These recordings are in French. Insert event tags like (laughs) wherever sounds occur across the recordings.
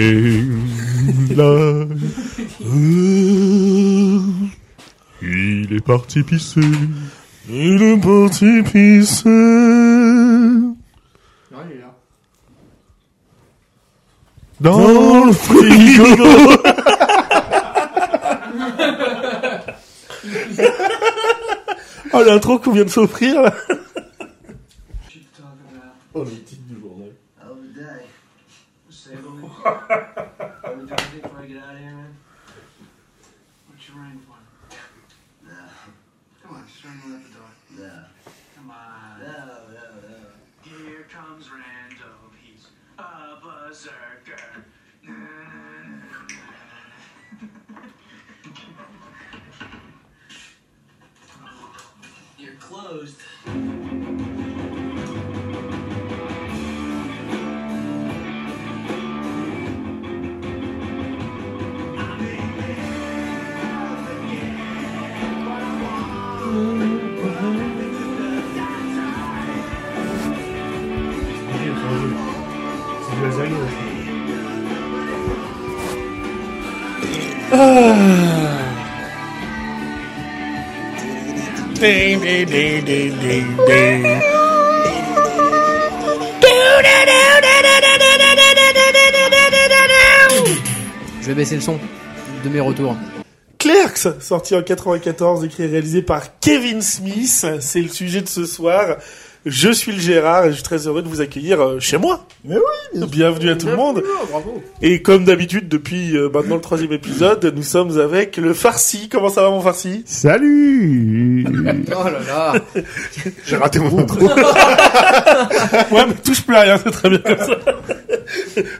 Et là, euh, il est parti pisser. Il est parti pisser. Ah, Non, il est là. Dans le frigo. oh l'intro qu'on vient de s'offrir là. Putain de merde. Oh le titre du journal. I would die. Save (laughs) me. What am I doing before I get out of here, man? What you running for? No. Come on, just run out the door. No. Come on. No, no, no. Here comes Randall. He's a berserker. Na, na, na, na, na, na. You're closed. C'est du lasagne. ouais. Ding, ding, ding, ding, ding, ding. Je vais baisser le son de mes retours. Clerks, sorti en 94, écrit et réalisé par Kevin Smith. C'est le sujet de ce soir. Je suis le Gérard et je suis très heureux de vous accueillir euh, chez moi. Mais oui, Bienvenue à tout le monde. bravo. Et comme d'habitude, depuis euh, maintenant le troisième épisode, nous sommes avec le Farsi. Comment ça va mon Farsi Salut Oh là là. J'ai raté mon intro. Ouais, mais touche plus à rien, c'est très bien comme ça.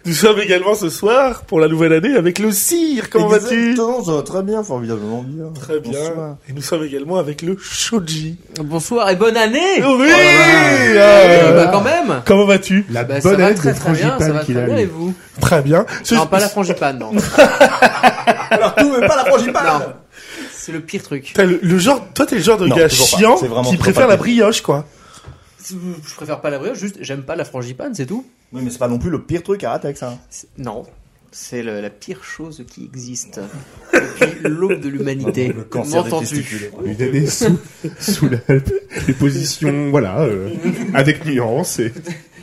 Nous sommes également ce soir, pour la nouvelle année, avec le Cire. Comment vas-tu Exactement, ça va très bien, formidablement bien. Très bien. Bonsoir. Et nous sommes également avec le Shoji. (laughs) Bonsoir et bonne année. Oui Ah, Eh, Euh, bah quand même. Comment vas-tu La Bah, ça bonne va année de très très bien, ça va frangipane très qu'il bien a et eu. vous Très bien. Ce- Non, pas la frangipane, non. (laughs) Alors, tout, mais pas la non. C'est le pire truc. T'as le, le genre, toi t'es le genre de Non, gars toujours pas. chiant C'est vraiment qui toujours préfère pas la le brioche quoi. Je préfère pas la brioche, juste j'aime pas la frangipane, c'est tout. Oui, mais c'est pas non plus le pire truc à hein. rater avec ça. C'est- Non. C'est le- la pire chose qui existe depuis (laughs) l'aube de l'humanité. Le cancer des M'entends-tu testicules. Une (laughs) année sous, sous la, les positions, voilà, euh, avec nuance et...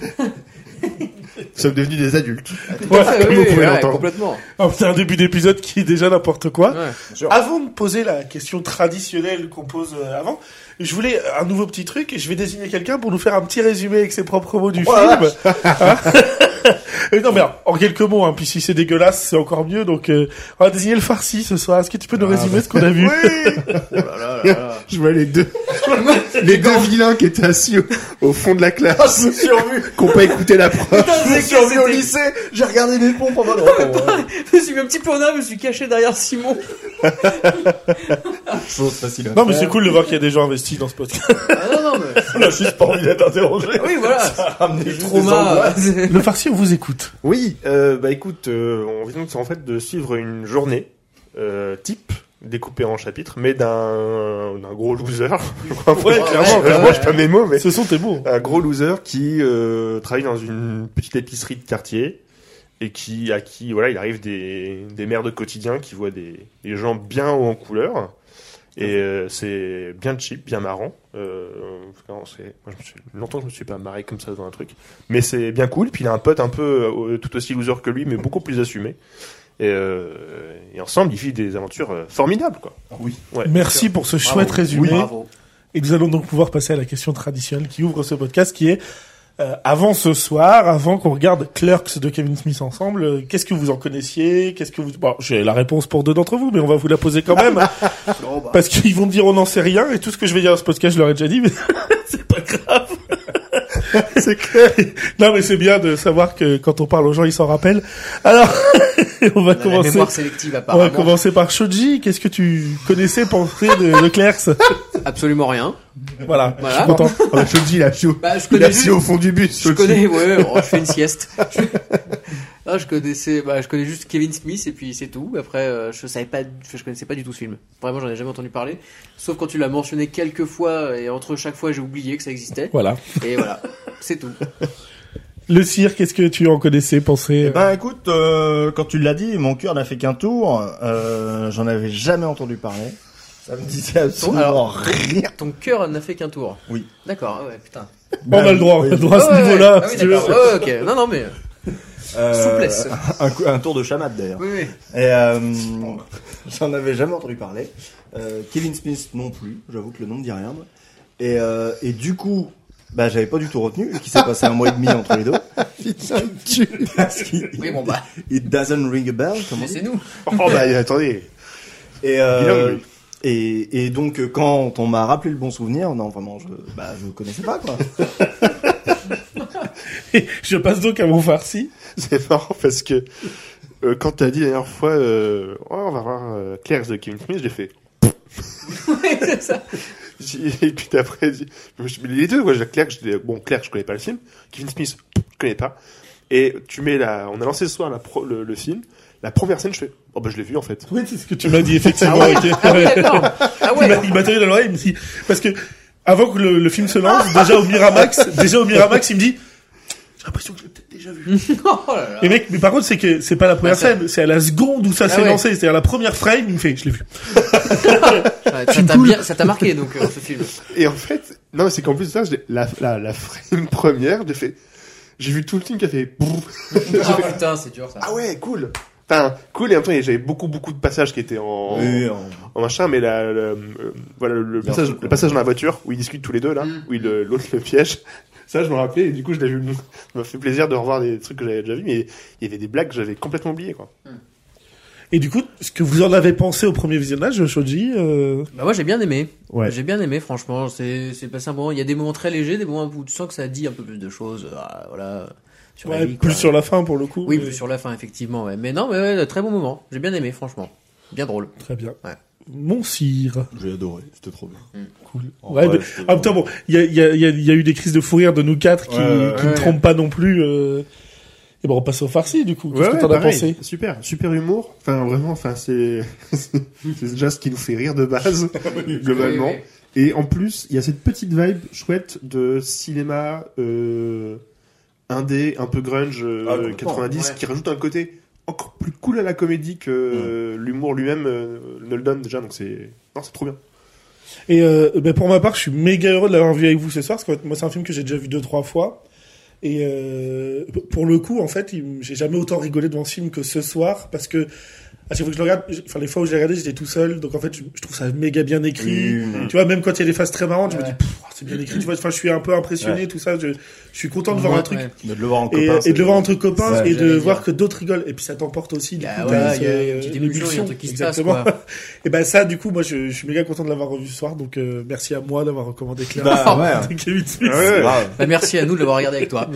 Nous sommes devenus des adultes. Tout à (laughs) fait, Comme oui, vous oui, pouvez ouais, l'entendre. complètement. Oh, c'est un début d'épisode qui est déjà n'importe quoi. Ouais. Avant de poser la question traditionnelle qu'on pose euh, avant, je voulais euh, un nouveau petit truc et je vais désigner quelqu'un pour nous faire un petit résumé avec ses propres mots du film. Hein Et (laughs) non mais alors, en quelques mots, hein, puis si c'est dégueulasse, c'est encore mieux. Donc euh, on va désigner le farci ce soir. Est-ce que tu peux nous résumer ce qu'on a vu Je vois les deux, les deux vilains qui étaient assis au, au fond de la classe, Je me suis revu, qui n'ont pas écouté la prof. Putain, je me c'est suis revu au c'était- lycée, j'ai regardé des pompes en mode... oh, ouais. (laughs) Je me suis mis un petit peu en avant, je me suis caché derrière Simon. (laughs) Chose facile. à (laughs) Non mais faire. c'est cool de voir qu'il y a des gens investis dans ce podcast. Ah non, non, (laughs) mais... On a juste pas envie d'être interrogé. Oui, voilà. Ramener Le juste des angoisses. trauma. c'est- le farci, on vous écoute. Oui, euh, bah écoute, euh, on vient de- en fait de suivre une journée euh, type découpée en chapitres, mais d'un d'un gros loser. (laughs) Ouais, clairement, Euh, clairement. moi, je pas mes mots, mais Ce sont tes mots. un gros loser qui euh, travaille dans une petite épicerie de quartier et qui à qui voilà il arrive des des merdes de quotidien qui voient des, des gens bien haut en couleur et euh, c'est bien cheap bien marrant euh, non, c'est moi, je me suis, longtemps que je me suis pas marré comme ça devant un truc mais c'est bien cool puis il a un pote un peu euh, tout aussi loser que lui mais beaucoup plus assumé et, euh, et ensemble ils vivent des aventures euh, formidables quoi Oui. Ouais. Merci pour ce chouette (laughs) résumé. bravo. Et nous allons donc pouvoir passer à la question traditionnelle qui ouvre ce podcast, qui est euh, avant ce soir, avant qu'on regarde Clerks de Kevin Smith ensemble, euh, qu'est-ce que vous en connaissiez Qu'est-ce que vous Bon, j'ai la réponse pour deux d'entre vous, mais on va vous la poser quand (laughs) même Oh, bah. parce qu'ils vont me dire on n'en sait rien et tout ce que je vais dire dans ce podcast, je leur ai déjà dit, mais (laughs) c'est pas grave. (laughs) c'est clair. Non, mais c'est bien de savoir que quand on parle aux gens, ils s'en rappellent. Alors, (laughs) on va On a La commencer. mémoire sélective, On va apparemment. commencer par Shoji. Qu'est-ce que tu connaissais, pensais de, de Clerks (laughs) Absolument rien. Voilà, je suis Voilà. content. oh, je le dis là je, Bah, euh, je il est connais assis juste... au fond du bus Je connais, ouais, ouais, oh, je fais une sieste. Je... Ah, je connaissais, bah, je connais juste Kevin Smith et puis c'est tout. Après, euh, je savais pas, je connaissais pas du tout ce film. Vraiment, j'en ai jamais entendu parler. Sauf quand tu l'as mentionné quelques fois et entre chaque fois, j'ai oublié que ça existait. Voilà. Et voilà, c'est tout. Le cirque, est-ce que tu en connaissais, pensais Eh ben écoute, euh, quand tu l'as dit, mon cœur n'a fait qu'un tour. Euh, J'en avais jamais entendu parler. Ça me disait absolument Alors- rien. Ton cœur n'a fait qu'un tour. Oui. D'accord, ah ouais, putain. Bon, On a le droit, on a le droit à ce Ah ouais, niveau-là. ah si oui, tu veux. d'accord. Ouais, ok. Non, non, mais. Euh, Souplesse. Un, coup- un tour de chamat d'ailleurs. Oui, oui. Et euh, (laughs) j'en avais jamais entendu parler. Euh, Kevin Smith non plus. J'avoue que le nom ne dit rien. moi. Et, euh, et du coup, bah j'avais pas du tout retenu. Qui s'est passé un mois et demi entre (laughs) les deux. Parce qu'il- Oui, bon, bah. It doesn't ring a bell. Comment on (laughs) dit Laissez-nous. Oh bah attendez. Et, euh, Bilingue, et, et donc, euh, quand on m'a rappelé le bon souvenir, non, vraiment, je, bah, je connaissais pas, quoi. Je passe donc à mon farci. (laughs) C'est marrant parce que euh, quand t'as dit la dernière fois, euh, oh, on va voir euh, Clerks de Kevin Smith, j'ai fait. c'est ça. J'ai- Et puis après, j'ai- je- mais les deux, quoi, j'ai- Clerks, je- bon, Clerks, je connais pas le film, Kevin Smith, je connais pas. Et tu mets la, on a lancé ce soir la pro- le, le film, la première scène, je fais, oh bah je l'ai vu en fait. Oui, c'est ce que tu m'as dit, effectivement. ok. Ah oui, d'accord. (laughs) Ah Il m'a- ouais. il m'a tenu dans l'oreille, il me dit, parce que avant que le, le film se lance, déjà au Miramax, déjà au Miramax, il me dit, j'ai l'impression que je l'ai peut-être déjà vu. Oh là là. Et mec, mais par contre, c'est que c'est pas la première Ah, ça- scène, c'est à la seconde où ça s'est ouais. lancé, c'est-à-dire la première frame, il me fait, je l'ai vu. Ouais, Ça t'a bien, ça t'a marqué, donc, euh, ce film. Et en fait, non, mais c'est qu'en plus de ça, je l'ai- la, la, la frame (laughs) première, j'ai fait, j'ai vu tout le film qui a fait, Brrr. Ah putain, c'est dur, ça. ah ouais, cool. Enfin, cool, et en même temps, j'avais beaucoup, beaucoup de passages qui étaient Oh. en, Oui, en machin, mais la, la- euh, voilà, le, le passage, quoi. le passage dans la voiture où ils discutent tous les deux là, Mm. où il- le- l'autre le piège. Ça, je me rappelais, et du coup, je l'ai vu. Ça m'a fait plaisir de revoir des trucs que j'avais déjà vu, mais il y avait des blagues que j'avais complètement oubliées, quoi. Et du coup, ce que vous en avez pensé au premier visionnage, Shoji, euh... Bah moi j'ai bien aimé. Ouais. J'ai bien aimé franchement. C'est c'est passé un bon moment. Il y a des moments très légers, des moments où tu sens que ça dit un peu plus de choses. euh, ah, voilà. Sur la ouais, vie, plus quoi. sur la fin pour le coup. euh, Oui, mais- plus sur la fin effectivement. Ouais. Mais non, mais ouais, très bon moment. J'ai bien aimé franchement. Bien drôle. Très bien. Ouais. Mon cire. J'ai adoré, c'était trop bien. Cool. En Ouais, vrai, de- c'était- Ah putain, bon, il y a, il y, a, il y a- il y a eu des crises de fou rire de nous quatre qui, Ouais, ouais, qui ne ouais. trompent pas non plus. euh. Et ben on passe au farci du coup. Qu'est-ce que t'en as pareil. pensé Super, super humour. Enfin, vraiment, enfin, c'est (laughs) c'est déjà ce qui nous fait rire (laughs) de base, globalement. Oui, Et en plus, il y a cette petite vibe chouette de cinéma euh, indé, un peu grunge euh, Ah, complètement, 90, ouais. qui rajoute un côté encore plus cool à la comédie que euh, l'humour lui-même euh, ne le donne déjà. Donc c'est non, c'est trop bien. Et euh, ben, pour ma part, je suis méga heureux de l'avoir vu avec vous ce soir, parce que en fait, moi c'est un film que j'ai déjà vu deux trois fois. Et euh, pour le coup, en fait, il m- j'ai jamais autant rigolé devant ce film que ce soir, parce que à chaque fois que je le regarde, j- enfin les fois où j'ai regardé, j'étais tout seul, donc en fait, je, je trouve ça méga bien écrit. Oui, oui. Tu vois, même quand il y a des phases très marrantes, je me Ouais. dis, Pff, c'est bien écrit. Tu vois, enfin, je suis un peu impressionné, tout ça. Je, je suis content de voir un truc Ouais. Mais de le voir en et, copain. et de le voir entre c'est copains ce que et de j'allais voir dire. que d'autres rigolent et puis ça t'emporte aussi du Bah coup ouais, t'as il y a ce- une petite une émulsion, il y a ébullition. un truc qui se exactement passe, (laughs) et ben ça du coup moi je, je suis méga content de l'avoir revu ce soir donc euh, merci à moi d'avoir recommandé Claire Bah, ouais. Ah de Kevin Smith. C'est Ouais. grave. Bah, merci à nous de l'avoir regardé (laughs) avec toi.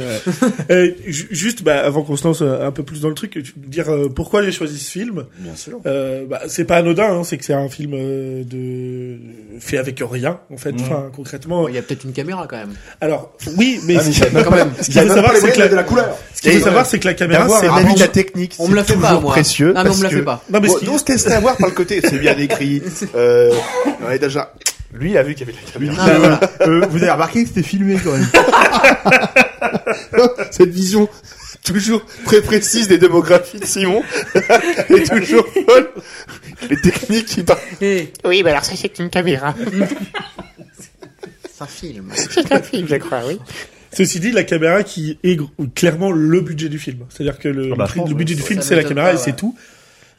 Euh, ju- juste bah, avant qu'on se lance euh, un peu plus dans le truc je veux dire euh, pourquoi j'ai choisi ce film Bien sûr. euh, bah, c'est pas anodin hein, c'est que c'est un film euh, de fait avec rien en fait Mhm. enfin concrètement Bon, Il y a peut-être une caméra quand même. alors oui mais Ah, mais ce qu'il il y a Quand même. faut savoir c'est que la, de la couleur. ce qu'il faut savoir c'est que la caméra D'avoir c'est un la- avis ben, de la technique, On me la c'est fait pas toujours moi. Ah, précieux. non mais on parce me la fait que- pas. non Ah, mais ce Bon, qui- donc se laisse avoir par le côté, c'est bien (laughs) écrit. Euh, ouais, déjà, lui, il a vu qu'il y avait de la caméra. Non, mais voilà. Euh, vous avez remarqué que c'était filmé quand même. Cette vision toujours très précise des démographies de Simon (laughs) est toujours folle. Les techniques qui parlent. Eh, Oui, bah alors ça c'est une caméra. (laughs) c'est un film. C'est un film, je crois, oui. Ceci dit, la caméra qui est gr- clairement le budget du film. C'est-à-dire que le, Ah le bah, prix- franchement, le budget du ça film, c'est la m'étonne caméra pas, et c'est ouais. tout.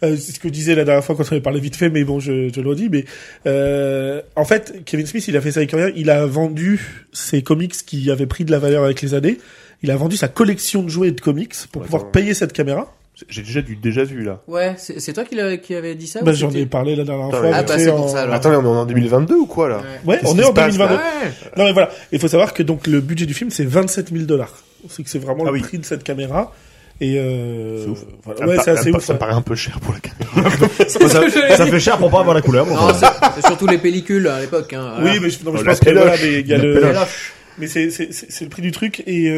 Euh, c'est ce que je disais la dernière fois quand on avait parlé vite fait, mais bon, je, je le redis. Mais euh, en fait, Kevin Smith, il a fait ça avec rien. Il a vendu ses comics qui avaient pris de la valeur avec les années. Il a vendu sa collection de jouets et de comics pour Ouais, pouvoir attends. payer cette caméra. J'ai déjà du déjà vu là. Ouais, c'est c'est toi qui, l'a- qui avait dit ça Bah, ou j'en ai c'était- parlé la dernière Attends, fois. mais- Ah bah tu sais, c'est pour en- ça alors. Attends, mais on est en 2022 ou quoi là Ouais. Ouais, Qu'est-ce on qui est se en passe, 2022. Ouais. Non mais voilà, il faut savoir que donc le budget du film c'est 27 000 dollars. C'est que c'est vraiment Ah le oui. prix de cette caméra. Et euh, C'est ouf. voilà. Ça me Ouais, par- c'est assez ça ouf. me- hein. Ça me ouais. paraît un peu cher (laughs) pour la caméra. ça, ça fait cher pour pas avoir la couleur. bon, Non, voilà. c'est c'est surtout les pellicules à l'époque. Hein, Oui, mais je, non, mais je Oh, la pense que voilà, péloche. mais il y a La le, péloche. mais c'est c'est c'est c'est le prix du truc et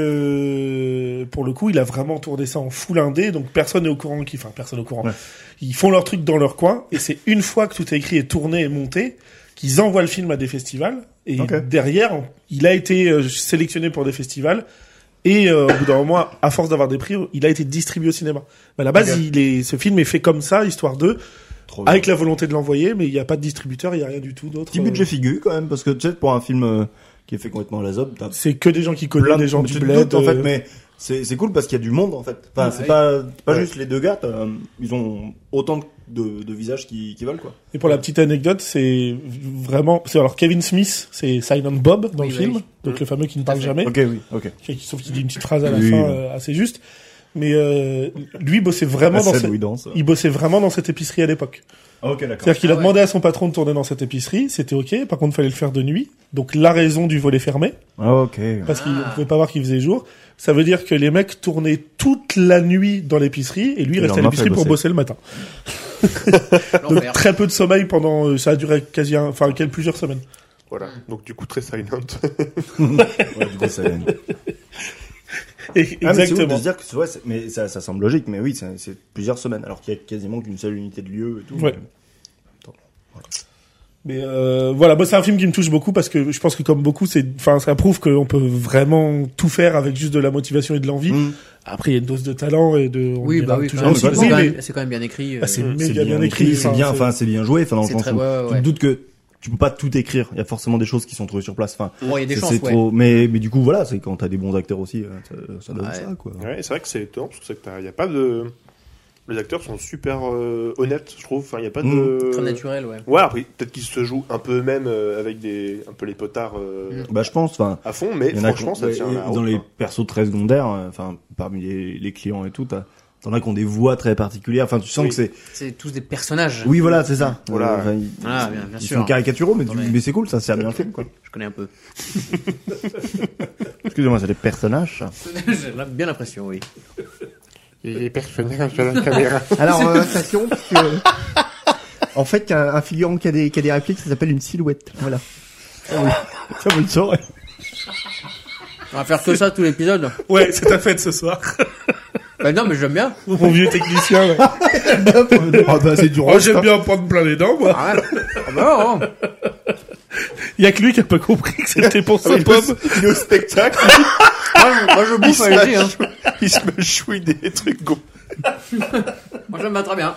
euh, pour le coup, il a vraiment tourné ça en full indé, donc personne n'est au courant qui, enfin personne au courant. Ouais. Ils font leur truc dans leur coin et c'est une fois que tout est écrit et tourné et monté qu'ils envoient le film à des festivals et Ok. derrière, on- il a été euh, sélectionné pour des festivals. Et euh, au bout d'un moment, à force d'avoir des prix, il a été distribué au cinéma. Mais à la base, Ok. il est, ce film est fait comme ça, histoire de, Trop bien. avec la volonté de l'envoyer, mais il n'y a pas de distributeur, il n'y a rien du tout d'autre. Petit Euh, budget figure quand même, parce que tu sais, pour un film euh, qui est fait complètement à la zob, t'as C'est que des gens qui connaissent, des gens mais du tu te bled. doutes, en fait, euh, mais c'est c'est cool parce qu'il y a du monde en fait. Enfin, Ouais. c'est pas, pas Ouais. juste les deux gars, t'as- euh, ils ont autant de, de, de visages qui, qui veulent quoi. Et pour la petite anecdote, c'est vraiment, c'est alors Kevin Smith, c'est Silent Bob dans Oui, le bah film, oui. donc le fameux qui ne parle fait. jamais. Ok, oui, ok. Qui- Sauf qu'il dit une petite phrase à la Oui. fin euh, assez juste. Mais euh, lui bossait vraiment La dans scène cette... où ils dansent. Il bossait vraiment dans cette épicerie à l'époque. Ah, ok, d'accord. C'est-à-dire qu'il Ah a ouais. demandé à son patron de tourner dans cette épicerie, c'était ok, par contre fallait le faire de nuit. Donc la raison du volet fermé, Ah, ok. parce qu'on Ah. pouvait pas voir qu'il faisait jour, ça veut dire que les mecs tournaient toute la nuit dans l'épicerie et lui Et le restait à lendemain, l'épicerie fallait pour bosser bosser. le matin. Donc L'enfer. très peu de sommeil pendant, euh, ça a duré quasi, un- enfin quel- plusieurs semaines. (laughs) Voilà. Donc du coup très silent. Ouais, du coup, ça- Et- (laughs) Ah, mais c'est ouf exactement. de se dire que, ouais, c'est- mais ça, ça semble logique, mais oui, c'est c'est plusieurs semaines, alors qu'il y a quasiment qu'une seule unité de lieu et tout. Ouais. Mais euh, voilà, moi c'est un film qui me touche beaucoup parce que je pense que comme beaucoup, c'est, enfin, ça prouve qu'on peut vraiment tout faire avec juste de la motivation et de l'envie. Mm. Après, il y a une dose de talent et de. on Oui, dira bah oui, toujours quand même, aussi, c'est oui, quand mais même- c'est quand même bien écrit. Ah, euh, c'est C'est méga bien, bien écrit, écrit. c'est bien, enfin, c'est bien joué, enfin, dans le C'est sens très- où ouais, ouais, tu te ouais. doutes que tu peux pas tout écrire, il y a forcément des choses qui sont trouvées sur place, enfin, Bon, il y a des C'est- chances, c'est ouais. trop- Mais, mais du coup, voilà, c'est quand t'as des bons acteurs aussi, euh, ça, ça donne Ouais. ça, quoi. (laughs) Ouais, et c'est vrai que c'est étonnant parce que c'est que t'as- y a pas de les acteurs sont super euh, honnêtes, je trouve. Enfin, il y a pas de Très naturel, ouais. Mm. Ouais, après peut-être qu'ils se jouent un peu eux-mêmes euh, avec des un peu les potards euh, Bah, je pense, enfin. à fond, mais il y en a franchement qui- ça ouais, tient et la Dans route, les (laughs) hein. persos très secondaires, euh, enfin, parmi les, les clients et tout, t'as- t'en as qui ont des voix très particulières, enfin, tu sens Oui. que c'est. C'est tous des personnages. Oui, voilà, c'est ça. Euh, Voilà. enfin, ils, Ah, bien- bien ils sûr. sont caricaturaux, mais, tu- Attendez. mais c'est cool, ça sert bien le film, quoi. Je connais un peu. Excusez-moi, c'est des personnages. J'ai bien l'impression, oui. Il est personnage de la caméra. (laughs) (laughs) Alors, euh, attention, parce que, en fait, un, un figurant qui a, des, qui a des répliques, ça s'appelle une silhouette. Voilà. Ah Ça, vous le saurez. On va faire que ça tout l'épisode. Ouais, c'est ta fête ce (laughs) soir. Bah non, mais j'aime bien. Mon vieux technicien. ouais. Ah, bah, c'est du Moi, j'aime bien en prendre plein les dents, moi. Ah, ouais. Ah bah non, non. Il y a que lui qui a pas compris que c'était Ah pour sa pomme. Il est au spectacle, (laughs) Moi, moi, je bouffe se allez-y, hein. il se me chouille des trucs go. Moi j'aime bien très bien.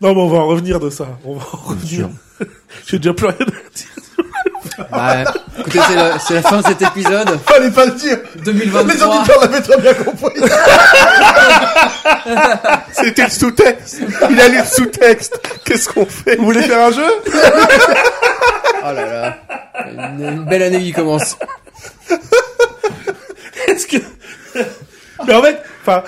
Non, mais on va en revenir de ça. On va en revenir. sûr. (laughs) J'ai déjà plus rien à dire. Bah, écoutez, c'est la, c'est la fin de cet épisode Fallait pas le dire. Les 2023. auditeurs l'avaient très bien compris. (laughs) C'était le sous-texte. Il a lu le sous-texte. Qu'est-ce qu'on fait Vous voulez faire un jeu? Oh là là. Une, une belle année qui commence. Est-ce que... (laughs) Mais en fait, enfin,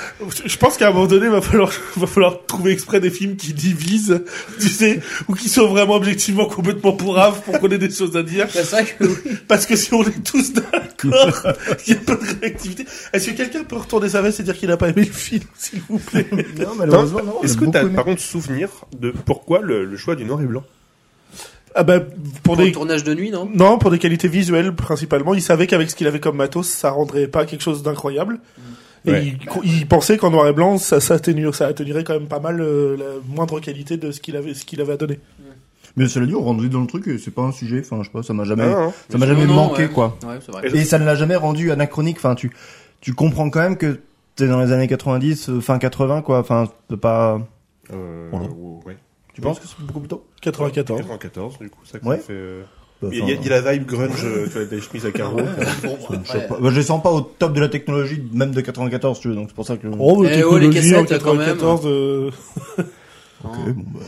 je pense qu'à un moment donné, va falloir, va falloir trouver exprès des films qui divisent, tu sais, ou qui sont vraiment objectivement complètement pourraves pour qu'on ait des choses à dire. C'est vrai que oui. Parce que si on est tous d'accord, (laughs) il n'y a pas de réactivité. Est-ce que quelqu'un peut retourner sa veste et dire qu'il n'a pas aimé le film, s'il vous plaît? Non, malheureusement, non. Est-ce on a que beaucoup t'as aimé. par contre souvenir de pourquoi le, le choix du noir et blanc Ah ben, bah, pour Pour le des, tournage de nuit, non non, pour des qualités visuelles, principalement, il savait qu'avec ce qu'il avait comme matos, ça rendrait pas quelque chose d'incroyable. Et Ouais. il, il pensait qu'en noir et blanc, ça, s'atténuerait ça atténuerait quand même pas mal euh, la moindre qualité de ce qu'il avait, ce qu'il avait à donner. Mais cela dit, on rentre vite dans le truc, et c'est pas un sujet, enfin, je sais pas, ça m'a jamais, Ah, non. ça m'a jamais Non, non, manqué, ouais. quoi. Ouais, c'est vrai. Et- Et ça ne l'a jamais rendu anachronique. Enfin, tu, tu comprends quand même que t'es dans les années 90, euh, fin 80, quoi. Enfin, peux pas. Euh, Voilà. ouais. Tu penses que c'est beaucoup plus tôt 94. 94, du coup, ça Ouais. fait. euh, Bah, Il y, a- il y a la vibe grunge, euh, tu vois, des chemises à (laughs) carreaux. Bon, enfin, je sais après, pas. Bah, je les sens pas au top de la technologie, même de 94, tu veux. Donc c'est pour ça que. Oh, Eh oh, les cassettes, quand même. euh, Ok, bon,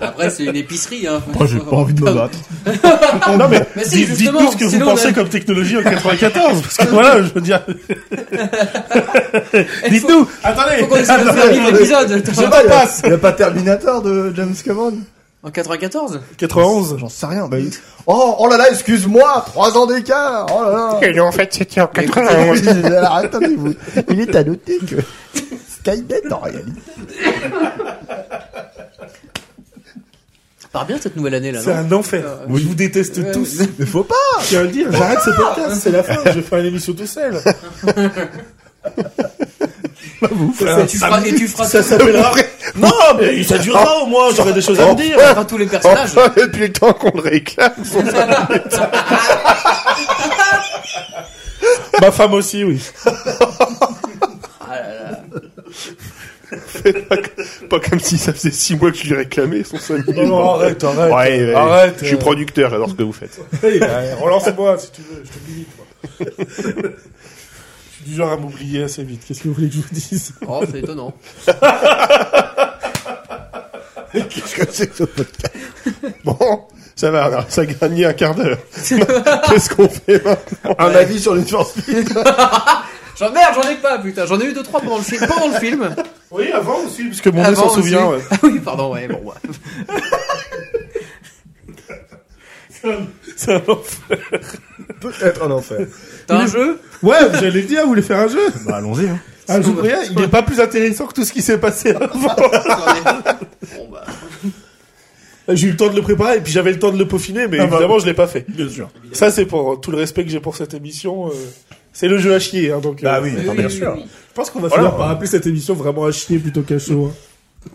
après, c'est une épicerie. Hein. bah, j'ai pas envie de me battre. (laughs) Non, mais Mais si, dites, dites justement, tout ce que vous sinon, on pensez a- comme technologie en 94, parce (laughs) que voilà, je veux dire... Dites-nous Eh, Faut Attendez qu'on essaie de faire (laughs) vivre l'épisode. pas, (laughs) il y a pas Terminator de James Cameron En 94 91 J'en sais rien. Bah, il- oh, oh là là, excuse-moi, 3 ans d'écart. Oh là Et non, en fait, c'était en 91. là. Alors, attendez, vous- Il est à noter (laughs) que Skynet, en réalité. Ça part bien cette nouvelle année là, C'est non un enfer. Oui. Je vous déteste Ouais. tous. Mais faut pas. Je tiens à le dire, (laughs) j'arrête ce podcast, c'est la fin, je vais faire une émission tout seul. Et tu feras, et tu feras Bah, Ça tous- s'appellera. (laughs) Non, Oh. mais ça durera au moins, j'aurai des choses à me dire. tu feras tous les personnages. Enfin, (laughs) depuis le temps qu'on le réclame. (laughs) Ma femme aussi, (laughs) oui. Ah là là. Pas comme si ça faisait 6 mois que je lui réclamais son 5 minutes. Non, non, arrête, arrête. Ouais, ouais. Arrête. Je suis euh, producteur, j'adore ce que vous faites. hey, euh, Relance-moi si tu veux, je te limite. moi. (laughs) Je suis du genre à m'oublier assez vite. Qu'est-ce que vous voulez que je vous dise Oh, c'est étonnant. Qu'est-ce que c'est que ce podcast (laughs) Bon, ça va, alors, ça a gagné un quart d'heure. (laughs) Qu'est-ce qu'on fait maintenant Un avis sur l'une force. J'en merde, j'en ai pas, putain. J'en ai eu deux trois pendant le film. Pendant le film. Oui, avant aussi, parce que mon nez Avant s'en aussi. souvient. ouais. Ah oui, pardon, ouais, bon. ouais. (laughs) C'est un enfer. Peut-être un enfer. T'as (laughs) un jeu Ouais, j'allais le dire, vous voulez faire un jeu Bah, allons-y, hein. Un jeu rien, il n'est pas plus intéressant que tout ce qui s'est passé (laughs) avant. Bon bah. J'ai eu le temps de le préparer, et puis j'avais le temps de le peaufiner, mais Ah bah. évidemment, je l'ai pas fait. Bien sûr. Ça, c'est pour euh, tout le respect que j'ai pour cette émission. euh, C'est le jeu à chier, hein, donc. euh, Bah oui, Oui, attends, oui, bien oui, sûr. oui. Je pense qu'on va Voilà. finir par appeler cette émission vraiment à chier plutôt qu'à chaud. hein.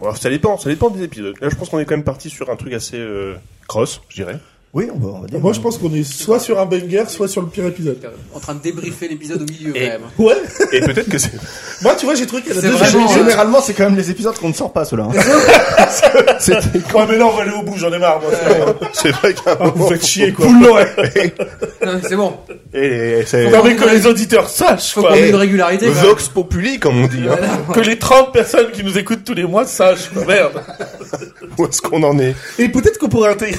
Alors, ça dépend, ça dépend des épisodes. Là, je pense qu'on est quand même parti sur un truc assez euh, cross, je dirais. Oui, on va, on va dire. Moi, je pense qu'on est soit sur un banger, soit sur le pire épisode. Euh, En train de débriefer l'épisode au milieu, Et- quand même. Ouais. Et peut-être que c'est. (laughs) Moi, tu vois, j'ai trouvé qu'il y a C'est deux vrai. Vraiment, Bah, Généralement, c'est quand même les épisodes qu'on ne sort pas, ceux-là. hein. C'était hein. Ouais, mais là, on va aller au bout, j'en ai marre, moi. (laughs) C'est vrai qu'à un Ah, moment. vous faites chier, quoi. Non, C'est bon. Et c'est. Non, mais que les auditeurs sachent, Faut quoi. qu'on ait une régularité. quand même. Vox Populi, comme on dit. Hein. Que les 30 personnes qui nous écoutent tous les mois sachent, quoi. Merde. Où est-ce qu'on en est Et peut-être qu'on pourrait intégrer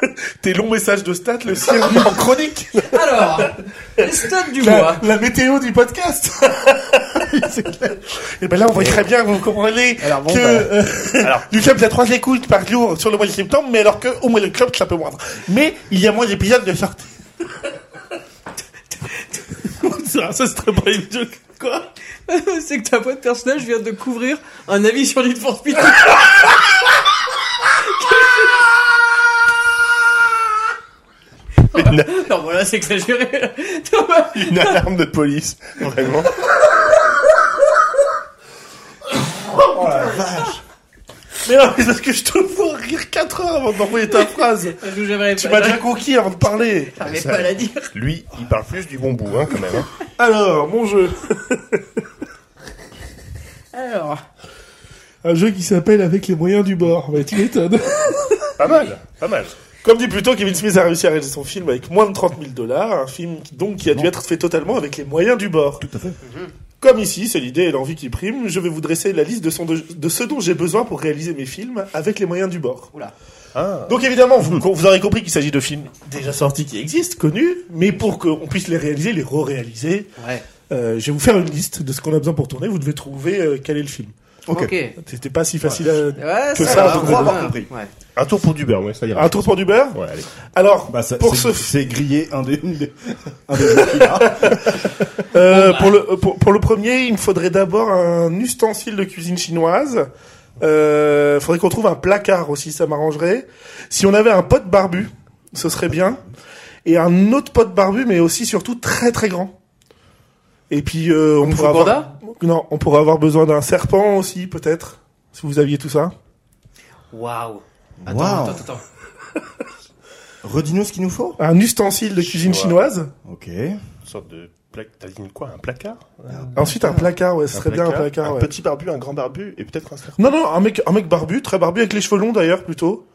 (laughs) tes longs messages de stats, le sien, en chronique. Alors, les stats du La, mois. la météo du (laughs) podcast. Et ben là, on voit très bien, vous comprenez Alors bon, que bah. euh, du club, il y a trois écoutes par jour sur le mois de septembre, mais alors que au moins le club, c'est un peu moindre. Mais il y a moins d'épisodes de sortie. ça, ça c'est très pas idiot. Quoi (laughs) C'est que ta voix de personnage vient de couvrir un avis sur Need for (laughs) Speed. non, voilà, c'est exagéré. (laughs) Thomas, Une alarme de police, vraiment. Oh Mais non, mais parce que je te vois rire 4 heures avant d'envoyer ta phrase. je- j'aimerais Tu m'as pas- déjà conquis avant de parler. j'arrivais pas à la dire. Lui, il parle plus du bon bout, hein, quand même. hein. (laughs) Alors, mon jeu. Alors, Un jeu qui s'appelle Avec les moyens du bord. Mais tu m'étonnes. (laughs) Pas mal, pas mal. Comme dit plus tôt, Kevin Smith a réussi à réaliser son film avec moins de 30 000 dollars, un film qui, donc qui a dû être fait totalement avec les moyens du bord. Tout à fait. Comme ici, c'est l'idée et l'envie qui prime, je vais vous dresser la liste de, son- de ce dont j'ai besoin pour réaliser mes films avec les moyens du bord. Ah. Donc évidemment, vous, vous aurez compris qu'il s'agit de films déjà sortis qui existent, connus, mais pour qu'on puisse les réaliser, les re-réaliser, ouais. euh, je vais vous faire une liste de ce qu'on a besoin pour tourner, vous devez trouver euh, quel est le film. Ok. C'était pas si facile à... Ouais, Que ça, va, je on crois va. avoir compris. Ouais. Un tour pour du beurre, ouais, ça ira. Un tour pour du Ah. beurre Ouais, allez. Alors, Bah, ça- pour c'est- ce C'est grillé un des, une des- un des jeux qu'il a. Euh, pour le pour, pour le premier, il me faudrait d'abord un ustensile de cuisine chinoise. Euh, faudrait qu'on trouve un placard aussi, ça m'arrangerait. Si on avait un pote barbu, ce serait bien. Et un autre pote barbu, mais aussi surtout très très grand. Et puis euh, on Kung Fu pourrait avoir Panda non, on pourrait avoir besoin d'un serpent aussi peut-être. Si vous aviez tout ça. Waouh. Attends, Waouh. attends, attends. (laughs) Redis-nous ce qu'il nous faut. Un ustensile de cuisine Chinois. chinoise. Ok. Une sorte de plaque. T'as dit quoi Un placard Ensuite un placard, ouais, ce serait bien un placard. Un ouais. petit barbu, un grand barbu et peut-être un cerf. Non non, un mec un mec barbu, très barbu avec les cheveux longs d'ailleurs plutôt.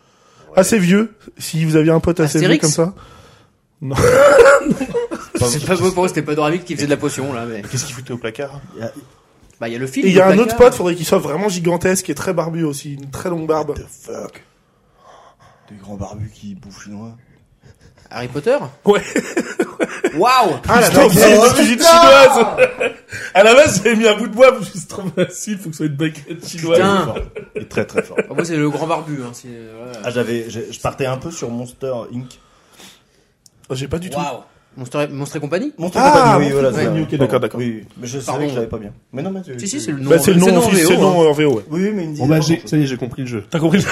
Assez vieux, si vous aviez un pote assez Astérix vieux comme ça. C'est pas beau pour eux, c'était pas Doravik qui faisait de la potion, là, mais. Qu'est-ce qu'il foutait au Ah, placard Bah, il y a le film. Et il y a le un autre placard. pote, faudrait qu'il soit vraiment gigantesque et très barbu aussi, une très longue barbe. The fuck. Des grands barbus qui bouffent chinois. Harry Potter Ouais. Waouh Ah la dingue, c'est une cuisine chinoise. (laughs) À la base, j'avais mis un bout de bois, mais c'est trop facile, faut que ce soit une baguette chinoise. Putain Il est très très fort. Ah, Moi, c'est le grand barbu. Hein. c'est- voilà. Ah, j'avais, je je partais un peu sur Monster Inc. Ah, J'ai pas du tout. Waouh Monstre, Monstre et compagnie Monster Ah, Company, oui, Monster voilà. Company, c'est ok, ça. d'accord, d'accord. Oui, oui. mais je Pardon. savais que je l'avais pas bien. Mais non, mais tu. Si, si, tu- c'est le nom. Bah, c'est le nom en officiel, VO, c'est le hein. nom en VO. ouais. Oui, oui, mais il me disait. Bon, bah, pas j'ai- grand-chose. ça y est, j'ai compris le jeu. T'as compris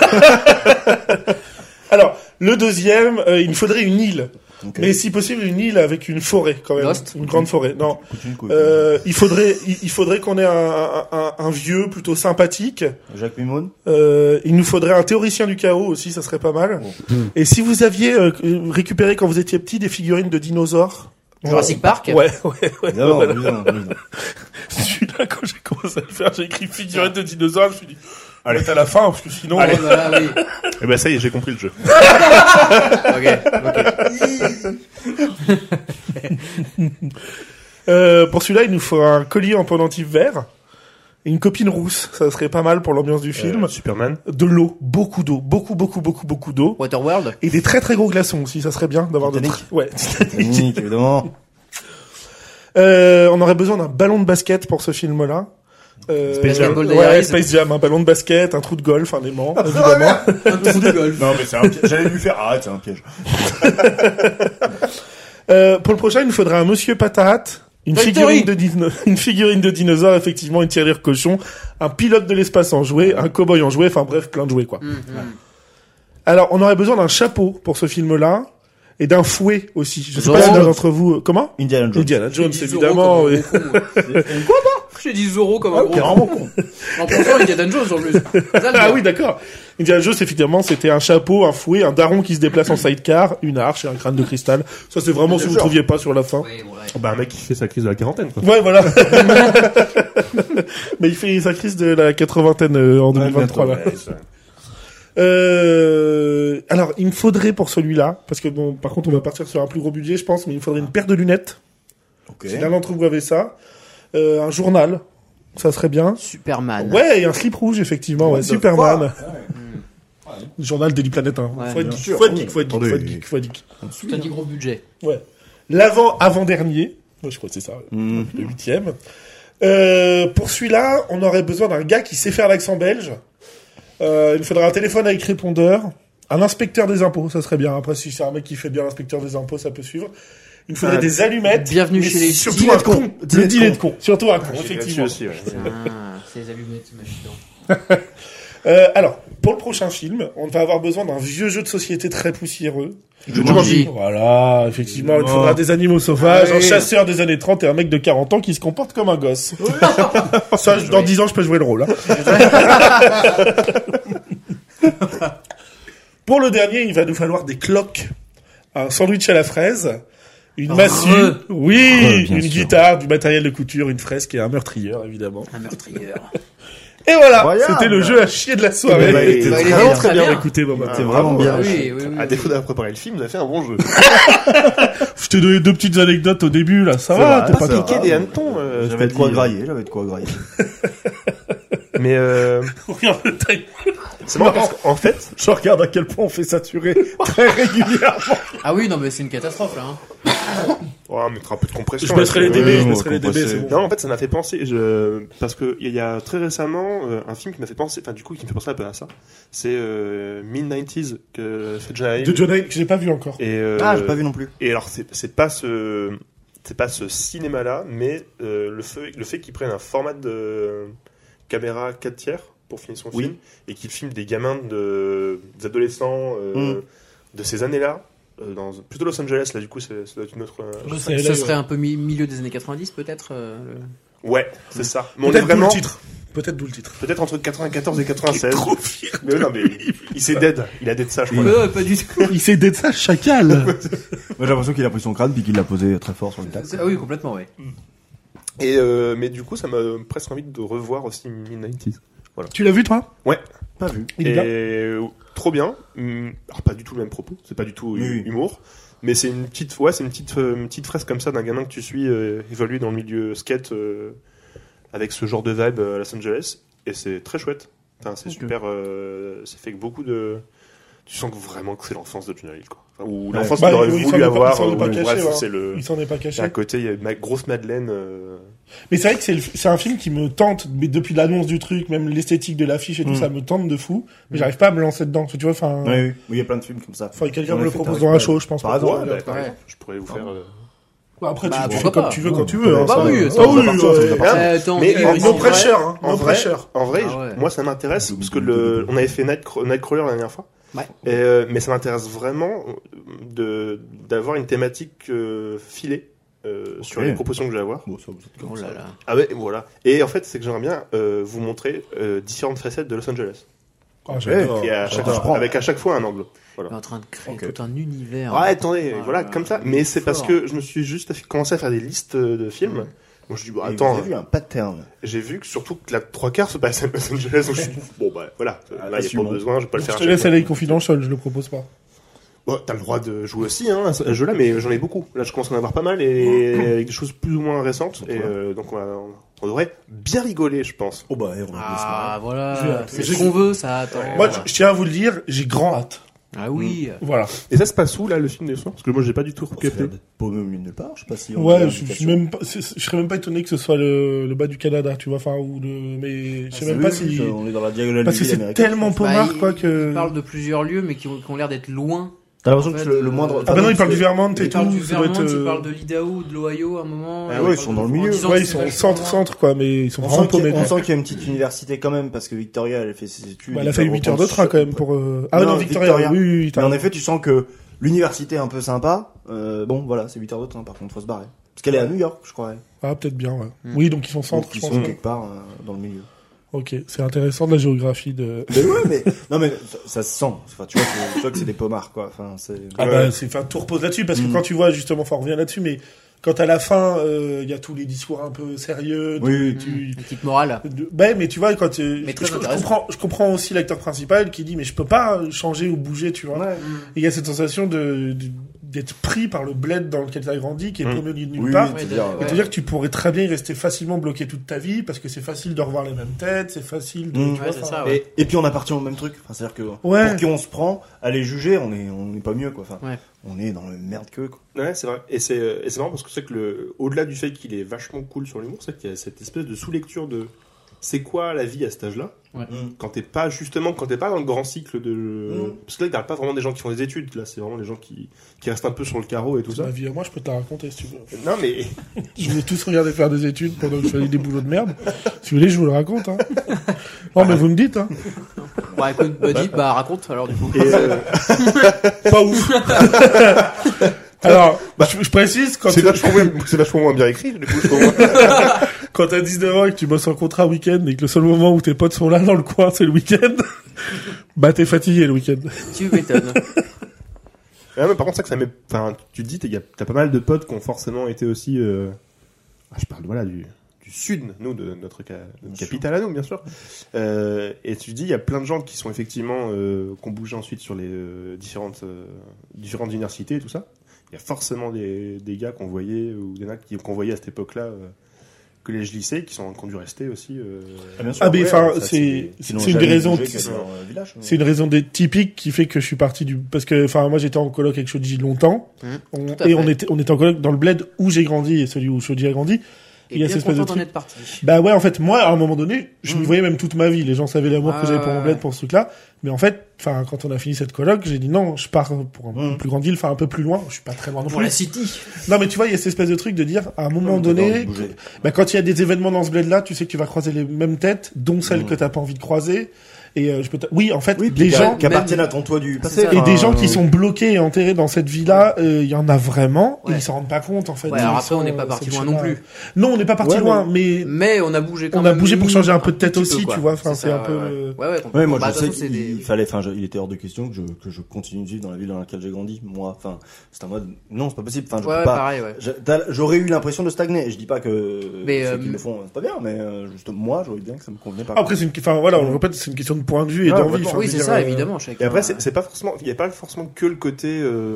Alors, le deuxième, euh, il me faudrait une île. Donc, Mais si possible, une île avec une forêt, quand même. Lost une grande forêt. Non. euh, coûte une couille. Euh, il faudrait, il, il faudrait qu'on ait un, un- un- un vieux plutôt sympathique. Jacques Mimoun Euh, il nous faudrait un théoricien du chaos aussi, ça serait pas mal. Et si vous aviez euh, récupéré quand vous étiez petit des figurines de dinosaures. Jurassic Park. Ouais, ouais, (laughs) ouais. Non, voilà. non, non, non. Celui-là, quand j'ai commencé à le faire, j'ai écrit figurines de dinosaures, je me suis dit, allez, à la fin, parce que sinon, Ouais, voilà, Oh, oui. (laughs) (laughs) Eh ben ça y est, j'ai compris le jeu. Ok, ok. Euh, pour celui-là, il nous faut un collier en pendentif vert et une copine rousse. Ça serait pas mal pour l'ambiance du film. Euh, Superman. De l'eau, beaucoup d'eau, beaucoup, beaucoup, beaucoup, beaucoup d'eau. Waterworld. Et des très très gros glaçons aussi, ça serait bien d'avoir de Titanic. tr- Ouais. (laughs) Titanic, évidemment. Euh, on aurait besoin d'un ballon de basket pour ce film-là. Euh, Space Jam. Ball ouais, Diaries. Space Ah. Jam, un ballon de basket, un trou de golf, un aimant, évidemment. Un trou de golf. Non, mais c'est un piège. J'allais lui faire. Ah, c'est un piège. Euh, pour le prochain, il nous faudrait un monsieur patate, une Toy figurine, de dino- (laughs) une figurine de dinosaure, effectivement, une tirelire cochon, un pilote de l'espace en jouet, un cow-boy en jouet, enfin bref, plein de jouets, quoi. Alors, on aurait besoin d'un chapeau pour ce film-là, et d'un fouet aussi. Je sais pas Zorro. si l'un d'entre vous... euh, Comment Indiana Jones. Indiana Jones, J'ai dit évidemment. Zorro comme un oui. gros con, (laughs) moi. Quoi bah J'ai dit Zoro comme un Ah, gros con. carrément con. En pensant à Indiana Jones (laughs) en plus. Ah oui, d'accord. Indiana Jones, effectivement, c'était un chapeau, un fouet, un daron qui se déplace en sidecar, une arche et un crâne de cristal. Ça, c'est vraiment si vous ne trouviez pas sur la fin. Ah Ouais, ouais. Bah un mec qui fait sa crise de la quarantaine quoi. Ouais, voilà. (laughs) Mais il fait sa crise de la quatre-vingtaine euh, en 2023, là. Ouais, ça- Euh, alors, il me faudrait pour celui-là, parce que bon, par contre, on va partir sur un plus gros budget, je pense, mais il me faudrait une paire de lunettes. Ok. Si l'un d'entre vous avait ça, euh, un journal, ça serait bien. Superman. Ouais, et un slip rouge, effectivement, ouais, Ah, What the Superman. fuck Le Journal Daily Planet, hein. Ouais, faut être bien geek, sûr. faut être geek, faut être Attendez. geek, faut être geek, faut être geek. T'as dit (laughs) gros budget. Ouais. L'avant, avant-dernier. Moi, je crois que c'est ça. ouais. Mhm. Le huitième. Euh, pour celui-là, on aurait besoin d'un gars qui sait faire l'accent belge. Euh, il nous faudrait un téléphone avec répondeur. Un inspecteur des impôts, ça serait bien. Après, si c'est un mec qui fait bien l'inspecteur des impôts, ça peut suivre. Il nous faudrait Ah, des allumettes. bienvenue mais chez les Surtout dîners un de con. cons. Dîners Le de dîner de cons. con. Surtout un con, j'ai effectivement. là-dessus aussi, ouais. Ah, c'est les allumettes, hein. machin. Euh, alors, pour le prochain film, on va avoir besoin d'un vieux jeu de société très poussiéreux. Jumanji. Voilà, effectivement, il Oh. faudra des animaux sauvages, Ah un chasseur des années 30 et un mec de 40 ans qui se comporte comme un gosse. (laughs) Ça, je- dans 10 ans, je peux jouer le (laughs) rôle. hein. pour le dernier, il va nous falloir des cloques, un sandwich à la fraise, une massue, Ah. Re. oui, Re, bien une sûr. guitare, du matériel de couture, une fresque et un meurtrier, évidemment. Un meurtrieur. Et voilà, Incroyable. c'était le jeu à chier de la soirée. Eh ben, il était Bah, il très est bien. très bien. écouté, Boba. C'était vraiment bien. oui, oui, oui. Ah, À défaut d'avoir préparé le film, vous avez fait un bon jeu. Je t'ai donné deux petites anecdotes au début, là, ça C'est va, vrai, t'es pas c'est tout- vrai. Piquer des hannetons. euh, J'avais je de te quoi dis. grailler, j'avais de quoi grailler. Mais euh, (laughs) Regarde le time. c'est marrant parce qu'en fait, Je regarde à quel point on fait saturer très régulièrement. Ah oui, non, mais c'est une catastrophe là. hein. on va oh, mettre un peu de compression. Je là, baisserai les parce que- DB, Ouais, euh, je on baisserai va les DB, c'est compenser. bon. Non, en fait, ça m'a fait penser, je... parce que il y a très récemment euh, un film qui m'a fait penser, enfin du coup qui me fait penser un peu à ça. C'est euh, Mid 90s que fait John Hill. De John Hay, que j'ai pas vu encore. Et, euh, Ah, j'ai pas vu non plus. Et alors c'est c'est pas ce c'est pas ce cinéma là, mais euh, le fait le fait qu'ils prennent un format de caméra 4 tiers pour finir son Oui. film et qu'ils filment des gamins de des adolescents euh, Mm. de ces années là. dans, plutôt Los Angeles là du coup c'est ça doit être une autre euh, Ouais, c'est- Ça serait un peu mi- milieu des années 90 peut-être. euh, le- ouais c'est ça mais on est Mm. Peut-être d'où le vraiment titre. Peut-être d'où le titre. peut-être entre 94 et (laughs) 96 Trop Mm. fier. Mais non, mais il s'est dead. Il a dead ça, je crois. Euh, pas du tout. Il s'est d'être ça, (laughs) chacal. Moi, j'ai l'impression qu'il a pris son crâne puis qu'il l'a posé très fort sur une table. Ah oui, complètement, ouais. Et euh, mais du coup, ça m'a presque envie de revoir aussi Mid-90s. tu l'as vu, toi Pas vu. Il Et est là. euh, trop bien. Hum, Alors pas du tout le même propos. C'est pas du tout Oui, hu- oui. humour. Mais c'est une petite, ouais, c'est une petite, euh, une petite fresque comme ça d'un gamin que tu suis euh, évoluer dans le milieu skate euh, avec ce genre de vibe euh, à Los Angeles. Et c'est très chouette. Enfin, c'est super. euh, c'est fait avec beaucoup de. Tu sens que vraiment que c'est l'enfance de John Hill, quoi. Enfin, ou Ouais. l'enfance Bah, qu'il aurait oui, il s'en est pas- voulu il avoir. s'en est euh, pas ou- caché, bref, ouais. c'est le. Il s'en est pas J'ai caché. un côté, il y a ma grosse Madeleine. euh, Mais c'est vrai que c'est le- c'est un film qui me tente, mais depuis l'annonce du truc, même l'esthétique de l'affiche et tout, Mm. ça me tente de fou. Mais j'arrive pas à me lancer dedans. Tu vois, enfin. Oui, oui. Oui, il y a plein de films comme ça. Faudrait que quelqu'un J'en ai me le fait propose un dans un avec- show, je pense. Par pas. exemple, Ouais, bah, bah, par ouais. exemple, je pourrais vous faire. euh, Après, tu, Bah, tu fais pourquoi comme pas. tu veux quand tu veux. hein, Bah ça- oui, ça Ah va oui, partir, ça ouais. va Ah, Euh, attends, mais on est- en- on est- en No pressure, hein. En No vrai, pressure. en vrai, Ah je- ouais. moi ça m'intéresse parce que le, on avait fait Night Nightcrawler la dernière fois. Ouais. Et, euh, mais ça m'intéresse vraiment. de d'avoir une thématique euh, filée euh, sur Ok. les propositions que je vais avoir. Bon, ça, vous êtes comme Oh ça. là là. Ah ouais, voilà. Et en fait, c'est que j'aimerais bien euh, vous montrer euh, différentes facettes de Los Angeles. Ah, j'adore. Et à chaque j'adore. fois- avec à chaque fois un angle. On est en train de créer Ok. tout un univers. Ouais, attendez, Ah, voilà, là, comme ça. Mais c'est parce fort. que je me suis juste fait- commencé à faire des listes euh, de films. Bon, je dis, bon, Et attends, Vous avez vu hein. un pattern. j'ai vu que surtout que la trois quarts se passait à Los Angeles. donc je suis dit, bon, bah voilà, Ah, là, il n'y a assumons. pas besoin, je vais pas le Je faire. à te chaque laisse fois. aller avec Confidential, je le propose pas. Bon, Bah, t'as le droit de jouer aussi, hein, à ce jeu-là, mais j'en ai beaucoup. Là, je commence à en avoir pas mal et avec des choses plus ou moins récentes. Et euh, donc, on, va- on devrait bien rigoler, je pense. Oh bah, et on va se marrer. Ah, J'ai- voilà. C'est j'ai- ce qu'on veut, ça. Attends. Moi, je, je tiens à vous le dire, j'ai grand hâte. Ah oui. Euh, Voilà. Et ça se passe où, là, le film des soins Parce que moi, j'ai pas du tout On se capté. fait Paumé au milieu de nulle part, je sais pas si. on a Ouais, je, une je suis indication. même pas, c'est- c'est- je serais même pas étonné que ce soit le, le bas du Canada, tu vois, enfin, ou le, mais je sais Ah, même oui, pas oui, si, ça, On est dans la diagonale parce du que vide c'est américain. tellement Bah, pommard, il- quoi, que... Il parle de plusieurs lieux, mais qui ont, qui ont l'air d'être loin. T'as l'impression en que fait, le, le euh, moindre. Ah bah non, il parle du parce que- Vermont et Il parle tout, du ça doit Vermont, être, il euh, parle de l'Idaho, de l'Ohio à un moment. Ah il ouais, parle ils sont de- dans le en milieu. disant Ouais, que ils c'est sont au vachement loin. centre-centre, quoi, mais ils sont On vraiment sent qu'il y paumés, a- quoi. on sent qu'il y a une petite université quand même, parce que Victoria, elle fait ses études. Bah, et elle a puis fait elle 8 heures de reprend train, sur- quand même, pour, euh... Ah, Non, non, Victoria, Victoria. oui, oui, oui, t'as Mais en raison. effet, tu sens que l'université est un peu sympa. Euh, bon, voilà, c'est 8 heures de train, par contre, faut se barrer. Parce qu'elle est à New York, je crois. elle. Ah, peut-être bien, ouais. Mm. Oui, donc ils sont Donc, centre, je ils pense. sont ouais. quelque part euh, dans le milieu. Ok, c'est intéressant de la géographie de... Mais ouais, mais non, mais ça, ça se sent. Enfin, tu vois, que- tu vois que c'est des pommards, quoi. Enfin, c'est. Ah Ouais. bah, c'est, enfin, tout repose là-dessus, parce que Mm. quand tu vois, justement, enfin, on revient là-dessus, mais quand à la fin, euh, il y a tous les discours un peu sérieux, Oui, oui, tu, Une petite morale. De- Ben, mais tu vois, quand euh, Mais je- très je, je intéressant. comprends, je comprends aussi l'acteur principal qui dit mais je peux pas changer ou bouger, tu vois. Ouais. Et Il y a cette sensation de de- d'être pris par le bled dans lequel t'as grandi, qui est Mm. paumé au milieu de nulle Hmm. Oui, part. oui, Ouais, c'est-à-dire, de- euh, Et te dire que tu pourrais très bien y rester facilement bloqué toute ta vie parce que c'est facile de revoir les mêmes têtes, c'est facile de. Mm. tu vois, Ouais, c'est enfin, ça, ouais. Et, et puis on appartient au même truc. Enfin, c'est-à-dire que Ouais. pour qui on se prend, à les juger, on est, on n'est pas mieux, quoi. Enfin, Ouais. on est dans le merde que. Quoi. Ouais, c'est vrai. Et c'est euh, et c'est marrant parce que c'est que le au-delà du fait qu'il est vachement cool sur l'humour, c'est qu'il y a cette espèce de sous-lecture de c'est quoi la vie à cet âge-là Ouais. Mm. Quand t'es pas justement quand t'es pas dans le grand cycle de Mm. parce que là il parle pas vraiment des gens qui font des études, là c'est vraiment des gens qui qui restent un peu sur le carreau et tout ça. Ma vie à moi, je peux te la raconter si tu veux. Non mais Je vous ai tous regardé faire des études pendant que je faisais des boulots de merde. Si vous voulez, je vous le raconte. Hein. Non, mais vous me dites. Hein. Bah (laughs) écoute, Buddy, bah raconte alors du coup. et, euh, Pas ouf. (laughs) Alors, je, je précise, quand c'est vachement (laughs) moins- c'est vachement moins bien écrit du coup je trouve. Quand t'as 19 ans et que tu bosses en contrat week-end et que le seul moment où tes potes sont là dans le coin, c'est le week-end, (laughs) bah t'es fatigué le week-end. Tu m'étonnes. Ah, mais par contre, ça que ça met. Enfin, tu te dis, t'es- y a- t'as pas mal de potes qui ont forcément été aussi. euh, Ah, je parle voilà du, du sud, nous, de notre, ca- notre capitale à nous, bien sûr. Euh, et tu te dis, il y a plein de gens qui sont effectivement euh, qui ont bougé ensuite sur les euh, différentes euh, différentes universités et tout ça. Il y a forcément des, des gars qu'on voyait ou des nains qui- qu'on voyait à cette époque-là. euh, collège lycée qui sont qui ont dû rester aussi euh, bien sûr. Ah mais ouais, enfin ça, c'est Sinon, c'est une jamais des raisons bougé que dans le village. c'est une raison des typiques qui fait que je suis parti du parce que enfin moi j'étais en coloc avec Shoji longtemps Mhm, On- tout à et fait. on était on était en coloc dans le bled où j'ai grandi et celui où Shoji a grandi. (laughs) Et Il y a bien cette espèce de content d'en truc. être parti. Bah ouais en fait moi à un moment donné je me Mhm. voyais même toute ma vie les gens savaient l'amour que Ah, j'avais pour mon ouais. bled pour ce truc-là mais en fait enfin quand on a fini cette coloc j'ai dit non je pars pour une Mm. Mhm. plus grande ville enfin un peu plus loin je suis pas très loin non Pour plus. la City. Non, mais tu vois, il y a cette espèce de truc de dire, à un moment Ouais, mais t'as pas envie donné, de bouger. bah, quand il y a des événements dans ce bled-là, tu sais que tu vas croiser les mêmes têtes, dont celles Mm. que t'as pas envie de croiser. Et euh, je peux t'a- oui, en fait, Oui, puis des qui a- gens qui même- appartiennent à ton toit du passé. ça. et des Enfin, gens qui euh, sont bloqués et enterrés dans cette vie-là, euh, il y en a vraiment et Ouais. ils s'en rendent pas compte en fait. Ouais, alors Ils après, on sont, n'est pas euh, parti c'est loin le non schéma. plus. Non, on n'est pas parti Ouais, loin, mais Mais on a bougé quand On a même. bougé pour changer un peu de tout tête petit aussi, tu quoi. vois, enfin, c'est ça, un peu euh, ouais, le- Ouais, ouais, ouais, Ouais, moi bah, je de sais toute façon, qu'il c'est des- fallait, enfin, je- il était hors de question que je, que je continue de vivre dans la ville dans laquelle j'ai grandi, moi. Enfin, c'est en mode, non, c'est pas possible. Enfin, je Ouais, peux pas. pareil, ouais. Je- t'as- J'aurais eu l'impression de stagner. Je dis pas que Mais, ceux euh, qui le font, c'est pas bien, mais euh, juste moi, j'aurais bien que ça me convenait pas. après c'est une, enfin voilà, on le répète, c'est une question de point de vue et Ah, d'envie. complètement. enfin, Oui, je veux c'est dire, ça, euh, évidemment. chacun. Et après, c'est c'est pas forcément, il n'y a pas forcément que le côté, euh,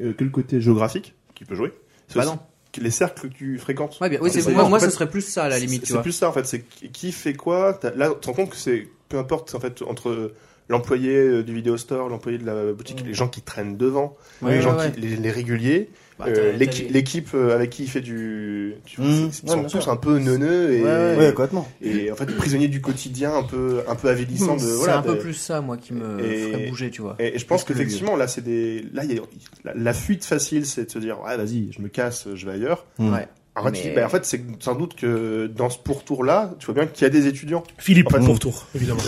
euh, que le côté géographique qui peut jouer. C'est Bah aussi non. que les cercles que tu fréquentes. Ouais, bien. Oui, C'est c'est ça, moi, en moi, fait, ce serait plus ça à la limite, C'est- tu C'est vois. plus ça en fait. C'est qui qui fait quoi. T'as- Là, tu te rends compte que c'est peu importe en fait entre l'employé euh, du vidéo store, l'employé de la boutique, les gens qui traînent devant, Mm. Ouais, les ouais, gens ouais. qui, les, les réguliers, Bah, euh, t'as- t'as Mm. l'équi- les- l'équipe euh, avec qui il fait du, tu vois, Mmh, c'est- ils ouais, sont bien tous sûr. un peu neuneux et, Ouais, complètement. et en fait prisonniers du quotidien, un peu un peu avilissant de. Mm. C'est voilà, un peu de- plus ça, moi, qui me Et- ferait bouger, tu vois. Et, et je pense Plus que le qu'effectivement, là, c'est des. Là, il y a- la, la fuite facile, c'est de se dire, ouais, vas-y, je me casse, je vais ailleurs. Mm. Ouais. En fait, Mais- tu dis, bah, en fait, c'est sans (laughs) doute que dans ce pourtour-là, tu vois bien qu'il y a des étudiants. Philippe, (laughs) En fait, mon tour, évidemment.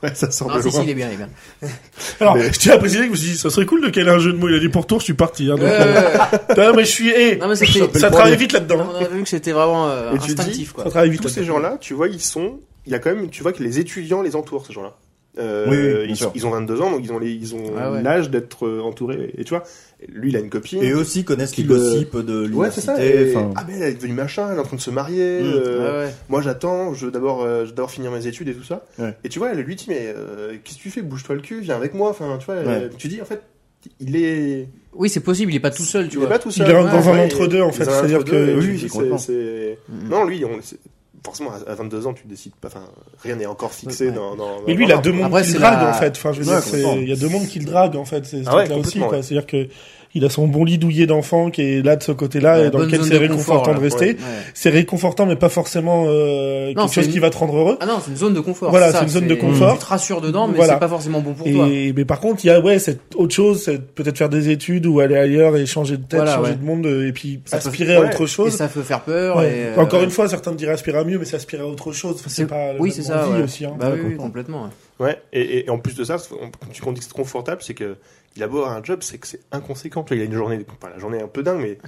Ouais, ça semble Non, si, si, loin. il est bien, il est bien. Alors, Mais- je tiens à préciser que je me suis dit, ça serait cool de caler un jeu de mots. Il a dit pour tour, je suis parti. Hein, donc, Euh, Putain, mais je suis. eh, non, mais c'était. ça travaille vite là-dedans. hein. On avait vu que c'était vraiment euh, Et tu dis- instinctif, quoi. Ça travaille vite Tous ces là-dedans. gens-là, tu vois, ils sont. Il y a quand même, tu vois que les étudiants les entourent, ces gens-là. Euh, Oui, oui, bien ils, sûr. ils ont 22 ans, donc ils ont les- ils ont Ah ouais. l'âge d'être euh, entourés. Et tu vois, lui, il a une copine. Et eux aussi connaissent Qui le le- gossip de Ouais, c'est ça. l'université. et- enfin, Ah, mais elle est devenue machin, elle est en train de se marier. Mm. euh, Ouais, ouais. Moi, j'attends, je veux d'abord euh, je veux d'abord finir mes études et tout ça. Ouais. Et tu vois, elle lui dit, mais euh, qu'est-ce que tu fais Bouge-toi le cul, viens avec moi. Enfin, tu vois, Ouais. euh, tu dis, en fait, il est. Oui, c'est possible, il est pas tout seul, tu il est vois. pas tout Il seul. est dans Ouais, un ouais, entre-deux, en il est fait. dans un C'est-à-dire entre-deux, que- et tu oui, dis, c'est c'est- complètement. c'est- Mm-hmm. Mm. Non, lui, on... c'est- forcément, à à 22 ans, tu décides pas. Enfin, rien n'est encore fixé Ouais. dans, dans- Mais dans- lui, il a dans- deux mondes Après, qui c'est le draguent, la- en fait. Enfin, je veux Ouais, dire, c'est- complètement. il y a deux mondes qui le draguent, en fait. C'est ce Ah ouais, truc-là aussi, complètement, quoi. ouais. C'est-à-dire que il a son bon lit douillet d'enfant qui est là de ce côté-là Ouais, et dans bonne lequel zone c'est de confort, réconfortant de là, rester. Ouais. C'est réconfortant, mais pas forcément euh, Non, quelque c'est chose une- qui va te rendre heureux. Ah non, c'est une zone de confort. Voilà, ça, c'est une zone de confort. Tu te rassures dedans, mais Voilà. c'est pas forcément bon pour toi. Et mais par contre, il y a ouais, cette autre chose, c'est peut-être faire des études ou aller ailleurs et changer de tête, Voilà, changer ouais. de monde euh, et puis Ça peut- aspirer à ouais. autre Et chose. ça peut faire peur. Ouais. Et, euh, Encore une fois, certains te diraient aspirer à mieux, mais s'aspirer à autre chose, Enfin, c'est pas la oui, même c'est ça. envie ouais. aussi. Hein. Bah oui, oui, Complètement. complètement. ouais. Ouais, et- et, et en plus de ça, on- quand tu qu'on dit que c'est confortable, c'est que il a beau avoir un job, c'est que c'est inconséquent. Tu vois, il a une journée, enfin, la journée est un peu dingue, mais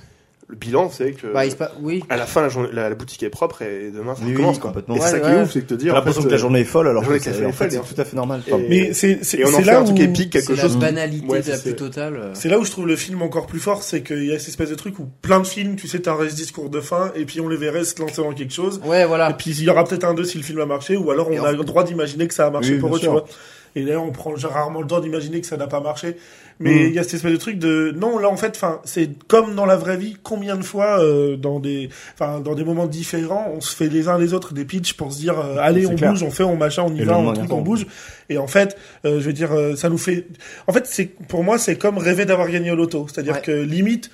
le bilan, c'est que Bah, il se pa- Oui. à la fin, la, journée- la- la boutique est propre et demain, ça Oui, oui, recommence. quoi. complètement. Et c'est Ouais, ça qui ouais. est ouf, c'est de te J'ai dire. l'impression en que fait, euh, la journée est folle alors la que journée c'est qu'elle fait en fait, folle, et en c'est tout à fait normal. et- Enfin, Mais c'est Et c'est on en c'est fait là un truc où épique, quelque C'est la chose. banalité Ouais, la c'est- plus totale. euh. c'est là où je trouve le film encore plus fort, c'est qu'il y a cette espèce de truc où plein de films, tu sais, t'arrêtes ce discours de fin et puis on les verrait se lancer dans quelque chose. Ouais, Et voilà. puis il y aura peut-être un 2 si le film a marché, ou alors Et on en a fait- le droit d'imaginer que ça a marché Oui, pour bien eux, tu sûr. vois. Et d'ailleurs, on prend rarement le droit d'imaginer que ça n'a pas marché. Mm. Mais il y a cette espèce de truc de non, là en fait, enfin, c'est comme dans la vraie vie, combien de fois euh, dans des, enfin, dans des moments différents, on se fait les uns les autres des pitchs pour se dire, euh, allez, C'est on clair. bouge, on fait, on machin, on y Et le va, on lendemain, truc, on on bouge. Et en fait, euh, je veux dire, euh, ça nous fait, en fait, c'est pour moi, c'est comme rêver d'avoir gagné au loto. C'est-à-dire Ouais. que limite,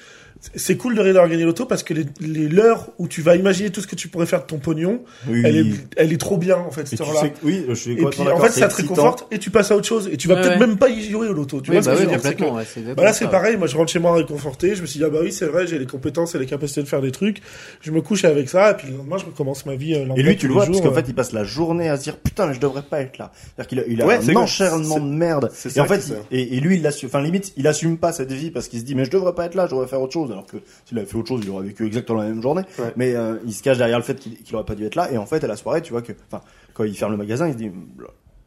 c'est cool de rêver d'avoir gagné au loto parce que les, les l'heure où tu vas imaginer tout ce que tu pourrais faire de ton pognon, oui, elle est, oui. elle est trop bien en fait Et cette tu heure-là. sais que- oui, je suis Et complètement puis en d'accord, fait c'est ça te excitant. réconforte et tu passes à autre chose et tu vas Ouais, peut-être ouais. même pas y jouer au loto. Tu Oui, vois ce bah que oui, je veux dire c'est complètement. que- ouais, c'est Bah là exactement c'est ça. pareil, moi je rentre chez moi réconforté, je me suis dit ah bah oui c'est vrai j'ai les compétences et les capacités de faire des trucs, je me couche avec ça et puis le lendemain je recommence ma vie. euh, lambda Et lui, tous tu les le vois, jours, parce qu'en euh. fait, il passe la journée à se dire putain, mais je devrais pas être là. C'est-à-dire qu'il a, il a Ouais, c'est un que- enchaînement c'est- de merde. c'est Et ça en fait, qui est- il- et, et lui, il assume, enfin limite, il assume pas cette vie parce qu'il se dit mais je devrais pas être là, je devrais faire autre chose. Alors que s'il avait fait autre chose, il aurait vécu exactement la même journée. Ouais. Mais euh, il se cache derrière le fait qu'il qu'il aurait pas dû être là. Et en fait, à la soirée, tu vois que, enfin, quand il ferme le magasin, il se dit le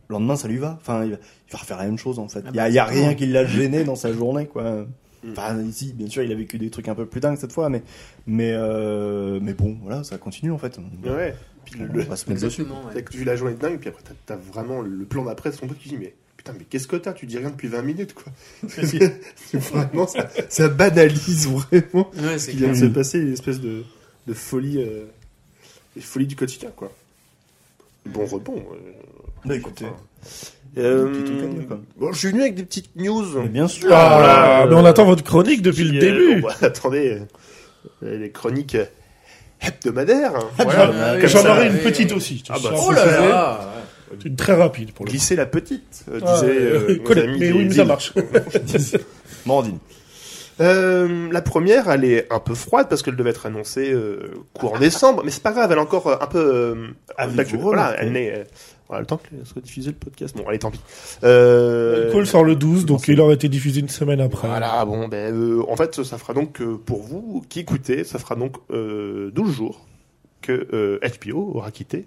lendemain, ça lui va. Enfin, il, va- il va refaire la même chose en fait. Il y a, il y a rien qui l'a gêné dans sa journée, (laughs) Mm. quoi. Enfin, ici, bien sûr, il a vécu des trucs un peu plus dingues cette fois, mais mais euh, mais bon, voilà, ça continue en fait. On- Ouais. Puis le- le- on va se mettre dessus. (laughs) Exactement. ouais. T'as vu la journée de dingue, puis après t'as- t'as vraiment le le plan d'après, c'est ton pote qui dit mais putain mais qu'est-ce que t'as Tu dis rien depuis 20 (laughs) minutes quoi. (laughs) C'est vraiment ça, ça banalise vraiment Ouais, ce c'est qui vient de clair. se passer, une espèce de, de folie, euh, des folies du quotidien quoi. Bon rebond. euh, Bah écoutez, Euh, Des petits trucs à dire, quoi. bon, je suis venu avec des petites news. mais bien sûr. Ah, euh, mais on attend votre chronique depuis Qui, le euh, début. bon, bah, (laughs) attendez, euh, les chroniques hebdomadaires. hein. J'en- Ah, oui, J'en ça, aurais une oui, petite oui. aussi. Ah, bah, Oh là (laughs) là. Une très rapide pour le Glisser la petite, euh, Ah, disait (laughs) euh, nos Colette, amis mais des oui, mais ça îles. (laughs) marche. (laughs) Mandine. Euh, la première, elle est un peu froide parce qu'elle devait être annoncée euh, courant décembre, mais c'est pas grave, elle est encore euh, un peu. euh, Ah, Avez-vous d'actu- voilà, remarqué elle est. euh, voilà, le temps que soit diffusé le podcast. Bon, allez, tant pis. Euh, Call sort le 12, donc il aurait été diffusé une semaine après. Voilà, bon, ben, euh, en fait, ça fera donc, euh, pour vous qui écoutez, ça fera donc euh, 12 jours que euh, HBO aura quitté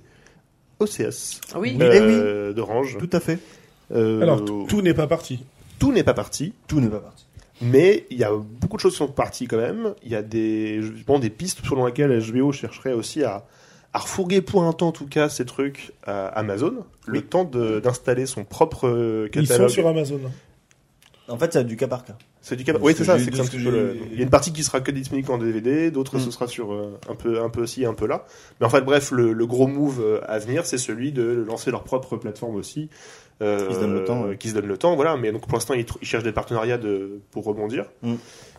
OCS Ah oui. Eh Oui. euh, d'Orange. Tout à fait. Euh, Alors tout tout n'est pas parti. tout n'est pas parti, Tout n'est pas parti. mais il y a beaucoup de choses qui sont parties quand même. Il y a des, je pense, des pistes selon lesquelles HBO chercherait aussi à, à refourguer pour un temps, en tout cas, ces trucs à Amazon, le temps de- d'installer son propre euh, Ils sont catalogue. sur Amazon. En fait, c'est du cas par cas. C'est du cap- Oui, c'est ça. Parce C'est que que c'est un j'ai- petit peu le- j'ai- Il y a une partie qui sera que disponible en DVD, d'autres Mm. ce sera sur euh, un peu, un peu ci, un peu là. Mais en fait, bref, le, le gros move euh, à venir, c'est celui de lancer leur propre plateforme aussi. euh, Qui se donne le temps, ouais. Qui se donne le temps, voilà. Mais donc pour l'instant, ils, tr- ils cherchent des partenariats de... pour rebondir. Mm.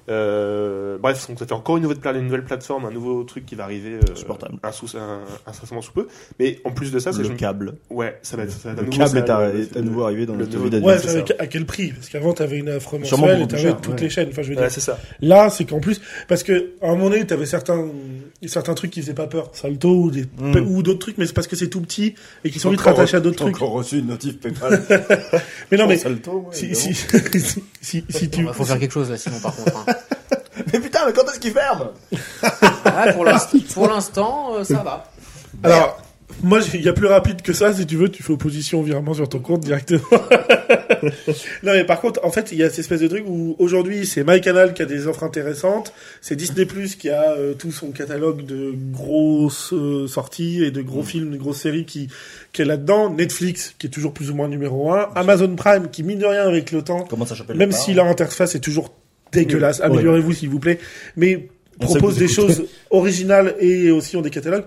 Euh, bref, donc ça fait encore une nouvelle, pla- une nouvelle plateforme, un nouveau truc qui va arriver. euh, Insupportable. Un sous, un, incessamment sous peu. Mais en plus de ça, c'est le je me- câble. Ouais, ça va être. ça va être Le à nouveau euh, câble ça, est à, le- est à nouveau arrivé dans le le nouveau- vie Ouais, d'adulte. mais avec- à quel prix Parce qu'avant, t'avais une offre Sûrement mensuelle et beaucoup plus t'avais cher, toutes ouais. les chaînes. Enfin, je veux Ouais, dire, c'est ça. Là, c'est qu'en plus, parce que à un moment donné, t'avais certains certains trucs qui faisaient pas peur, Salto ou des Hmm. Mm. ou d'autres trucs, mais c'est parce que c'est tout petit et qu'ils sont vite Encore- rattachés à d'autres trucs. (laughs) Encore reçu une notif (laughs) PayPal. Mais non, mais Ça le tourne, ouais, si évidemment. si si, (laughs) si, si tu Il Bah, faut faire quelque chose là, sinon par (laughs) contre. hein. Mais putain, mais quand est-ce qu'il ferme Ah, pour l'instant- pour l'instant, euh, ça va. alors moi, j'ai- il y a plus rapide que ça. Si tu veux, tu fais opposition au virement sur ton compte directement. (laughs) non, mais par contre, en fait, il y a cette espèce de truc où aujourd'hui, c'est MyCanal qui a des offres intéressantes, c'est Disney Plus qui a euh, tout son catalogue de grosses euh, sorties et de Mm. gros films, de grosses séries qui qui est là-dedans, Netflix qui est toujours plus ou moins numéro un, Amazon Prime qui mine de rien avec le temps, Comment ça s'appelle même si hein. leur interface est toujours dégueulasse, Ouais. améliorez-vous s'il vous plaît, mais On sait propose que vous des écoutez. choses originales et aussi ont des catalogues.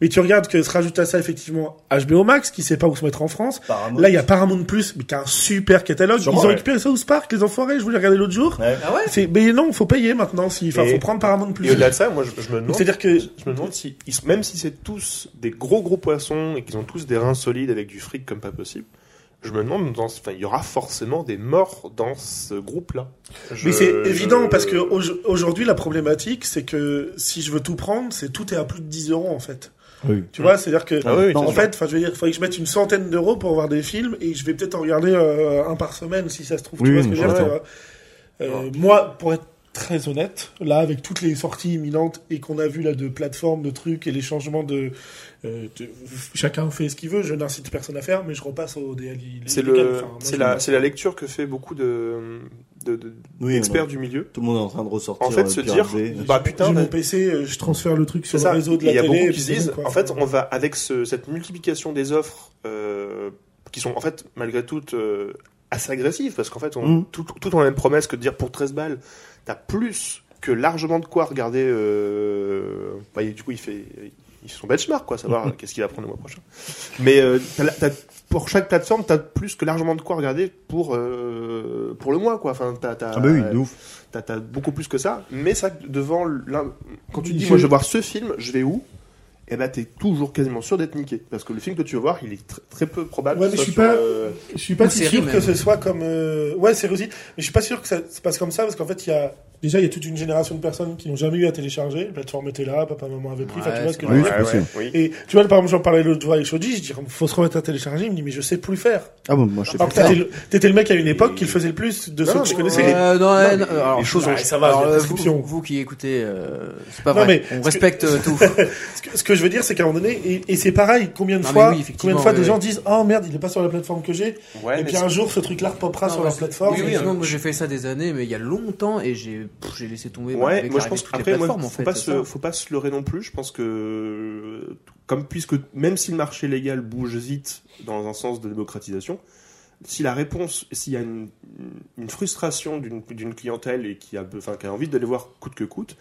Mais tu regardes que se rajoute à ça effectivement HBO Max qui sait pas où se mettre en France. Paramount. Là il y a Paramount Plus mais qui a un super catalogue. Sûrement, Ils ont ouais. récupéré South Park les enfoirés. Je voulais regarder l'autre jour. Ouais. Ah ouais C'est mais non faut payer maintenant. Si enfin Et- faut prendre Paramount Plus. Et au-delà de ça, moi, je, je me demande. Donc, C'est-à-dire que Je me demande si, ils- même si c'est tous des gros gros poissons et qu'ils ont tous des reins solides avec du fric comme pas possible, je me demande, dans, ce- enfin, il y aura forcément des morts dans ce groupe-là. Je- Mais c'est je- évident parce que au- aujourd'hui la problématique c'est que si je veux tout prendre, c'est tout est à plus de 10 euros en fait. Oui. Tu vois, c'est-à-dire que Ah oui, oui, non, ça, en c'est fait, enfin je veux dire, il faudrait que je mette une centaine d'euros pour voir des films et je vais peut-être en regarder euh, un par semaine si ça se trouve. Oui, tu vois ce que je veux oui, dire, j'entends. euh, euh, Moi, pour être très honnête, là avec toutes les sorties imminentes et qu'on a vu là de plateformes, de trucs et les changements de, euh, de- chacun fait ce qu'il veut. Je n'incite personne à faire, mais je repasse au DL. C'est légal. le, Enfin, moi, c'est je- la, c'est la lecture que fait beaucoup de, de, de- Oui, d'experts on a- du milieu. Tout le monde est en train de ressortir. En fait, se euh, dire, pirater. bah putain, j'ai bah, mon PC, euh, je transfère le truc sur c'est le ça. réseau de Et la Il y a télé. beaucoup et qui puis se c'est disent, bon, quoi. en fait, on va avec ce- cette multiplication des offres euh, qui sont en fait malgré toutes euh, assez agressives parce qu'en fait, on, Mm. tout, tout en même promesse que de dire pour 13 balles, t'as plus que largement de quoi regarder. Euh, bah, et du coup, il fait ils sont benchmark quoi, Mm. savoir qu'est-ce qu'il va prendre le mois prochain. Mais euh, t'as la- t'as- pour chaque plateforme, t'as plus que largement de quoi regarder pour euh, pour le mois quoi. Enfin, t'as t'as- Ah bah oui, de ouf. T'as t'as beaucoup plus que ça, mais ça, devant l'un. Quand tu te dis, Je- moi je vais voir ce film, je vais où Eh ben, t'es toujours quasiment sûr d'être niqué. Parce que le film que tu vas voir, il est tr- très peu probable. Ouais, que mais ce je soit suis sur, pas- euh, Je suis pas Ou si série sûr même. que ce soit comme. euh, Ouais, c'est aussi. Mais je suis pas sûr que ça se passe comme ça parce qu'en fait, il y a. Déjà, il y a toute une génération de personnes qui n'ont jamais eu à télécharger. La plateforme était là, papa, maman avait pris. Enfin, tu Ouais, vois ce que c'est je veux Oui, dire. c'est possible. oui. Et tu vois, par exemple, j'en parlais l'autre jour avec Shoji, je dis, faut se remettre à télécharger. Il me dit, mais je sais plus faire. Ah bon, moi je sais Alors pas. que t'étais le, t'étais le mec à une époque qui le faisait le plus de Non, ceux non, que je mais- connaissais. mais- Euh, non, ouais, mais non, euh, alors, les choses ont- ouais, ça va, alors, il y a euh, prescription. vous, vous qui écoutez, euh, c'est pas Non, vrai. mais on ce respecte (laughs) euh, tout. Ce que, ce que je veux dire, c'est qu'à un moment donné, et, et c'est pareil, combien de Non, mais fois, oui, effectivement, combien de fois ouais, des ouais. gens disent, oh merde, il est pas sur la plateforme que j'ai. Ouais, et mais puis un jour, ce truc-là repopera sur la la plateforme. Oui, hein. oui, Et- euh, non, moi j'ai fait ça des années, mais il y a longtemps et j'ai pff, j'ai laissé tomber. c'est- bah, ouais, avec moi je l'arrivée pense de toutes les après, moi, plateformes, faut, en fait, pas c'est se, ça. faut pas se leurrer non plus. Je pense que, comme puisque même si le marché légal bouge vite dans un sens de démocratisation, si la réponse, s'il y a une, une frustration d'une d'une clientèle et qui a, enfin, qui a envie d'aller voir coûte que coûte,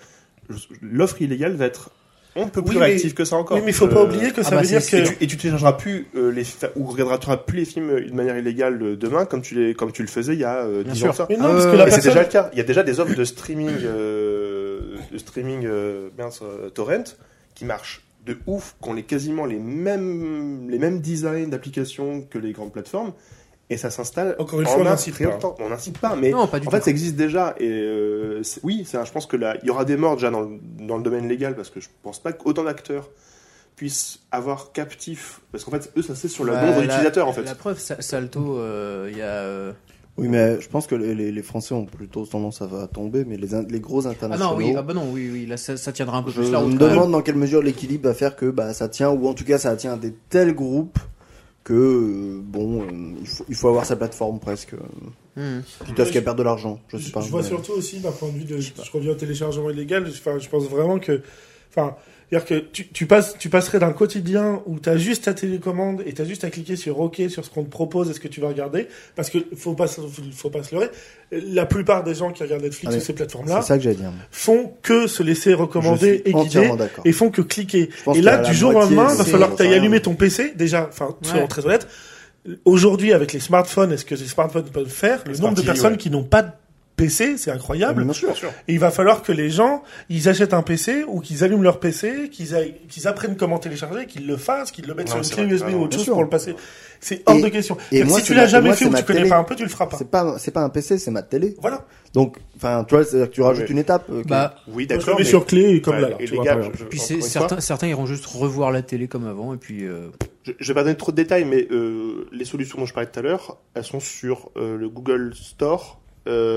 l'offre illégale va être on peut plus Oui, mais- réactive que ça encore. Oui, mais il faut pas Euh, oublier que ah ça bah, veut dire c'est- que. Et tu, et tu téléchargeras plus euh, les fa- ou regarderas plus les films euh, de manière illégale euh, demain comme tu les comme tu le faisais il y a euh, 10 ans. de ça. Mais non, parce que la Ah, Mais c'est personne- déjà le cas. Il y a déjà des offres de streaming euh, de streaming euh, mince, euh, torrent qui marchent de ouf, qu'on les quasiment les mêmes les mêmes designs d'applications que les grandes plateformes et ça s'installe Encore une en fois, on un n'incite très pas. longtemps. On n'incite pas mais Non, pas du en tout. fait, ça existe déjà. Et euh, c'est- oui, ça, je pense que là, il y aura des morts déjà dans le, dans le domaine légal parce que je pense pas qu'autant d'acteurs puissent avoir captif. Parce qu'en fait, eux, ça c'est sur le Bah, nombre la- d'utilisateurs en fait. La preuve, Sa- Salto, euh, il y a. euh, Oui, mais je pense que les, les- les Français ont plutôt tendance à, à tomber, mais les, in- les gros Ah internationaux. non, oui, ah bah non, oui, oui, là ça, ça tiendra un peu Je plus la route. me quand même. demande dans quelle mesure l'équilibre va faire que bah, ça tient, ou en tout cas ça tient à des tels groupes que euh, bon, euh, il, faut, il faut avoir sa plateforme presque. euh, Hmm. Quitte à ce qu'elle perde de l'argent, je sais pas. vois mais- surtout aussi d'un point de vue de. Je, reviens au téléchargement illégal. je- Enfin, je pense vraiment que. Enfin, dire que tu, tu passes, tu passerais d'un quotidien où t'as juste ta télécommande et t'as juste à cliquer sur OK sur ce qu'on te propose et ce que tu vas regarder, parce que faut pas, se- faut pas se leurrer. La plupart des gens qui regardent Netflix Ah, mais ou ces plateformes-là C'est ça que j'allais dire. font que se laisser recommander Je et suis guider entièrement d'accord. et font que cliquer. pense Et qu'à là, la du jour au moitié, lendemain, va c'est- falloir que tu ailles rien. allumer ton PC, déjà, enfin, soyons Ouais. très honnêtes. Aujourd'hui, avec les smartphones, est-ce que ces smartphones peuvent faire le nombre de smartphones, personnes ouais. qui n'ont pas de PC, c'est incroyable. Ah, Bien sûr. Et il va falloir que les gens, ils achètent un PC ou qu'ils allument leur PC, qu'ils aillent- qu'ils apprennent comment télécharger, qu'ils le fassent, qu'ils le mettent Non, sur une c'est clé vrai. USB Ah, ou non, autre bien chose sûr. pour le passer. C'est hors Et- de question. et Même moi, si tu c'est l'as ma- jamais moi, fait c'est ou tu ma connais télé. pas un peu, tu le feras pas. C'est pas, c'est pas un PC, c'est ma télé. Voilà. Donc, enfin, tu vois, c'est-à-dire que tu rajoutes Oui. une étape. euh, que- Bah, Oui, Je le d'accord. mets mais- sur clé comme Ouais, là. là, et tu les vois, gars, pas- je- je- puis encore c'est une fois, certains, certains iront juste revoir la télé comme avant et puis euh, Je je vais pas donner trop de détails, mais euh, les solutions dont je parlais tout à l'heure, elles sont sur euh, le Google Store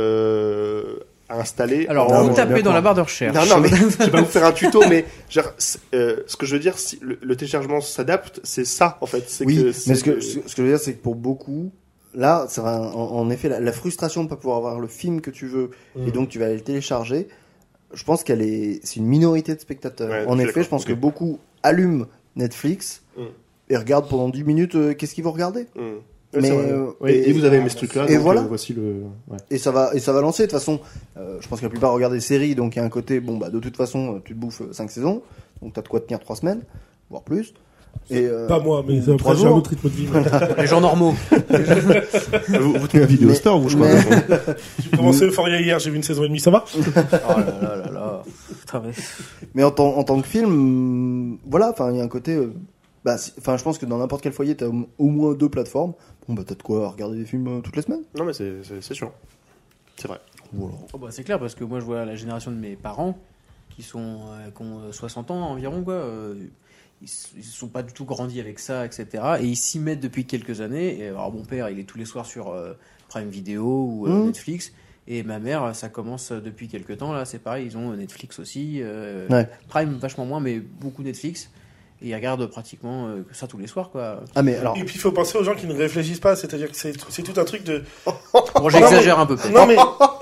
euh, à installer. alors Non, vous non, tapez dans d'accord. la barre de recherche. (laughs) Non, non, mais je vais pas vous faire un tuto, mais genre, c'est, euh, ce que je veux dire, si le, le téléchargement s'adapte, c'est ça en fait. C'est oui, que, mais c'est ce que, ce ce que je veux dire, c'est que pour beaucoup, là, ça va, en, en effet, la, la frustration de pas pouvoir avoir le film que tu veux, Mm. et donc tu vas aller le télécharger, je pense qu'elle est, c'est une minorité de spectateurs. Ouais, en je suis effet, je d'accord. pense Ok. que beaucoup allument Netflix Mm. et regardent pendant 10 minutes, euh, qu'est-ce qu'ils vont regarder Mmh. Ouais, Mais, c'est vrai. euh, Oui, et, vous avez aimé ce truc-là. et donc, voilà. euh, voici le. ouais. et ça va, et ça va lancer. De toute façon, euh, je pense que la plupart regardent des séries, donc il y a un côté, bon, bah, de toute façon, euh, tu te bouffes 5 saisons, donc t'as de quoi tenir 3 semaines, voire plus. Et, euh, Pas moi, mais ça trois après, j'ai un jours. autre rythme de vie. Les gens normaux. Oh Vous, vous tenez un vidéo Mais- store, vous, je crois. mais- (laughs) J'ai commencé Euphoria hier, j'ai vu une saison et demie, ça va Putain, mais- Mais en, tant- en tant que film, euh, voilà, enfin, il y a un côté. euh, bah, si- Enfin, je pense que dans n'importe quel foyer, t'as au au moins deux plateformes. Bon, bah, t'as de quoi regarder des films euh, toutes les semaines. Non, mais c'est- c'est c'est sûr. C'est vrai. Voilà. Oh bah, c'est clair parce que moi je vois la génération de mes parents qui sont euh, qui ont euh, 60 ans environ quoi. euh, ils s- ils sont pas du tout grandis avec ça etc et ils s'y mettent depuis quelques années. Et alors mon père il est tous les soirs sur euh, Prime Video ou euh, Mhm. Netflix et ma mère ça commence euh, depuis quelques temps là c'est pareil ils ont euh, Netflix aussi euh, Ouais. Prime vachement moins mais beaucoup Netflix et ils regardent pratiquement euh, que ça tous les soirs quoi. Ah, mais alors. Et puis il faut penser aux gens qui ne réfléchissent pas, c'est-à-dire que c'est c'est tout un truc de. Bon j'exagère un peu. (laughs) peut-être. Non mais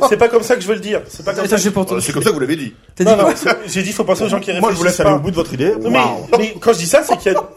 c'est pas comme ça que je veux le dire. C'est pas comme Mais ça. ça, j'ai pas entendu. Euh, C'est comme ça que vous l'avez dit. T'as dit Non, non, quoi c'est- j'ai dit faut penser aux gens qui réfléchissent Moi, je vous laisse aller pas. au bout de votre idée. Non, mais, mais quand je dis ça, c'est qu'il y a.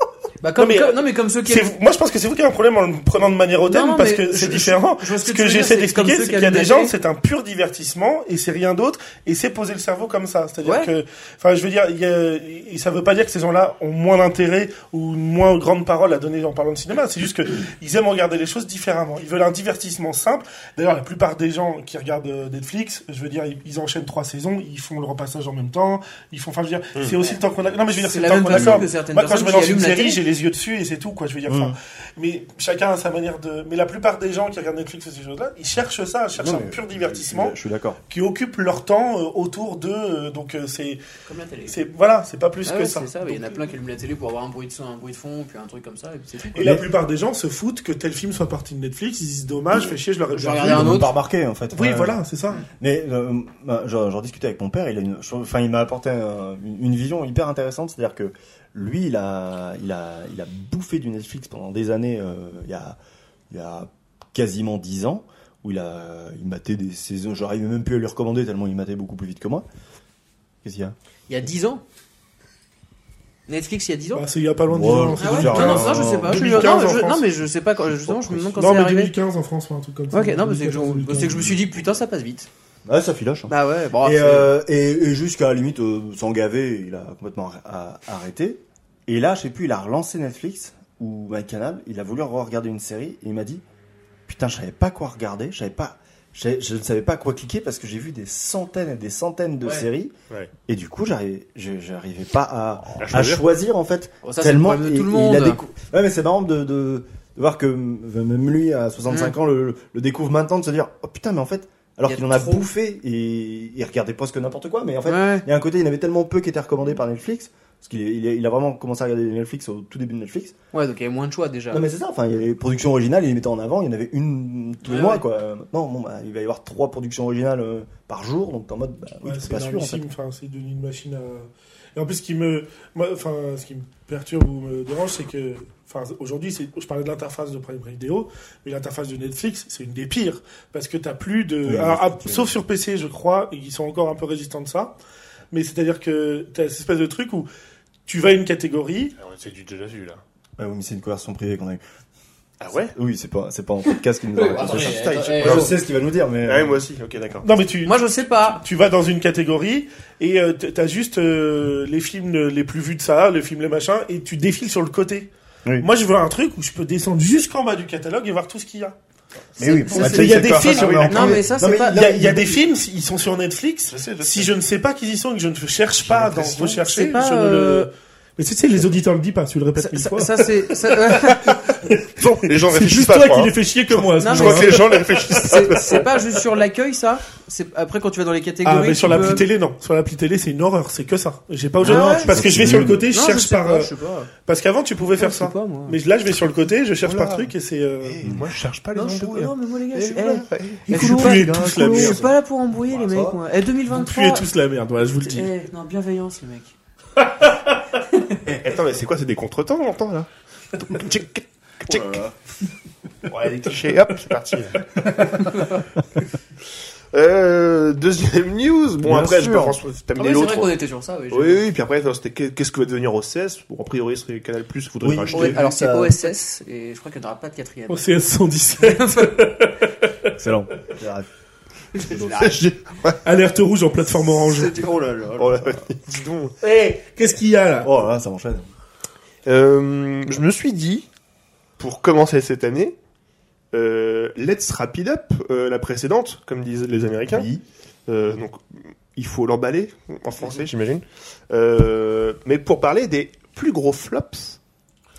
Bah, comme- Non, mais- comme- non mais comme ceux qui c'est vous- Moi, je pense que c'est vous qui avez un problème en le prenant de manière hautaine Non, non, parce mais que je- c'est je- différent. je vois ce Ce que tu que veux dire, j'essaie c'est comme d'expliquer, ceux c'est qui qu'il y a des allument la gens, télé. c'est un pur divertissement et c'est rien d'autre et c'est poser le cerveau comme ça. C'est-à-dire Ouais. que, enfin, je veux dire, il y a- il- ça veut pas dire que ces gens-là ont moins d'intérêt ou une moins grande parole à donner en parlant de cinéma. C'est juste que ils aiment regarder les choses différemment. Ils veulent un divertissement simple. D'ailleurs, la plupart des gens qui regardent euh, Netflix, je veux dire, ils- ils enchaînent trois saisons, ils font le repassage en même temps, ils font, enfin, je veux dire, c'est aussi le temps qu'on a. Non, mais je veux dire, Mmh. C'est c'est le la temps même qu'on façon accorde. que certaines Moi, quand je personnes me qui lance une allument la série, télé. j'ai les yeux dessus et c'est tout, quoi. Je veux dire, enfin, mais chacun a sa manière de. Mais la plupart des gens qui regardent Netflix et ces choses-là, ils cherchent ça, ils cherchent Non, un mais- pur divertissement Je suis d'accord. qui occupe leur temps euh, autour d'eux. euh, donc euh, c'est, comme la télé. c'est voilà, c'est pas plus Ah que ouais, ça. c'est ça, il y en a Donc, plein qui allument la télé pour avoir un bruit de son, un bruit de fond, puis un truc comme ça, et puis c'est tout. Et la plupart des gens se foutent que tel film soit parti de Netflix, ils disent dommage, fait chier, je l'aurais Je bien vais vu. regarder un Ils l'ont autre. pas remarqué en fait. Oui, Ouais. voilà, c'est ça. Mais euh, bah, j'en j'en discutais avec mon père. Il a une, je- enfin, il m'a apporté un- une, une vision hyper intéressante. C'est-à-dire que lui, il a, il a, il a bouffé du Netflix pendant des années. euh, il y a, il y a quasiment dix ans où il a, il matait des saisons. J'arrivais même plus à lui recommander tellement il matait beaucoup plus vite que moi. Qu'est-ce qu'il y a Il y a 10 ans Netflix, il y a 10 ans Bah, c'est il y a pas loin de 10 Ouais, ans. c'est Ah ouais bizarre, Non, non, hein. ça je sais pas. Je- 2015 non, mais en je, France. non, mais je sais pas, quand- je- justement, je me demande quand Non, c'est mais arrivé. 2015 en France, ou un truc comme ça. Ok, non, mais c'est que, 2014, je- c'est que je me suis dit, putain, ça passe vite. Ah, ça filoche. hein. Bah ouais, bon, et c'est- euh, et, et jusqu'à la limite euh, s'en gaver, il a complètement ar- a- arrêté. Et là, je sais plus, il a relancé Netflix ou MyCanal. Il a voulu regarder une série et il m'a dit Putain, je savais pas quoi regarder, je savais pas. Je, je ne savais pas quoi cliquer parce que j'ai vu des centaines et des centaines de Ouais. séries Ouais. et du coup j'arrivais je- j'arrivais pas à, À à choisir. choisir en fait bon, Ah, ça, c'est le tellement problème de et- tout le et il monde. a décou- ouais mais c'est marrant de, de, de voir que m- même lui à 65 ans le, le découvre maintenant de se dire oh putain mais en fait alors Mm. Il y a qu'il en a trop. bouffé et il regardait presque n'importe quoi mais en fait Ouais. il y a un côté il y en avait tellement peu qui étaient recommandés par Netflix parce qu'il est- il est- il a vraiment commencé à regarder Netflix au tout début de Netflix ouais, donc il y avait moins de choix déjà. non mais c'est ça enfin il y avait les productions originales il les mettait en avant il y en avait une tous les Ouais, mois ouais. quoi maintenant bon bah, il va y avoir trois productions originales euh, par jour donc t'es en mode bah, oui, Ouais, t'es c'est pas sûr en fait énormissime. Enfin, c'est devenu une machine à. Et en plus, ce qui me, moi, enfin, ce qui me perturbe ou me dérange, c'est que, enfin, aujourd'hui, c'est, je parlais de l'interface de Prime Video, mais l'interface de Netflix, c'est une des pires parce que t'as plus de, Oui, alors, oui, à- c'est- sauf sur PC, je crois, et ils sont encore un peu résistants de ça. Mais c'est-à-dire que t'as cette espèce de truc où tu vas à une catégorie, Alors, C'est du déjà vu là. Ah oui mais c'est une conversation privée qu'on a eu Ah ouais Oui, c'est pas, c'est pas en podcast qu'il nous a Ouais, raconté attendez, ça. attends, Putain, eh, je oh. sais ce qu'il va nous dire, mais. Ah euh, Ouais, moi aussi. Ok, d'accord. non mais tu, Moi, je sais pas. tu vas dans une catégorie et euh, t- t'as juste euh, les films euh, les plus vus de ça, les films les machins, et tu défiles sur le côté. Oui. Moi, je veux un truc où je peux descendre jusqu'en bas du catalogue et voir tout ce qu'il y a. Mais oui, c'est- il y a des films- Non, mais ça, c'est pas. Il y a, il y a des films, ils sont sur Netflix. Si je ne sais pas qu'ils y sont et que je ne cherche pas d'en l'impression rechercher, c'est pas, je ne euh, le... Mais tu sais, les auditeurs le disent pas, tu le répètes Ça, mille ça- fois. ça, c'est. ça- Bon, les gens C'est réfléchissent juste pas, toi je crois, qui les hein. fais chier que moi. ce Non, que je Je crois vois. que les (laughs) gens les réfléchissent pas. c'est- C'est pas juste sur l'accueil, ça. C'est après quand tu vas dans les catégories. Ah, mais sur tu l'appli peux- télé, non. Sur l'appli télé, c'est une horreur, c'est que ça. J'ai pas Ah ouais aujourd'hui. Parce que je vais sur le côté, je Non, cherche sais par. pas, euh, je sais pas. Parce qu'avant, tu pouvais faire Je sais ça. pas, moi. Mais là, je vais sur le côté, je cherche Voilà. par truc et c'est. euh, Eh, Moi, je cherche pas les Non, je- embrouilles. non, mais moi les gars, Eh, je suis- voilà. eh, Ils je vous suis pas- puez tous la je suis merde. pas là pour embrouiller les ça mecs. va. Moi. Eh, Vous 2023. puez tous la merde, voilà, je vous le dis. Eh, non, bienveillance les mecs. Eh, Attends, mais c'est quoi C'est des contretemps, j'entends, là (laughs) Tchic, tchic. Ouais, les clichés, hop, c'est (laughs) parti. Euh, deuxième news. Bon, Bien après, je sûr. peux France- Ah terminer ouais, c'est l'autre. vrai qu'on était sur ça. Oui. j'ai- Oui, oui, puis après, non, c'était que- qu'est-ce que va devenir OCS Bon, a priori, ce serait Canal Plus voudrait Oui. racheter. Ouais, vu alors c'est ça. OSS et je crois qu'il n'y en aura pas de quatrième. Au CS 117. Excellent. Ah, J'ai- Alerte rouge en plateforme orange. (laughs) Oh là là. Oh là, dis donc. Qu'est-ce qu'il y a là Oh là, ça m'enchaîne. Euh, je me suis dit, pour commencer cette année, euh, let's wrap it up, euh, la précédente, comme disent les Américains. Oui. Euh, donc, il faut l'emballer en français, j'imagine. Euh, mais pour parler des plus gros flops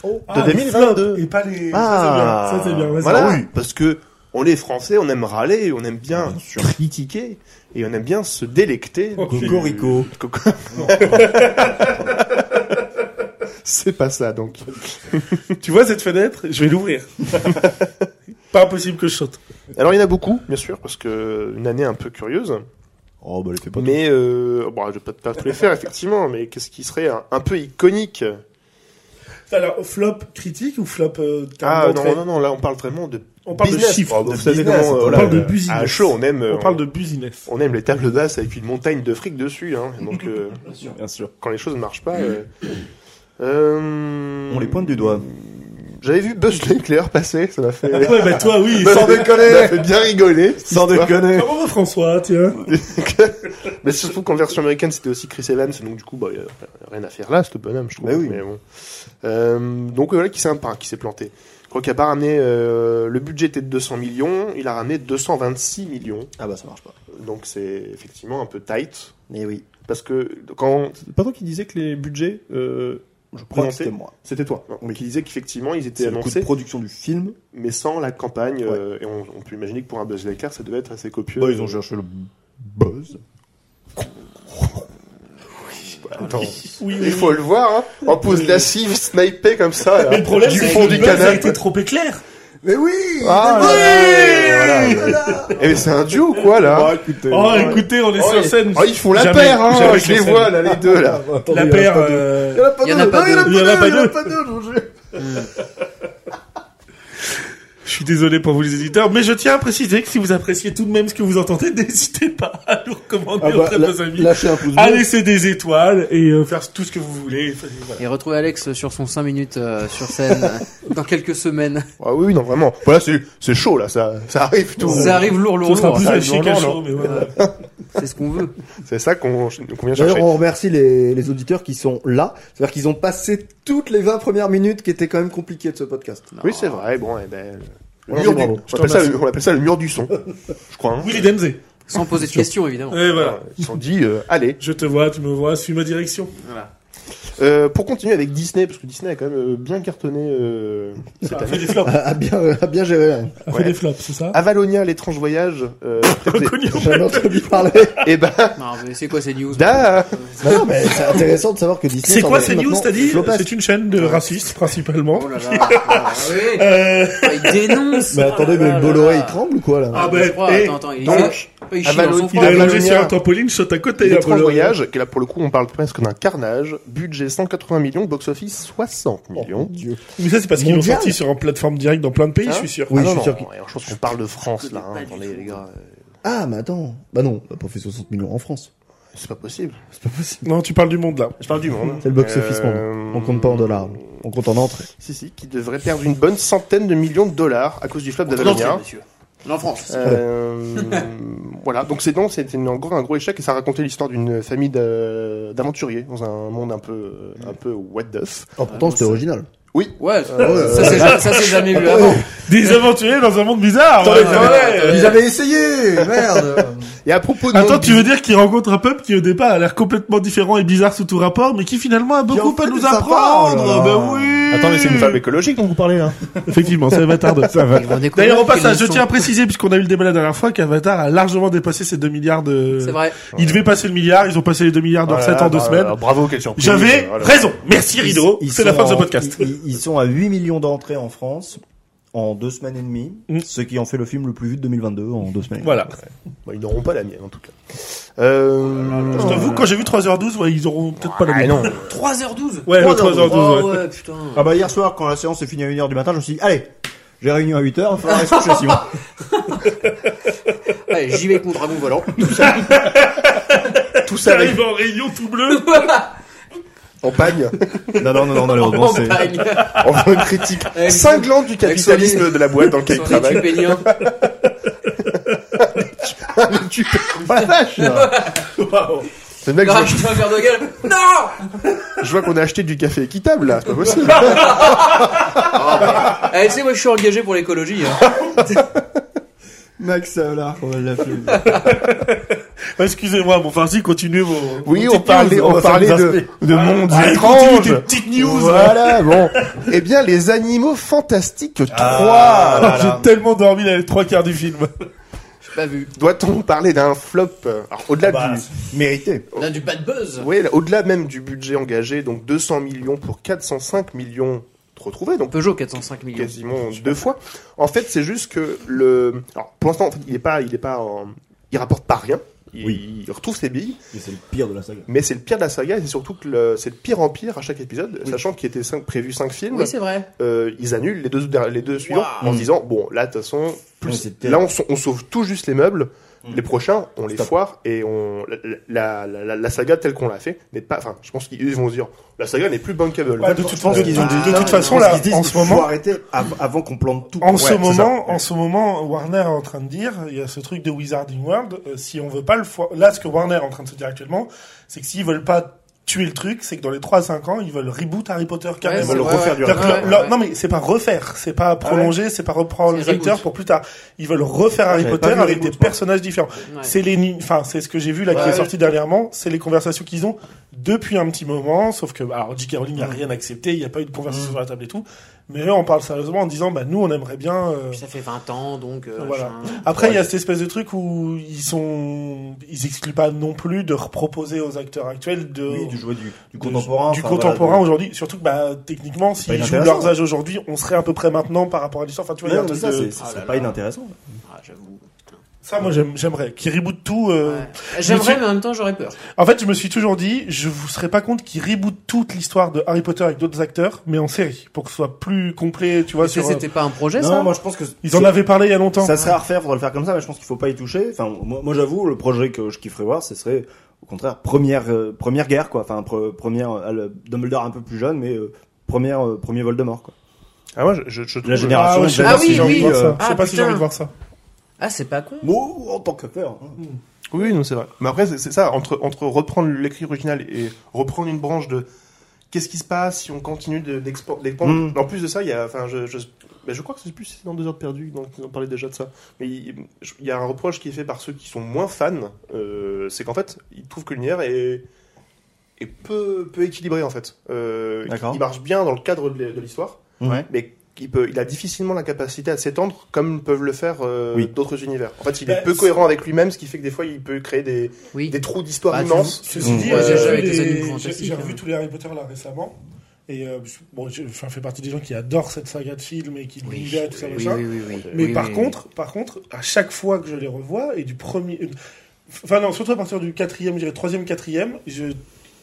Oh, de Ah, les 2022. flops Et pas les. Ah, Ça, c'est bien, ça, c'est bien, vas-y. Voilà, Ah oui. parce que on est français, on aime râler, on aime bien, critiquer et on aime bien se délecter. Oh, du- (laughs) Cocorico. Coco- C'est pas ça donc. Tu vois cette fenêtre Je vais (laughs) l'ouvrir. pas impossible que je saute. Alors il y en a beaucoup, bien sûr, parce que une année un peu curieuse. Oh bah les fais pas. mais euh, bon, je vais pas, pas tous les faire effectivement, mais qu'est-ce qui serait un, un peu iconique Alors, flop critique ou flop. euh, terme Ah d'entrée non non non, là on parle vraiment de On parle business. de chiffres. Oh, bah, de vous savez business, comment, on euh, parle voilà, de business. À chaud, on aime. euh, On parle de business. on aime les tables basses avec une montagne de fric dessus. Hein. Donc, euh, tout, Bien sûr. quand les choses ne marchent pas. euh, euh, On les pointe du doigt. J'avais vu Buzz l'éclair passer, (laughs) ça m'a fait. Ouais, bah toi, (laughs) oui. ça Sans m'a- ça m'a fait bien rigoler. cette Sans histoire. déconner. Comment va François, tiens Mais surtout qu'en version américaine, c'était aussi Chris Evans, donc du coup, bah, y a rien à faire là, ce bonhomme, je trouve. Bah oui. bon. Euh, donc voilà qui s'est pas- qui s'est planté. Je crois qu'il a pas ramené. euh, le budget était de 200 millions, il a ramené 226 millions. Ah bah ça marche pas. Donc c'est effectivement un peu tight. Mais oui. Parce que quand. C'est pas toi qui disais que les budgets. euh, je Moi, C'était moi. C'était toi. non, Qui disait qu'effectivement, ils étaient C'est le coût de annoncés, production du film. mais sans la campagne. euh, et on, on peut imaginer que pour un Buzz Lightyear, ça devait être assez copieux. Bah, ils ont cherché le buzz. Attends. Oui, Il faut le voir, hein. En pose lascive, sniper comme ça. là. Mais le problème, du c'est fond que du le buzz a canal. été trop éclair. Mais oui. Ah, là, là, là, voilà. Eh, mais c'est un duo, quoi, là. écoutez. Oh, écoutez, on est sur scène. Oh, ils font la Jamais- paire, hein. jamais Je sur les scène. vois, là, les deux, là. La paire. euh, Il y en a pas deux. Il y en a pas deux. deux. Je suis désolé pour vous les éditeurs, mais je tiens à préciser que si vous appréciez tout de même ce que vous entendez, (laughs) n'hésitez pas à nous recommander Ah bah, auprès de là- vos amis, lâchez un pouce à bleu. laisser des étoiles et euh, faire tout ce que vous voulez. Enfin, voilà. Et retrouver Alex sur son 5 minutes euh, sur scène euh, dans quelques semaines. Ah oui, oui, non, vraiment. Voilà, c'est, c'est chaud, là. Ça, ça arrive tout. Ça arrive lourd, lourd, Ce sera lourd. hein. plus ça, à ils ont Chicago, vraiment, mais (laughs) voilà. C'est ce qu'on veut. C'est ça qu'on, qu'on vient D'ailleurs, chercher. on remercie les, les auditeurs qui sont là. C'est-à-dire qu'ils ont passé toutes les 20 premières minutes qui étaient quand même compliquées de ce podcast. Oui, c'est vrai. Bon, eh ben. Oh, Le Merci, mur du, bravo. on, appelle ça, le- on appelle ça le mur du son. Je crois, hein. Oui, les Denzé. Sans poser de questions, évidemment. Et voilà. Ils se sont dit, euh, allez. Je te vois, tu me vois, suis ma direction. Euh, pour continuer avec Disney, parce que Disney a quand même euh, bien cartonné euh, cette Ah, année. fais des flops, A bien, a bien géré. hein. fais Ouais. Ah, des flops, c'est ça Avalonia, l'étrange voyage. (laughs) Euh, Reconnu. J'ai jamais entendu parler. (laughs) et ben, Non, mais c'est quoi ces news da, Non, non, mais c'est intéressant de savoir que Disney. C'est s'en quoi est ces news maintenant T'as dit flopasque. C'est une chaîne de racistes principalement. Oh là là, ah (laughs) oui. Euh, Ah, il dénonce. Mais Ah attendez, là mais là le Bolloré, là il là. tremble ou quoi là Ah, Ah ben, ben, attends, eh, attends, attends, il, donc, donc, il chie dans Avalon- son il froid. a Avalonia. logé sur un trampoline, saute à côté. l'étrange Apollo. voyage, qui là pour le coup on parle presque d'un carnage, budget 180 millions, box-office 60 Oh. millions. Oh, Dieu. Mais ça, c'est parce qu'ils l'ont Mondial. sorti sur une plateforme directe dans plein de pays, Hein je suis sûr. Oui, Ah, je non, suis non, sûr. qu'il- ouais, je pense qu'on parle de France là, hein, Pas du attendez tout. les gars, euh, Ah, mais attends. Bah non, on n'a pas fait 60 millions en France. c'est pas possible. C'est pas possible. Non, tu parles du monde là. Je parle du monde. C'est le box-office monde. On compte pas en dollars. On compte en entrées. Euh, Si, si, qui devrait perdre une bonne centaine de millions de dollars à cause du flop Hein d'Avalonia. En France. Euh, voilà, donc c'est non, c'était une- en gros un gros échec et ça racontait l'histoire d'une famille d'a- d'aventuriers dans un monde un peu un peu what the f. Oh, pourtant, bon, c'était ça- original. Ouais, Euh, ça c'est ça, c'est jamais vu Attends, avant. (laughs) Des aventuriers dans un monde bizarre. ouais, attendez, ouais. Ils avaient (laughs) essayé, merde. Et à propos de. Attends, tu veux dire qu'il rencontre un peuple qui au départ a l'air complètement différent et bizarre sous tout rapport, mais qui finalement a beaucoup en à fait nous est sympa, apprendre. oh là là. ben oui. Attends, mais c'est une femme écologique dont vous parlez là. Effectivement, c'est Avatar 2. Ils vont découvrir D'ailleurs, au qu'ils passage, je sont- tiens à préciser, puisqu'on a eu le débat la dernière fois, qu'Avatar a largement dépassé ses 2 milliards de... C'est vrai. Ils devaient passer le milliard, ils ont passé les 2 milliards Oh d'or 7 en 2 semaines. Ah Bravo, quelle surprise. J'avais Voilà. raison. Merci Rideau. Ils- ils C'est la sont fin de ce en- podcast. Ils, ils- ils sont à 8 millions d'entrées en France en deux semaines et demie, Mm. ce qui en fait le film le plus vite 2022 en deux semaines. Voilà. Bah, ils n'auront pas la mienne en tout cas. Euh... Je Oh t'avoue, quand j'ai vu 3h12, ouais, ils auront peut-être pas la Ah même. non. 3h12 Ouais, ouais, 3h12, 3h12, Oh ouais. ouais, putain. Ah bah hier soir, quand la séance est finie à 1h du matin, je me suis dit, allez, j'ai réunion à 8h, il faudra aller se coucher, Simon. Ouais, J'y vais avec mon (laughs) dragon (laughs) volant. Tout ça T'arrives Ah, en rayon tout bleu. en pagne. (laughs) Non, non, non, non, Oh, malheureusement, (laughs) c'est... Montagne. en bonne critique. Avec son- Cinglante du avec son capitalisme lit- de la boîte dans laquelle il son travaille. étupénien. Oh la (laughs) vache Waouh. Le mec, je vois- Ah, putain, verre de gueule. Non je vois qu'on a acheté du café équitable là, c'est pas possible. Eh, tu sais, moi, je suis engagé pour l'écologie. hein. Max, là, on va l'appeler. (laughs) Excusez-moi, mon enfin, si, continuez vos. Oui, vos on petites parlait, news, on va faire parlait des de, aspects. de mondes Allez, continue étranges. tes petites news. Voilà, bon. Eh bien, les animaux fantastiques 3. Ah, Ah, J'ai tellement dormi les trois quarts du film. J'ai pas vu. Doit-on parler d'un flop Alors, au-delà Bah, du... Mérité. Là, du bad buzz. Oui, au-delà même du budget engagé, donc 200 millions pour 405 millions retrouvés, donc Peugeot 405 millions. quasiment deux fois. En fait, c'est juste que le. Alors, pour l'instant, en fait, il est pas, il est pas, en- il rapporte pas rien. Il, Oui. il retrouve ses billes, Mais c'est le pire de la saga. mais c'est le pire de la saga et c'est surtout que le- c'est de pire en pire à chaque épisode, sachant qu'il était cinq, prévu 5 films. Oui, c'est vrai. euh, ils annulent les deux, les deux suivants en se disant bon là de toute façon Ouais, plus, c'est terrible. là on, sa- on sauve tout juste les meubles Mm. les prochains on les Stop. foire et on la, la, la, la saga telle qu'on l'a fait n'est pas enfin je pense qu'ils vont se dire la saga n'est plus bankable Bah, de toute façon, qu'ils ont dit- de toute façon, Parce là, qu'ils disent, en il ce faut moment, arrêter av- avant qu'on plante tout. En Ouais, ce c'est moment, ça. en ce moment, Warner est en train de dire, il y a ce truc de Wizarding World, euh, si on veut pas le foire, là, ce que Warner est en train de se dire actuellement, c'est que s'ils veulent pas tuer le truc, c'est que dans les 3 5 ans, ils veulent reboot Harry Potter Ouais, carrément. c'est le vrai, refaire du C'est-à-dire que ouais, leur- ouais, leur- ouais. Non mais c'est pas refaire, c'est pas prolonger, c'est pas reprendre C'est l'acteur reboot. pour plus tard. Ils veulent refaire Harry J'avais Potter pas vu le avec des reboot, moi. personnages différents. Ouais. C'est les, ni- enfin c'est ce que j'ai vu là qui Ouais. est sorti dernièrement, c'est les conversations qu'ils ont depuis un petit moment, sauf que bah, alors J.K. Rowling n'a rien accepté, il n'y a pas eu de conversation Mm. sur la table et tout. Mais eux, on parle sérieusement en disant bah nous on aimerait bien. euh, Puis ça fait 20 ans, donc. euh, Voilà. machin. Après, il y a cette espèce de truc où ils sont, ils excluent pas non plus de reproposer aux acteurs actuels de Oui, du jouer du, du de- contemporain. du enfin, contemporain voilà, du- aujourd'hui. Surtout que bah techniquement, pas s'ils jouent inintéressant. leurs âges aujourd'hui, on serait à peu près maintenant par rapport à l'histoire. Enfin, tu vois, il y a Non, un mais truc ça, de- c'est Ah c'est là pas là. inintéressant. Ah, j'avoue. ça, moi, j'aime- j'aimerais qu'ils rebootent tout. euh, Ouais. J'aimerais, suis- mais en même temps, j'aurais peur. En fait, je me suis toujours dit, je vous serais pas compte qu'ils rebootent toute l'histoire de Harry Potter avec d'autres acteurs, mais en série, pour que ce soit plus complet. Tu vois, Mais sur. euh, C'était pas un projet, ça Non, moi je pense que Ils en avaient parlé il y a longtemps. Ça serait à refaire, faudrait le faire comme ça, mais je pense qu'il faut pas y toucher. Enfin, moi, moi, j'avoue, le projet que je kifferais voir, ce serait au contraire première euh, première guerre quoi. Enfin, pre- première euh, le Dumbledore un peu plus jeune, mais euh, première euh, premier Voldemort quoi. ah moi je, je, je trouve- La génération. ouais, je sais pas Ah si oui, j'ai envie oui. de voir ça. Je Ah, sais pas si j'ai putain. envie de voir ça. Ah, c'est pas con. Bon, en tant hein. que peur. oui non c'est vrai mais après c'est c'est ça entre entre reprendre l'écrit original et reprendre une branche de qu'est-ce qui se passe si on continue de- d'expo- d'expandre Mm. en plus de ça il y a enfin je, je ben, je crois que c'est plus c'est dans deux heures perdues donc ils en parlaient déjà de ça mais il je- il y a un reproche qui est fait par ceux qui sont moins fans euh, c'est qu'en fait ils trouvent que l'univers est est peu peu équilibré en fait euh, D'accord. il marche bien dans le cadre de l'hi- de l'histoire Ouais. mais il, peut, il a difficilement la capacité à s'étendre comme peuvent le faire euh, Oui. d'autres univers. En fait, il Bah, est peu c'est- cohérent avec lui-même, ce qui fait que des fois, il peut créer des, Oui. des trous d'histoire Bah, tu- immenses. Ceci Mmh. dit, Ouais, euh, j'ai j'avais vu des les- animaux j'ai fantastiques, j'ai hein. revu tous les Harry Potter là récemment. Et euh, je- bon, je, enfin, je fais partie des gens qui adorent cette saga de films et qui Oui, l'univers et tout ça, oui, machin. oui, oui, oui. Mais Oui, par oui, contre, par contre, à chaque fois que je les revois et du premier, euh, enfin non, surtout à partir du quatrième, je dirais troisième, quatrième, je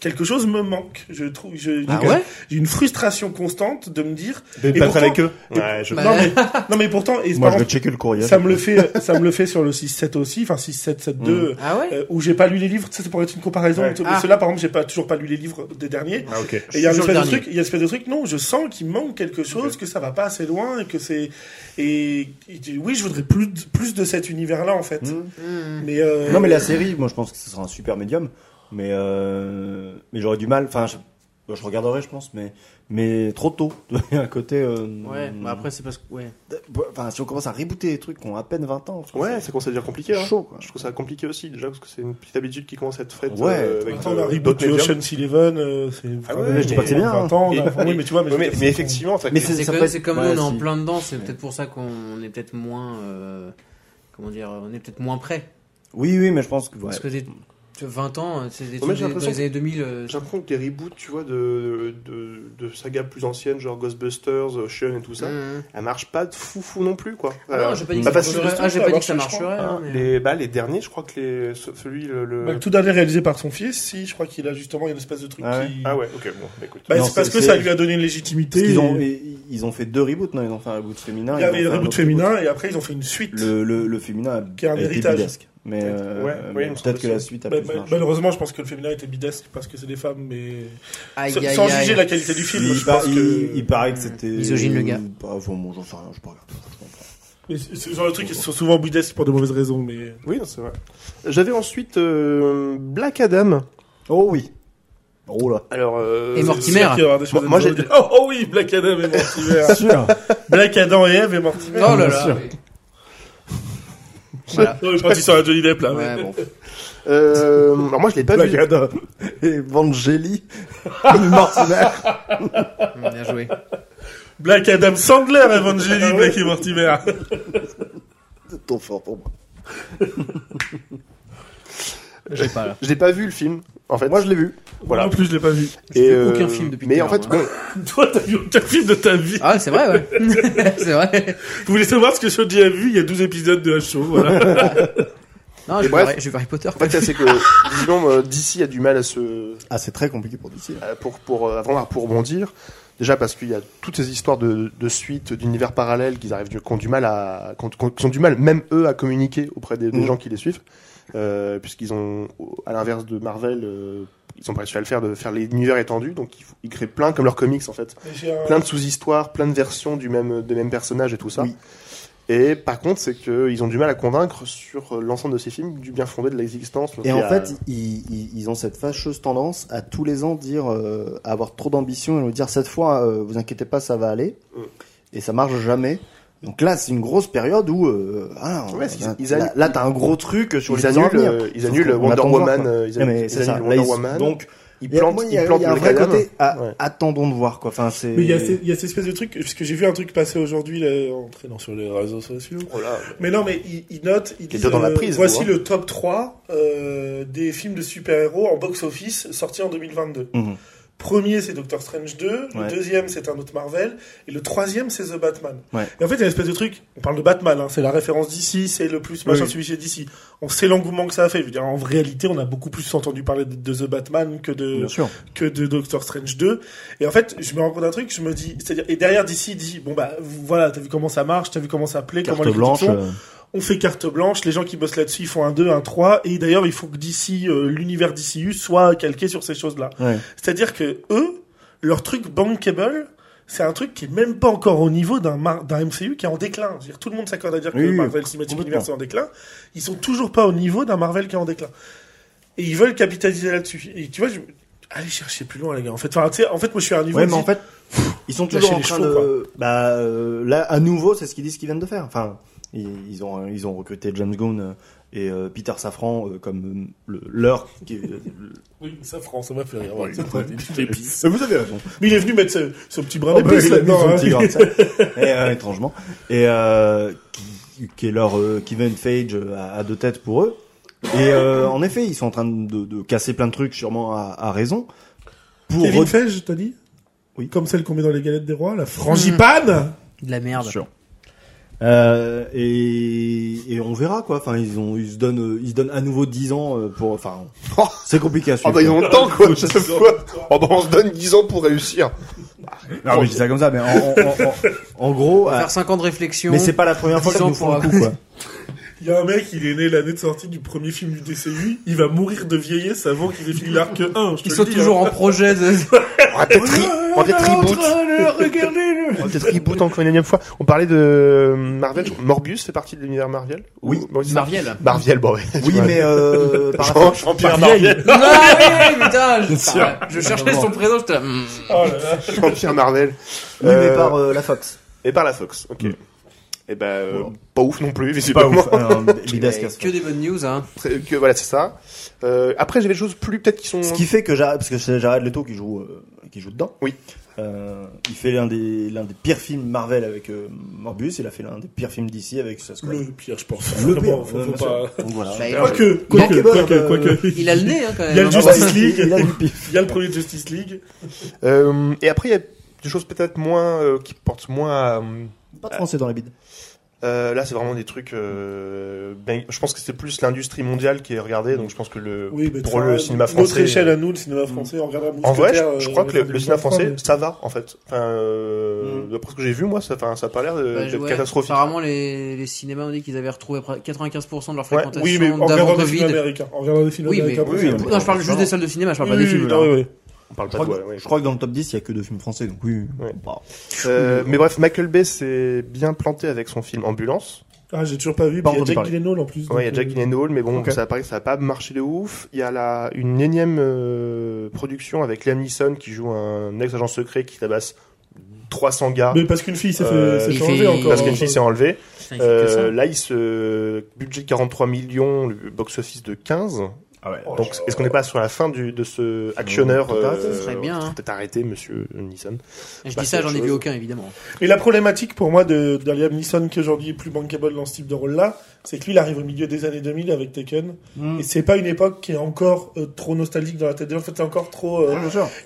quelque chose me manque. Je trouve, je, Ah j'ai- ouais j'ai une frustration constante de me dire. De Et pourtant- eux. Ouais, je- Bah, Non mais, non mais pourtant, et Moi par je vais exemple, checker le courrier. ça me le fait, ça me le fait sur le 6-7 aussi, enfin 6-7-7-2. Ah ouais euh, où j'ai pas lu les livres, ça, ça pourrait être une comparaison. Ouais. Mais Ah. ceux-là, par exemple, j'ai pas toujours pas lu les livres des derniers. Ah, ok. Et il y a une Sur le espèce de dernier. truc, il y a une espèce de truc, non, je sens qu'il manque quelque chose, que ça va pas assez loin, et que c'est, et, et tu- oui, je voudrais plus, de- plus de cet univers-là, en fait. Mmh. Hmm. Mais, euh, Non mais la série, moi je pense que ce sera un super médium, mais euh, mais j'aurais du mal. Enfin, je- Bah, je regarderai, je pense, mais, mais trop tôt. (laughs) Il y a un côté. euh, bah, Ouais, bah après, c'est parce que. Ouais. Enfin, si on commence à rebooter des trucs qui ont à peine 20 ans. je pense Ouais, que ça commence à devenir compliqué. c'est Hein. chaud, quoi. Je trouve ça compliqué aussi déjà parce que c'est une petite habitude qui commence à être faite. Ouais. euh, avec Attends, on a euh, reboot d'autres du médias. Ocean's Eleven, euh, c'est. Ah ouais, je dis pas que c'est bien, hein. 20 ans, on a- Et- Oui, mais tu vois, mais. Ouais, mais, je veux dire, mais c'est- effectivement, en fait, Mais les- ça C'est peut comme, être- c'est comme ouais, nous, on est si. en plein dedans, c'est peut-être pour ça qu'on est peut-être moins. euh, comment dire On est peut-être moins prêt. Oui, oui, mais je pense que. ouais. Parce que des, tu vois, 20 ans, c'est des Ouais, trucs j'ai des- dans l'impression les années 2000. euh, J'ai l'impression que des reboots, tu vois, de, de, de sagas plus anciennes, genre Ghostbusters, Ocean et tout ça, Mmh. elles marchent pas de fou fou non plus, quoi. Ah Non, Alors, j'ai pas dit bah, que parce ça que marcherait. le Ah, j'ai truc, pas dit ça que ça marche, je marcherait. hein, mais- les, bah, les derniers, je crois que les, ce- celui, le. le- Bah, Tout dernier réalisé par son fils, si, je crois qu'il a justement, il y a une espèce de truc Ah ouais. qui. Ah ouais, ok, bon, bah, écoute. Bah, Non, c'est parce c'est- que c'est- ça lui a donné une Parce légitimité. qu'ils ont, et- ils- ils ont fait deux reboots, non Ils ont fait un reboot féminin. Il y ils ont avait fait le un reboot autre féminin et après ils ont fait une suite. Le, le, le féminin a, Qui est un a été héritage. bidesque. Mais, euh, mais Ouais, oui, il me semble peut-être que aussi. la suite a Bah, plus bah, marché. malheureusement, je pense que le féminin était bidesque parce que c'est des femmes, mais Aïe, sans, aïe, sans aïe. juger la qualité du film, il, je par- pense il- que. il paraît que c'était. Misogyne, le gars. Bah, bon, bon, j'en sais rien, je peux regarder. Mais C'est c'est le genre de truc qui sont souvent bidesques pour de mauvaises raisons, mais. Oui, non, c'est vrai. J'avais ensuite euh, Black Adam. Oh oui Oh là Alors, euh, Et Mortimer. C'est sûr qu'il va y avoir des Moi- choses à moi, dire. j'ai- Oh, oh oui, Black Adam et Mortimer. (laughs) sûr Black Adam et Eve et Mortimer. Oh là Bien là. sûr. mais- Non, mais parti sur la Johnny Depp là. mais- Ouais, bon. euh, alors moi, je l'ai pas vu. Adam et (laughs) Vangeli et Mortimer. Mmh, Bien joué. Black Adam Sandler, Ah Evangeline, Black et Mortimer. C'est trop fort pour moi. J'ai pas là. Je l'ai pas vu le film. En fait, Moi je l'ai vu. Voilà. Non plus, je l'ai pas vu. J'ai vu aucun film depuis Mais tout en à l'heure, hein. fait, moi. bon, Toi, t'as vu aucun film de ta vie. Ah, c'est vrai, ouais. (laughs) c'est vrai. Vous voulez savoir ce que Shoji a vu Il y a 12 épisodes de la show, (laughs) voilà. Non, Et j'ai vu bref. Harry- j'ai vu Harry Potter. en fait, ça, c'est que (laughs) visiblement, euh, DC a du mal à se Ah, c'est très compliqué pour DC. là. Euh, pour pour euh, avant pour rebondir. Déjà parce qu'il y a toutes ces histoires de, de suites d'univers parallèles qu'ils arrivent du- qui ont du mal à qui ont- qui ont- qui ont du mal même eux à communiquer auprès des, des Mhm. gens qui les suivent euh, puisqu'ils ont au- à l'inverse de Marvel euh, ils sont pas réussi à le faire de faire l'univers étendu donc ils, f- ils créent plein comme leurs comics en fait plein de sous-histoires plein de versions du même des mêmes personnages et tout ça Oui. et par contre c'est que ils ont du mal à convaincre sur euh, l'ensemble de ces films du bien fondé de l'existence donc Et il y en a- fait, ils, ils, ils ont cette fâcheuse tendance à tous les ans dire, euh, à avoir trop d'ambition et nous dire cette fois, euh, vous inquiétez pas, ça va aller. Mm. Et ça marche jamais. Donc là, c'est une grosse période où, euh, ah, Ouais, là, ils- là, ils là, annulent- t'as un gros truc sur ils les ans à annulent, venir. euh, ils Sauf annulent qu'on Wonder attend de voir, Woman, quoi. euh, Ouais, ils mais annulent, ils c'est ça. annulent Là, Wonder ils- Woman. donc, ils il y a- plantent, moi, il y ils a, plantent il y a un Black vrai Adam. côté, à- Ouais. attendons de voir, quoi. Enfin, c'est. Mais il y, a ces- il y a cette espèce de truc, parce que j'ai vu un truc passer aujourd'hui, là, en traînant sur les réseaux sociaux. Oh là, Mais non, mais ils il notent, ils T'es disent, déjà dans la euh, prise, voici toi, hein. le top 3 euh, des films de super-héros en box-office sortis en 2022. Mhm. Premier, c'est Doctor Strange 2. Ouais. Le deuxième, c'est un autre Marvel. Et le troisième, c'est The Batman. Ouais. Et en fait, il y a une espèce de truc. On parle de Batman, hein, c'est la référence d'ici, c'est le plus machin Oui. suivi chez DC. On sait l'engouement que ça a fait. Je veux dire, en réalité, on a beaucoup plus entendu parler de, de The Batman que de, Bien sûr. que de Doctor Strange 2. Et en fait, je me rends compte d'un truc, je me dis, c'est-à-dire, et derrière DC dit, bon bah, voilà, t'as vu comment ça marche, t'as vu comment ça plaît, Carte comment les critiques blanche. sont. euh, On fait carte blanche, les gens qui bossent là-dessus, ils font un 2, un 3, et d'ailleurs, il faut que d'ici, l'univers DCU soit calqué sur ces choses-là. ouais. C'est-à-dire que eux, leur truc bankable, c'est un truc qui est même pas encore au niveau d'un mar- d'un MCU qui est en déclin. Je veux dire, tout le monde s'accorde à dire Oui, que oui, Marvel Cinematic complètement. Universe est en déclin. Ils sont toujours pas au niveau d'un Marvel qui est en déclin. Et ils veulent capitaliser là-dessus. Et tu vois, je... allez chercher plus loin, les gars. En fait, enfin, tu sais, en fait, moi, je suis à un niveau. Ouais, où mais en je dis, fait, ils sont lâcher toujours en les train chevaux, de. Bah, euh, là, à nouveau, c'est ce qu'ils disent qu'ils viennent de faire. Enfin, ils, ils ont, ils ont recruté James Gunn euh, et euh, Peter Safran euh, comme euh, le, leur. Qui, Oui, mais ça, France, ça m'a fait rire. Ouais, (laughs) euh, vous avez raison. mais il est venu mettre ce, ce petit brin Oh, bah, d'épice il a mis là-dedans, son hein. petit grain de sel. et, euh, étrangement. Et euh, qui, qui est leur euh, Kevin Feige euh, à, à deux têtes pour eux. Et euh, en effet, ils sont en train de, de casser plein de trucs, sûrement à, à raison. Pour Kevin re- Mm. Feige, t'as dit Oui. Comme celle qu'on met dans les galettes des rois, la frangipane De la merde. Sûr. Euh, et, et on verra quoi. Enfin, ils ont, ils se donnent, euh, ils se donnent à nouveau 10 ans euh, pour. Enfin, (laughs) Oh. c'est compliqué à suivre. Oh bah ils ont le temps quoi, je sais pas. Oh bah on se donne 10 ans pour réussir. quoi. Non, mais je dis ça comme ça, mais en, en- en- en- en gros, On va euh, faire 5 ans de réflexion. mais c'est pas la première fois 10 qu'ils ans nous font pour le coup quoi. Il y a un mec, il est né l'année de sortie du premier film du DCU, il va mourir de vieillesse avant qu'il ait fini l'arc 1. Je te Ils le sont dis, toujours hein. en projet de... On va peut-être re- on va peut-être reboot. Regardez-le On va peut-être reboot encore une énième fois. On parlait de euh, Marvel. je crois. Morbius fait partie de l'univers Marvel Oui. Ou- (laughs) Morbius- Marviel. Marvel, bon ouais. Oui, (laughs) mais euh, par rapport- Jean-Pierre Marvel. Marviel, Ah putain Je, parlais- je cherchais son prénom, j'étais là... hmm. Oh là là. (laughs) Jean-Pierre Marvel. oui, mais Euh, par euh, la (laughs) Fox. Et par la Fox, ok. Et ben, euh, pas Ah, ouf non plus, Pas visiblement. ouf. hein, Midas Mais casse Que des bonnes news, hein. Très- (laughs) que, voilà, c'est ça. Euh, après, j'avais des choses plus peut-être qui sont. Ce qui fait que j'arrête, parce que c'est Jared Leto qui joue, euh, qui joue dedans. Oui. Euh, il fait l'un des, l'un des pires films Marvel avec euh, Morbius, il a fait l'un des pires films d'ici avec ce hein. Le pire, je pense. Le Vraiment, pire, faut- euh, faut bien pas- Donc voilà. Bah, il- Quoique, quoique, il- quoique, il- quoique. Il a le nez, hein, quand même. Il y a le hein. Justice League. Ah Il a du pif. Il y a le premier Justice League. Euh, et après, il y a des choses peut-être moins. euh, qui portent moins à. Pas de français dans la bide. euh, là, c'est vraiment des trucs. euh, ben, je pense que c'est plus l'industrie mondiale qui est regardée, donc je pense que le. Oui, mais Pour enfin, le cinéma Notre français, échelle euh, à nous, le cinéma français, on regarde En vrai, je, euh, je crois que le, le cinéma français, ça va en fait. Enfin, euh, Mm. D'après ce que j'ai vu, moi, ça, enfin, ça a pas l'air Euh, de- Bah, d'être ouais, catastrophique. Apparemment, les, les cinémas ont dit qu'ils avaient retrouvé près- 95% de leur Ouais, fréquentation Oui, mais en regardant d'avant des films Covid. américains. En regardant des films Oui, mais américains. oui, oui, mais- non, je parle juste Non. des salles de cinéma, je parle pas oui, des films. hein. oui, là. non, oui, oui. On parle Je pas crois, de que, ouais, ouais. je crois que dans le top 10, il y a que deux films français, donc oui. Ouais. Bah, Euh, mais bref, Michael Bay s'est bien planté avec son film Ambulance. Ah, j'ai toujours pas vu. Pas puis Il y a entendu Jack parler. Gyllenhaal en plus. Ouais, il y a donc, Jack euh, Gyllenhaal, mais bon, ok. ça paraît que ça a pas marché de ouf. Il y a la, une énième euh, production avec Liam Neeson qui joue un ex-agent secret qui tabasse 300 gars. Mais parce qu'une fille s'est Euh, fait s'est il fait fait- enlever encore. Parce qu'une fille s'est enlevée. Putain, hein. il fait que ça. Euh, là, il se budget de 43 millions, le box-office de 15. ah Oh, ouais. Donc, est-ce qu'on n'est pas sur la fin du, de ce actionneur euh, Peut-être arrêter, ce serait bien, hein. Peut-être arrêter, Monsieur Nissan. Je bah, dis ça, c'est j'en ai autre vu chose. aucun, évidemment. Mais la problématique pour moi de, de Liam Neeson qui aujourd'hui est plus bankable dans ce type de rôle-là, c'est que lui, il arrive au milieu des années 2000 avec Taken. Et c'est pas une époque qui est encore euh, trop nostalgique dans la tête des gens. En fait, c'est encore trop. euh,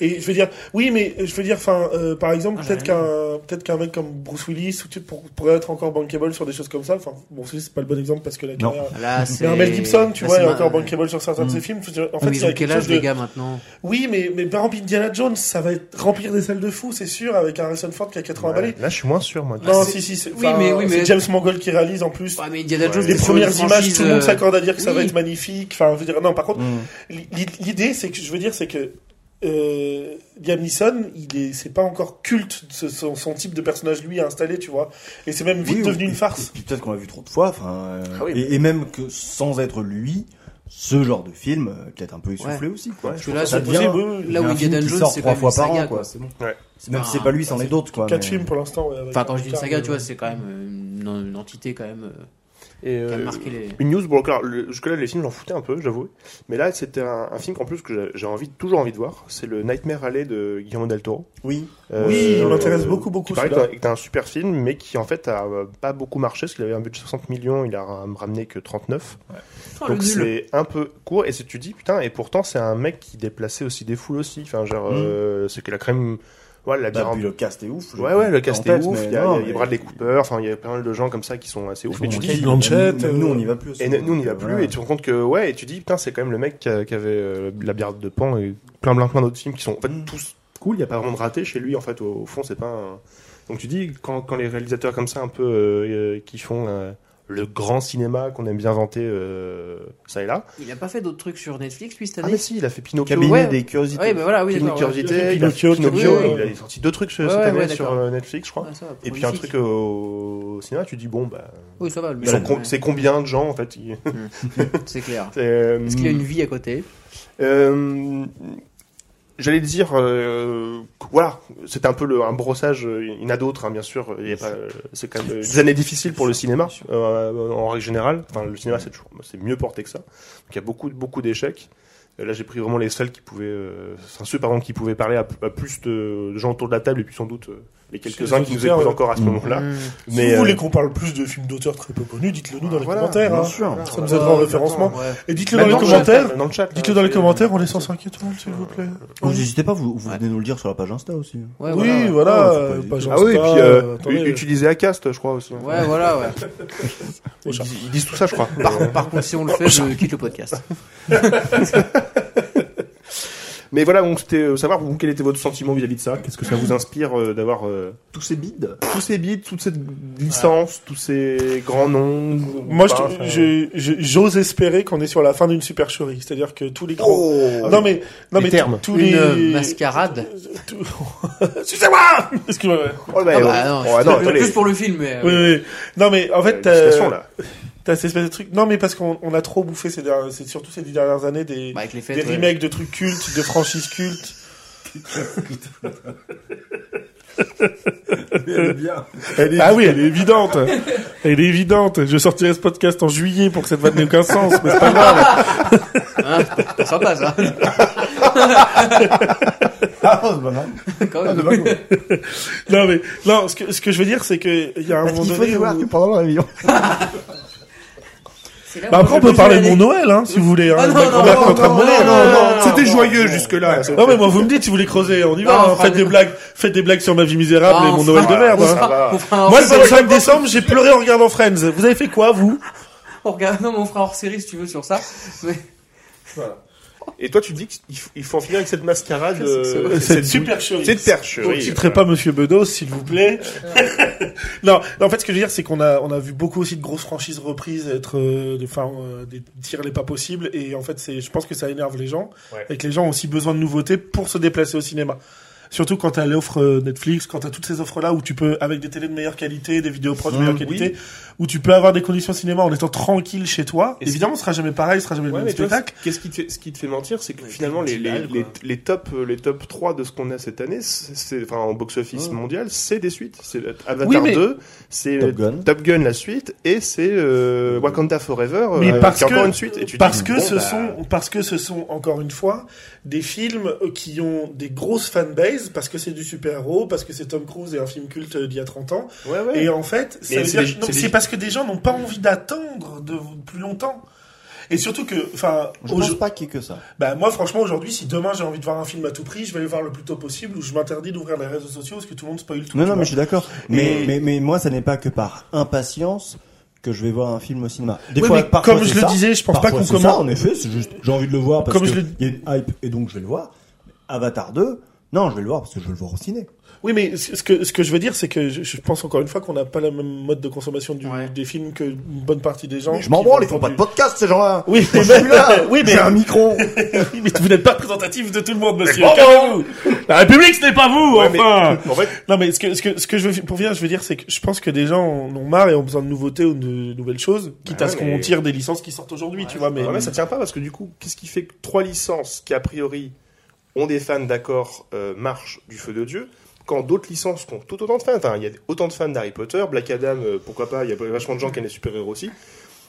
Et je veux dire, oui, mais je veux dire, enfin, euh, par exemple, Ah, peut-être j'en qu'un, peut-être qu'un mec comme Bruce Willis ou tu- pour- pourrait être encore bankable sur des choses comme ça. Enfin, Bruce Willis, c'est pas le bon exemple parce que la Non. carrière. Là, Mais c'est. un Mel Gibson, tu là, vois, c'est est ma- encore bankable sur certains de ses films. Je veux dire, En fait, Ah, mais il ils y a ont quel quelque âge, chose de... les gars, maintenant Oui, mais, mais par exemple, Indiana Jones, ça va être remplir des salles de fous, c'est sûr, avec un Harrison Ford qui a 80 Ouais, balais. Là, je suis moins sûr, moi. Non, Bah, c'est- si, si, c'est oui, enfin, mais- oui, c'est mais- James Mangold qui réalise en plus. Ouais, mais Indiana Ouais. Jones, Les c'est premières une images, franchise, tout le monde euh, s'accorde à dire que ça va oui. être magnifique. Enfin, je veux dire, non, par contre, Mm. L'i- L'idée, c'est que je veux dire, c'est que euh, Liam Neeson, il est, c'est pas encore culte ce- son, son type de personnage lui à installer, tu vois. Et c'est même vite Oui, devenu ou- une farce. et puis Peut-être qu'on l'a vu trop de fois. Enfin, euh, Ah oui, et, et même que sans être lui, ce genre de film, euh, peut-être un peu essoufflé aussi. Quoi. Parce que là, Ça c'est devient- possible, oui, oui. Là où un film Indiana qui Jones, sort c'est trois quand même fois une par saga, an, quoi. quoi. C'est bon. Ouais. C'est- Même si c'est Ah, pas lui, c'en est d'autres, quoi. Quatre mais- films pour l'instant. ouais, avec Enfin, quand je dis une Avatar, saga, euh, tu vois, c'est quand même une, une entité, quand même, euh, Et, qui a euh, marqué les. Une news, bon, alors, le- jusque-là, les films, j'en foutais un peu, j'avoue. Mais là, c'était un, un film qu'en plus, que j'a- j'ai envie, toujours envie de voir. C'est le Nightmare Alley de Guillermo del Toro. Oui. Oui, euh, il m'intéresse beaucoup, beaucoup, Il paraît que celui-là. t'as- que t'as un super film, mais qui, en fait, a euh, pas beaucoup marché, parce qu'il avait un budget de 60 millions, il a ra- ramené que 39. Oh, le Donc nul c'est un peu court, et c'est- tu dis, putain, et pourtant, c'est un mec qui déplaçait aussi des foules aussi. Enfin, genre, Mm. euh, c'est que la crème... Ouais, la Bah, bière puis le cast est ouf. je- Eh ben, Ouais, ouais, le en cast est tête, ouf. mais Il y a, non, il y a mais- Bradley Cooper, enfin, il y a plein de gens comme ça qui sont assez ouf. Mais tu dis, Kate Blanchett, même nous, euh, on n'y va plus. et nous, on n'y va plus, Voilà. et tu te rends compte que, ouais, et tu dis, putain, c'est quand même le mec qui, a- qui avait euh, La Biarde de Pan et plein, plein, plein d'autres films qui sont en fait Mm. tous cool, il n'y a pas vraiment de raté chez lui, en fait, au, au fond, c'est pas un- Donc tu dis, quand, quand les réalisateurs comme ça, un peu, euh, euh, qui font euh, le grand cinéma qu'on aime bien inventer, euh, ça et là. Il a pas fait d'autres trucs sur Netflix, lui, cette Ah, année mais si, il a fait Pinocchio. Cabinet Ouais. des curiosités. Oui, bah voilà, oui, Pinocchio, d'accord, ouais. Curiosité, il a fait Pinocchio, Pinocchio, Curiosité, il a sorti deux trucs ce- Ouais, cette ouais, année ouais, sur d'accord. euh, Netflix, je crois. Ah, ça va, Et puis un prolifique. truc au cinéma, tu dis, bon, bah, Oui, ça va, le ils sont mec, com- ouais. c'est combien de gens, en fait qui- C'est clair. c'est, euh, Est-ce qu'il a une vie à côté Euh, J'allais dire, euh, que- voilà, c'était un peu le, un brossage. euh, Il y en a d'autres, hein, bien sûr. il y a pas- euh, C'est quand même euh, des années difficiles pour le cinéma, euh, en règle générale. Enfin, le cinéma, c'est toujours, c'est mieux porté que ça. Donc, il y a beaucoup, beaucoup d'échecs. Euh, Là, j'ai pris vraiment les seuls qui pouvaient, euh, enfin, ceux par exemple qui pouvaient parler à, à plus de gens autour de la table et puis sans doute euh, les quelques-uns qui nous auditeurs, euh, écoutent ouais. encore à ce Mmh. moment-là. Hmm. Si vous euh, voulez qu'on parle plus de films d'auteurs très peu connus, dites-le nous dans les Voilà, commentaires. bien hein. sûr. Ça Ah, nous aidera au attends, référencement. ouais. Et dites-le dans les dans le chat, commentaires. dans le chat, Dites-le hein, dans les c'est- commentaires, on les 105 étoiles, s'il vous plaît. Vous n'hésitez pas, vous, vous Ouais. venez nous le dire sur la page Insta aussi. Ouais, oui, voilà. voilà. Ouais, faut euh, pas page Ah oui, et Insta, puis euh, euh, attendez, u- utiliser Acast, je crois aussi. Ouais, voilà, ouais. Au Ils chat. disent- ils disent tout ça, je crois. Par, par contre, si on le fait, je quitte le podcast. Mais voilà, donc c'était euh, savoir pour vous quel était votre sentiment vis-à-vis de ça. Qu'est-ce que ça vous inspire euh, d'avoir euh, tous ces bids, tous ces bids, toute cette licence, tous ces grands noms. Moi, je- Enfin, Bah, enfin, oh, je- je- j'ose espérer qu'on est sur la fin d'une supercherie, c'est-à-dire que tous les gros. Oh non mais, non Les mais termes. tous Une euh, les. mascarade. tout- (laughs) Excusez-moi. Excusez-moi. ouais. Oh, mais, Ah bah, non, oh, oh, ah, non, c'est attendez. plus pour le film, mais. euh, Oui, oui. Non mais en fait, Euh, discussion, euh, là. t'as cette espèce de truc. Non mais parce qu'on on a trop bouffé ces dernières, c'est surtout ces dix dernières années des bah, avec les fêtes. des ouais. remakes de trucs cultes, de franchises cultes. Ah oui, elle est évidente. Elle est évidente. Je sortirai ce podcast en juillet pour que cette vanne n'ait aucun sens, mais c'est pas grave. Hein, c'est sympa ça. hein, (laughs) Ah, Quand Ah, Ah, bah, même. Non mais non, ce que ce que je veux dire c'est que il Ah, y a un Parce moment qu'il faut donné. savoir que Où... pendant la réunion. C'est là où Bah après on peut peut parler de aller. mon Noël hein, si vous voulez. Hein. Ah, non, Ma non, grand-mère non, contre hein. non, mon Noël. non, non, non, C'était non. joyeux jusque-là. Non mais moi vous me dites si vous voulez creuser, on y va. Non, hein. on fera Faites des- des blagues, faites des blagues sur ma vie Ah, misérable et on mon fera- Noël de merde. on hein. fera- on fera un Moi, le hors-série. 25 décembre, j'ai pleuré en regardant Friends. Vous avez fait quoi, vous On regarde- Non, mais on fera hors série si tu veux sur ça. Mais Et toi, tu dis qu'il faut, il faut en finir avec cette mascarade. euh, Cette supercherie. Cette perche. Vous ne citerez pas Monsieur Bedos, s'il vous plaît. non, en fait, ce que je veux dire, c'est qu'on a, on a vu beaucoup aussi de grosses franchises reprises être, euh, de- enfin, euh, des tirs les pas possibles. Et en fait, c'est, je pense que ça énerve les gens. Ouais. Et que les gens ont aussi besoin de nouveautés pour se déplacer au cinéma. Surtout quand t'as l'offre euh, Netflix, quand t'as toutes ces offres-là où tu peux, avec des télés de meilleure qualité, des vidéos proches de meilleure qualité, où tu peux avoir des conditions cinéma en étant tranquille chez toi. Et c'est- Évidemment, ce sera jamais pareil, ce sera jamais le Ouais, même mais toi, spectacle. Qu'est-ce qui, te fait- ce qui te fait mentir, c'est que Ouais, finalement, les, les, c'est les, mal, quoi. les top, euh, les top 3 de ce qu'on a cette année, c'est, c'est- enfin, en box-office mondial, c'est des suites. C'est Avatar Oui, mais- 2, c'est Top Gun. Top Gun la suite, et c'est euh, Wakanda Forever, Mais euh, parce qui est encore que- une suite. Et tu Parce dis, que bon, ce bah, sont, parce que ce sont encore une fois des films euh, qui ont des grosses fanbases, parce que c'est du super-héros, parce que c'est Tom Cruise et un film culte euh, d'il y a 30 ans. Ouais, ouais. Et en fait, ça Mais veut c'est dire- lég- non, c'est c'est lég- parce que des gens n'ont pas envie d'attendre de plus longtemps. Et surtout que, enfin, Je au- pense pas qu'il y ait que ça. bah moi franchement aujourd'hui, si demain j'ai envie de voir un film à tout prix, je vais le voir le plus tôt possible, ou je m'interdis d'ouvrir les réseaux sociaux parce que tout le monde spoil tout. Non, tu non, vois. mais je suis d'accord. Mais, Et- mais, mais moi, ça n'est pas que par impatience que je vais voir un film au cinéma. Des Oui, fois, mais parfois, comme c'est je le ça. disais, je pense pas Parfois, qu'on c'est ça, commence. en effet, c'est juste j'ai envie de le voir parce Comme je le- qu'il y a une hype et donc je vais le voir. Avatar 2, non, je vais le voir parce que je veux le voir au ciné. Oui, mais ce ce que, ce que je veux dire, c'est que je, je pense encore une fois qu'on n'a pas le même mode de consommation du- Ouais. des films que une bonne partie des gens. Mais je m'en qui branle, vont ils font pas de entendre podcast ces gens-là. du- Oui, Moi, mais, je suis là. (laughs) oui, mais, J'ai un micro. oui, mais vous n'êtes pas représentatif de tout le monde, monsieur. bon, Calmez-vous. La République, ce n'est pas vous, Ouais, mais- enfin. en fait, Non, mais ce que, ce que, ce que je veux, pour venir, je veux dire, c'est que je pense que des gens en ont marre et ont besoin de nouveautés ou de nouvelles choses, quitte Ah Bah à ce ouais, qu'on mais- tire des licences qui sortent aujourd'hui, tu vois, Ah, mais. Ouais, mais ça tient pas parce que du coup, qu'est-ce qui fait que trois licences qui a priori ont des fans d'accord euh, marchent du feu de Dieu quand d'autres licences qui ont tout autant de fans Enfin, il y a autant de fans d'Harry Potter, Black Adam, euh, pourquoi pas, il y a vachement de gens qui aiment les super-héros aussi.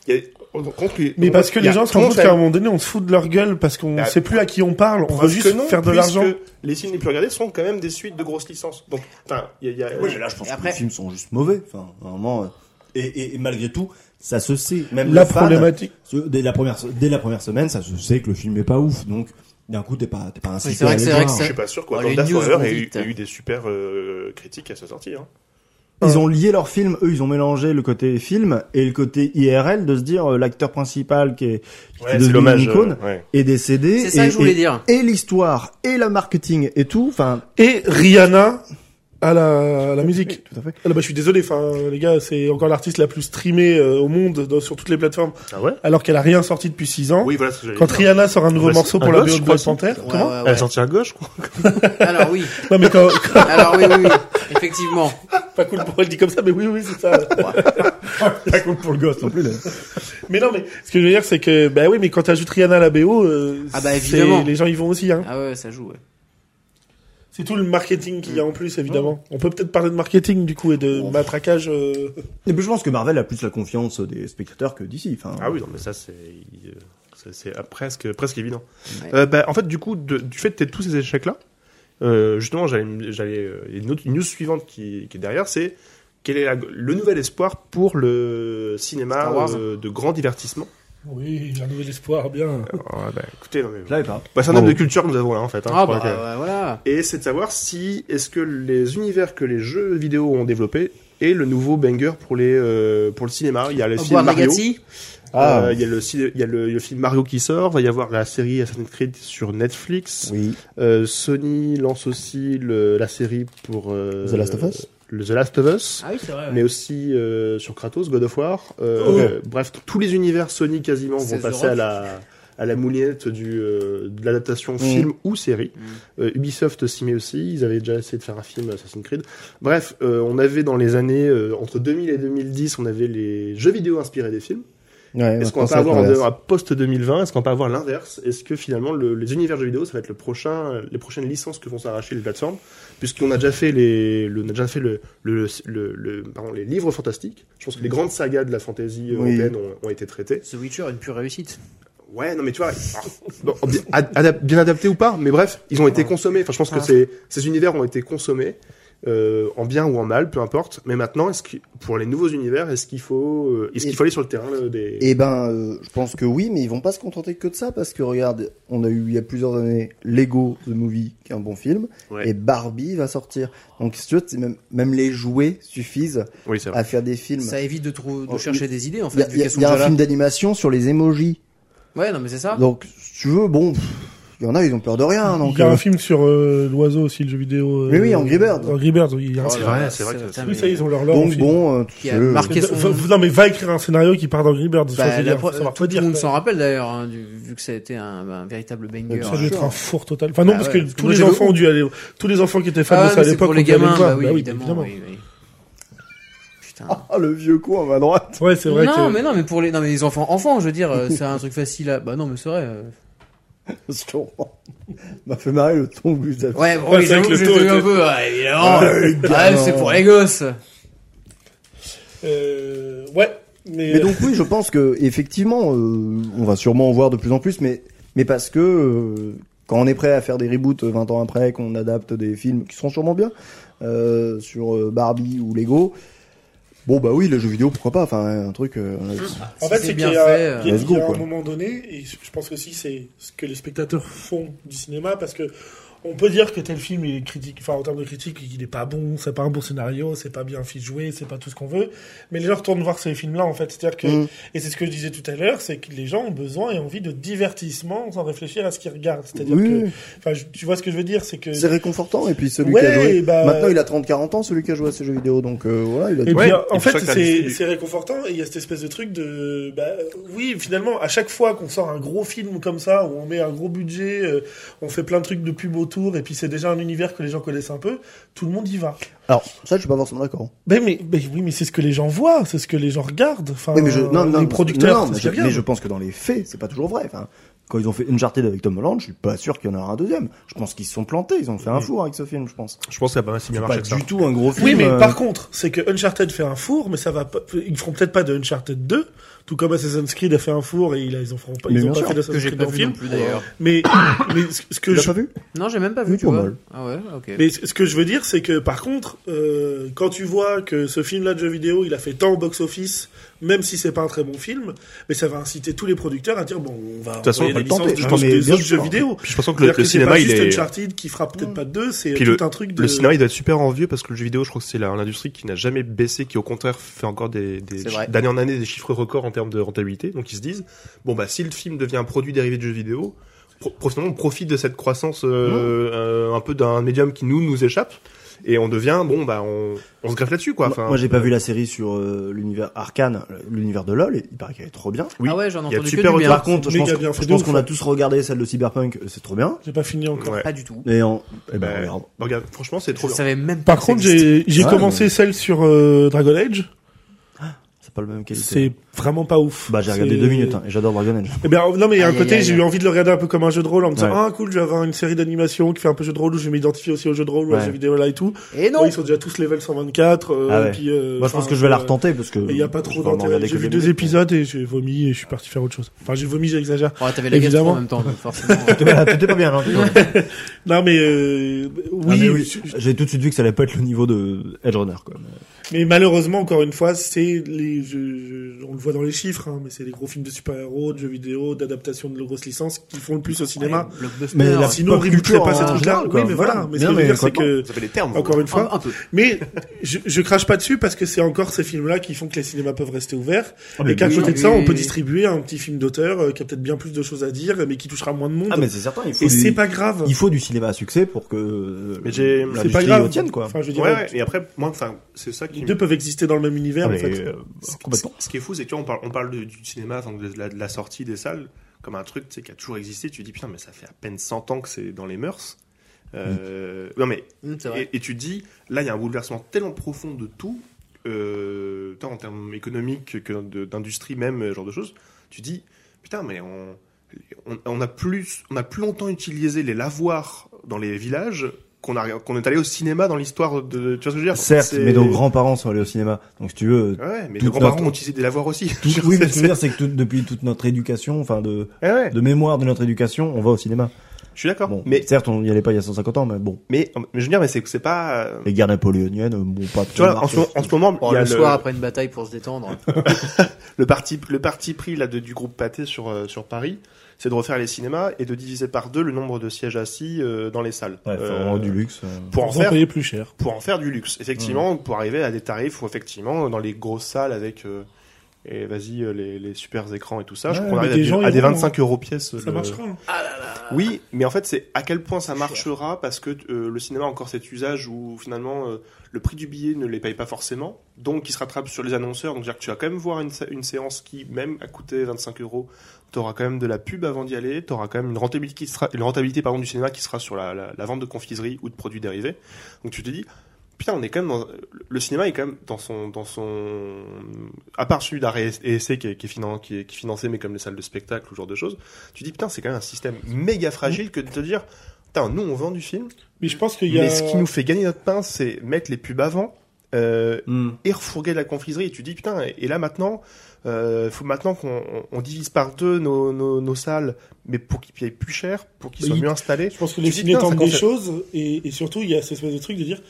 Il y a- on- contre les- Mais on- parce que il y a les gens se tout le rendent monde compte qu'à un fait- moment donné, on se fout de leur gueule parce qu'on Bah, sait plus à qui on parle, on veut Preuve juste que non, faire de puisque l'argent. Les films les plus regardés sont quand même des suites de grosses licences. Donc, enfin, il y a. il y a- Oui, mais là, je pense Et après- que les films sont juste mauvais. Enfin, vraiment. euh, Et, et, et malgré tout, ça se sait. Même La le fan, problématique. ce- dès la première, se- dès la première semaine, ça se sait que le film est pas ouf. Donc, d'un coup, t'es pas, t'es pas incité Oui, c'est vrai que à aller c'est le vrai voir. que Je suis pas sûr que Oh, les Wakanda news Forever vont ait eu, vite. ait eu des super euh, critiques à sa sortie. Hein. Ils ont lié leur film, eux, ils ont mélangé le côté film et le côté IRL de se dire euh, l'acteur principal qui est, qui est c'est devenu une l'hommage. icône euh, ouais. est décédé. C'est ça et, que je voulais et- dire. Et l'histoire, et le marketing, et tout. Enfin, et Rihanna à la, à la musique. tout à fait. Ah bah, je suis désolé, enfin les gars, c'est encore l'artiste la plus streamée euh, au monde dans- sur toutes les plateformes, Ah ouais alors qu'elle a rien sorti depuis 6 ans. Oui, voilà ce que j'allais Quand dire. Rihanna sort un nouveau Bah, c'est morceau un pour la gosse, BO je de crois, Black Panther, Ouais, comment Ah ouais, Elle ouais. est sortie à gauche, quoi. Alors oui. Non mais quand, Alors oui, oui, oui. Effectivement. pas cool pour elle dit comme ça, mais oui oui c'est ça. Pas cool pour le gosse non (laughs) plus. là. mais non mais ce que je veux dire c'est que bah oui mais quand t'ajoutes Rihanna à la BO, euh, Ah bah, c'est- évidemment. les gens y vont aussi. Hein. Ah ouais, ça joue. Ouais. C'est tout le marketing qu'il y a en plus évidemment. On peut peut-être parler de marketing du coup et de Bon. matraquage. euh, Et puis je pense que Marvel a plus la confiance des spectateurs que d'ici. Enfin, Hein. Ah oui, non, mais ça, c'est. euh, ça, C'est euh, presque, presque évident. Ouais. Euh, bah, en fait, du coup, de- du fait de tous ces échecs-là, euh, justement, j'allais, me- j'allais, euh, une autre une news suivante qui, qui est derrière, c'est quel est la- le nouvel espoir pour le cinéma Star Wars. euh, de grand divertissement Oui, un nouvel espoir, bien. Alors, bah, Écoutez, non, mais- je l'avais pas. Bah, c'est un homme de culture que nous avons là, en fait. hein, Ah je crois bah que- ouais, voilà. Et c'est de savoir si est-ce que les univers que les jeux vidéo ont développés est le nouveau banger pour les euh, pour le cinéma. Il y a le film Hogwarts Mario. Ah, bah, Legacy. Ah. Euh, Il y a, le, ciné- il y a le, le film Mario qui sort, va y avoir la série Assassin's Creed sur Netflix. Oui. Euh, Sony lance aussi le- la série pour euh, The Last of Us le The Last of Us, Ah oui, c'est vrai. mais aussi euh, sur Kratos, God of War. Euh, Bref, t- tous les univers Sony quasiment Oh. C'est vont The passer Rock. à la à la moulinette du euh, de Mm. l'adaptation film ou série. Mm. Euh, Ubisoft s'y met aussi. Ils avaient déjà essayé de faire un film Assassin's Creed. Bref, euh, on avait dans les années euh, entre 2000 et 2010, on avait les jeux vidéo inspirés des films. Ouais, Est-ce qu'on maintenant, va pas ça avoir être en- à post 2020 Est-ce qu'on va pas avoir l'inverse Est-ce que finalement le- les univers jeux vidéo ça va être le prochain, les prochaines licences que vont s'arracher les plateformes Puisqu'on a déjà fait les, le- on a déjà fait le, le, le- le- pardon, les livres fantastiques. Je pense que les grandes sagas de la fantasy Oui. européenne ont, ont été traitées. The Witcher est une pure réussite. Ouais, non mais tu vois, alors, bon, bien, ad- adap- bien adaptés ou pas, mais bref, ils ont été consommés. Enfin, je pense que Ah. ces, ces univers ont été consommés. euh, en bien ou en mal, peu importe. Mais maintenant, est-ce que pour les nouveaux univers, est-ce qu'il faut, euh, est-ce qu'il faut aller sur le terrain euh, des Eh ben, euh, je pense que oui, mais ils vont pas se contenter que de ça parce que regarde, on a eu il y a plusieurs années Lego the Movie, qui est un bon film, Ouais. et Barbie va sortir. Donc si tu veux, c'est même même les jouets suffisent Oui, c'est vrai. à faire des films. Ça évite de, trou- de Oh, chercher des idées en Il y fait. a, vu il y a- qu'elles sont il y a un déjà là. film d'animation sur les émojis. Ouais, non, mais c'est ça. Donc si tu veux, bon, pff, il y en a, ils ont peur de rien. Donc il y a euh, un film sur euh, l'oiseau aussi, le jeu vidéo. euh, Mais oui, Angry Birds. Angry Birds, oui, il y a un Oh là film. vrai, là, c'est vrai que- putain, Oui, mais- ça, ils ont leur leur donc film. bon, euh, tu Qui a sais, euh, marqué Va- son. va- Non mais va écrire un scénario qui part d'Angry Birds. Bah, Enfin, je veux la dire, pro- ça va tout pas dire. le monde quoi. s'en rappelle d'ailleurs, hein, du- vu que ça a été un, un véritable banger. Ça hein. doit être un four total. Enfin non, Ah parce ouais, que parce que tous moi, les j'avais enfants ont dû aller, tous les enfants qui étaient fans Ah, de ça à mais c'est l'époque, pour les ont dû aller gamins, le voir. bah oui, Bah oui, évidemment. oui, oui. Putain. (laughs) ah, le vieux con à ma droite. (laughs) Ouais, c'est vrai non, que. mais non, mais pour les, non, mais les enfants, enfants, je veux dire, euh, c'est un truc facile à. Bah non, mais c'est vrai. euh. Je comprends. m'a fait marrer le ton que vous avez. Ouais, bon, Ouais, oui, c'est vrai j'avoue que que le j'ai taux tenu était- Ah, un peu, ouais, évidemment. Ouais, c'est pour les gosses. Euh, ouais, mais. Mais donc oui, je pense que effectivement, euh, on va sûrement en voir de plus en plus, mais mais parce que euh, quand on est prêt à faire des reboots euh, 20 ans après, qu'on adapte des films qui seront sûrement bien euh, sur euh, Barbie ou Lego, bon bah oui, le jeu vidéo pourquoi pas, enfin un truc. euh, En Si fait, c'est c'est qu'il bien y a, fait, euh, il y a- Let's go, il y a un quoi. moment donné, et je je pense aussi c'est ce que les spectateurs font du cinéma, parce que on peut dire que tel film, il est critique, enfin en termes de critique, il est pas bon, c'est pas un bon scénario, c'est pas bien joué, c'est pas tout ce qu'on veut, mais les gens retournent voir ces films-là, en fait, c'est-à-dire que, Mm. et c'est ce que je disais tout à l'heure, c'est que les gens ont besoin et envie de divertissement sans réfléchir à ce qu'ils regardent, c'est-à-dire Oui, que, oui. enfin, je- tu vois ce que je veux dire, c'est que... c'est réconfortant et puis celui Ouais, qui a joué bah- maintenant il a 30 40 ans celui qui a joué à ces jeux vidéo donc euh, voilà il a Et dit- puis, Ouais, et en puis ça fait, que t'as c'est l'esprit. c'est réconfortant et il y a cette espèce de truc de. Bah, euh, oui, finalement, à chaque fois qu'on sort un gros film comme ça, où on met un gros budget, euh, on fait plein de trucs de pub autour, et puis c'est déjà un univers que les gens connaissent un peu, tout le monde y va. alors ça je suis pas forcément d'accord Mais, mais, mais oui, mais c'est ce que les gens voient, c'est ce que les gens regardent. Enfin, Ben, Oui, mais je, non, Euh, les non, producteurs, non, c'est mais, ce qu'ils je, mais regardent. je pense que dans les faits, c'est pas toujours vrai. Enfin, quand ils ont fait Uncharted avec Tom Holland, je suis pas sûr qu'il y en aura un deuxième. Je pense qu'ils se sont plantés, ils ont fait un four avec ce film, je pense. Euh, Je pense que ça a pas mal si bien Pas marché que ça. du hein. tout un gros film. Oui, mais euh, par contre, c'est que Uncharted fait un four, mais ça va pas, ils feront peut-être pas de Uncharted 2, tout comme Assassin's Creed a fait un four et ils, ils en feront pas, Mais ils ont bien pas sûr, fait Que d'Assassin's j'ai Creed pas en vu film. non euh, plus d'ailleurs. Mais, (coughs) mais ce ce tu que l'as je pas vu Non, j'ai même pas Oui, vu, tu pas vois. mal. Ah ouais, ok. Mais ce ce que je veux dire, c'est que par contre, euh, quand tu vois que ce film-là de jeu vidéo, il a fait tant au box-office, même si c'est pas un très bon film, mais ça va inciter tous les producteurs à dire bon, on va toute façon, envoyer on des va le licences tenter. de Non, mais des bien autres sûr. jeux vidéo. Puis je pense que le, C'est-à-dire le que c'est cinéma, pas il juste est. Uncharted qui fera peut-être pas de deux, c'est Puis tout un truc de. Le cinéma, il doit être super envieux parce que le jeu vidéo, je crois que c'est la- l'industrie qui n'a jamais baissé, qui au contraire fait encore des, des C'est vrai. d'année en année des chiffres records en termes de rentabilité. Donc ils se disent, bon bah si le film devient un produit dérivé de jeu vidéo, pro- pro- finalement, on profite de cette croissance euh, Mmh. euh, un peu d'un médium qui nous nous échappe et on devient bon bah on, on se greffe là-dessus quoi. Moi- Enfin, Moi, j'ai pas vu la série sur euh, l'univers Arcane, l'univers de LoL, et il paraît qu'elle est trop bien. oui, ah ouais, j'en ai il y a entendu que de super du bien. Par contre, je méga pense, bien fait je de pense ouf, qu'on a ouais. tous regardé celle de Cyberpunk, c'est trop bien. J'ai pas fini encore. Ouais. Pas du tout. Et on, eh ben, Bah, regarde. regarde, franchement c'est trop Je bien. savais même Par pas que ça contre, j'ai existait. j'ai Ouais, commencé celle sur euh, Dragon Age. c'est pas le même qualité. C'est vraiment pas ouf. Bah, j'ai regardé C'est- deux minutes, hein, et j'adore Dragon Age. Eh ben, non, mais il y a un Aïe, aïe, côté, aïe. j'ai eu envie de le regarder un peu comme un jeu de rôle en me disant, Ouais. ah, cool, je vais avoir une série d'animation qui fait un peu jeu de rôle où je vais m'identifier aussi au jeu de rôle ou à Ouais. jeux vidéo là et tout. Et non Ouais, ils sont déjà tous level 124. euh, Ah ouais. et puis, euh, Moi, je pense enfin, que je vais la euh, retenter parce que. Il n'y a pas je trop vais en d'intérêt. regarder J'ai que vu des (laughs) deux minutes. épisodes et j'ai vomi et je suis parti faire autre chose. Enfin, j'ai vomi, j'exagère. Oh, t'avais la gastro Évidemment. en même temps, donc forcément. euh, Voilà, Ah, Tout est pas bien, non, tout est pas bien. (laughs) Non, mais euh, Ah, oui. mais je- J'ai tout de suite vu que ça allait pas être le niveau de Edge Runner, quoi. Mais- Mais malheureusement, encore une fois, c'est les, je- je- on le voit dans les chiffres, hein, mais c'est les gros films de super-héros, de jeux vidéo, d'adaptation de grosses licences qui font le plus au cinéma. Blockbuster. Mais la- Sinon, on pop rebooterait culture pas ces en trucs-là. général, Oui, quoi. mais voilà. Mais ce Non, que je veux mais dire, c'est que, Ça fait des termes. encore une fois, Un, un peu. mais je, je crache pas dessus parce que c'est encore ces films-là qui font que les cinémas peuvent rester ouverts. et qu'à oui, côté de oui, ça, oui, on peut oui. distribuer un petit film d'auteur euh, qui a peut-être bien plus de choses à dire, mais qui touchera moins de monde. Ah, mais c'est certain, il faut, et du, c'est pas grave. il faut du cinéma à succès pour que euh, Mais C'est j'ai- c'est pas l'industrie grave. le tienne, quoi. Enfin, je veux Ouais, dire, euh, ouais. Et après, moi, enfin, c'est ça les qui. me- deux peuvent exister dans le même univers, Ah, en mais, fait. euh, Ce- complètement. Ce qui est fou, c'est que tu vois, on parle, on parle de- du cinéma, enfin, de, la, de la sortie des salles, comme un truc tu sais, qui a toujours existé. Tu te dis, putain, mais ça fait à peine 100 ans que c'est dans les mœurs. Euh, Non, mais Hum, c'est vrai. Et, et tu te dis, là, il y a un bouleversement tellement profond de tout, euh, tant en termes économiques que de- d'industrie même, euh, genre de choses. Tu te dis, putain, mais on, on, on a plus, on a plus longtemps utilisé les lavoirs dans les villages qu'on a- qu'on est allé au cinéma dans l'histoire de. Tu vois ce que je veux dire Certes, C'est- mais nos grands-parents sont allés au cinéma. Donc, si tu veux, Ouais, mais Tout nos grands-parents notre- ont utilisé des lavoirs aussi. tout- oui, mais ce que je veux dire, c'est que tout- depuis toute notre éducation, enfin, de, Ouais, ouais, de mémoire de notre éducation, on va au cinéma. je suis d'accord. Bon, Mais, certes, on n'y allait pas il y a 150 ans, mais bon, mais, mais je veux dire, mais c'est que c'est pas. euh, les guerres napoléoniennes, euh, bon, pas Tu vois, en ce, en ce moment, Bon, il y a Oh, le soir après une bataille pour se détendre. le parti, le parti pris là, de- du groupe Pâté sur, euh, sur Paris, c'est de refaire les cinémas et de diviser par deux le nombre de sièges assis euh, dans les salles. Bref, Euh, du luxe. euh. Pour en, faire, payer plus cher. pour en faire du luxe, effectivement, pour arriver à des tarifs où, effectivement, dans les grosses salles avec. euh, et vas-y, euh, les, les super écrans et tout ça, je Ouais, crois qu'on mais arrive à des des- gens à, des iront, 25 euros pièce. Ça marchera. hein. Oui, mais en fait, c'est à quel point ça marchera parce que euh, le cinéma a encore cet usage où finalement euh, le prix du billet ne les paye pas forcément, donc il se rattrape sur les annonceurs. Donc, c'est-à-dire que tu vas quand même voir une, sé- une séance qui, même à coûter 25 euros, t'auras quand même de la pub avant d'y aller, t'auras quand même une rentabilité, qui sera, une rentabilité pardon, du cinéma qui sera sur la, la- la vente de confiseries ou de produits dérivés. Donc, tu te dis. Putain, on est quand même dans, le cinéma est quand même dans son, dans son, à part celui d'arrêt et essai qui est, qui est finan- qui est- qui est financé, mais comme les salles de spectacle ou ce genre de choses, tu dis putain c'est quand même un système méga fragile que de te dire putain nous on vend du film Mais je pense qu'il y a. mais ce qui nous fait gagner notre pain c'est mettre les pubs avant euh, et refourguer de la confiserie et tu dis putain et, et là maintenant euh, faut maintenant qu'on on- on divise par deux nos, nos, nos salles mais pour qu'ils payent plus cher pour qu'ils soient Oui. mieux installés Je pense que Tu les dis, films putain, tentent ça des commence à- choses et, et surtout il y a cette espèce de truc de dire.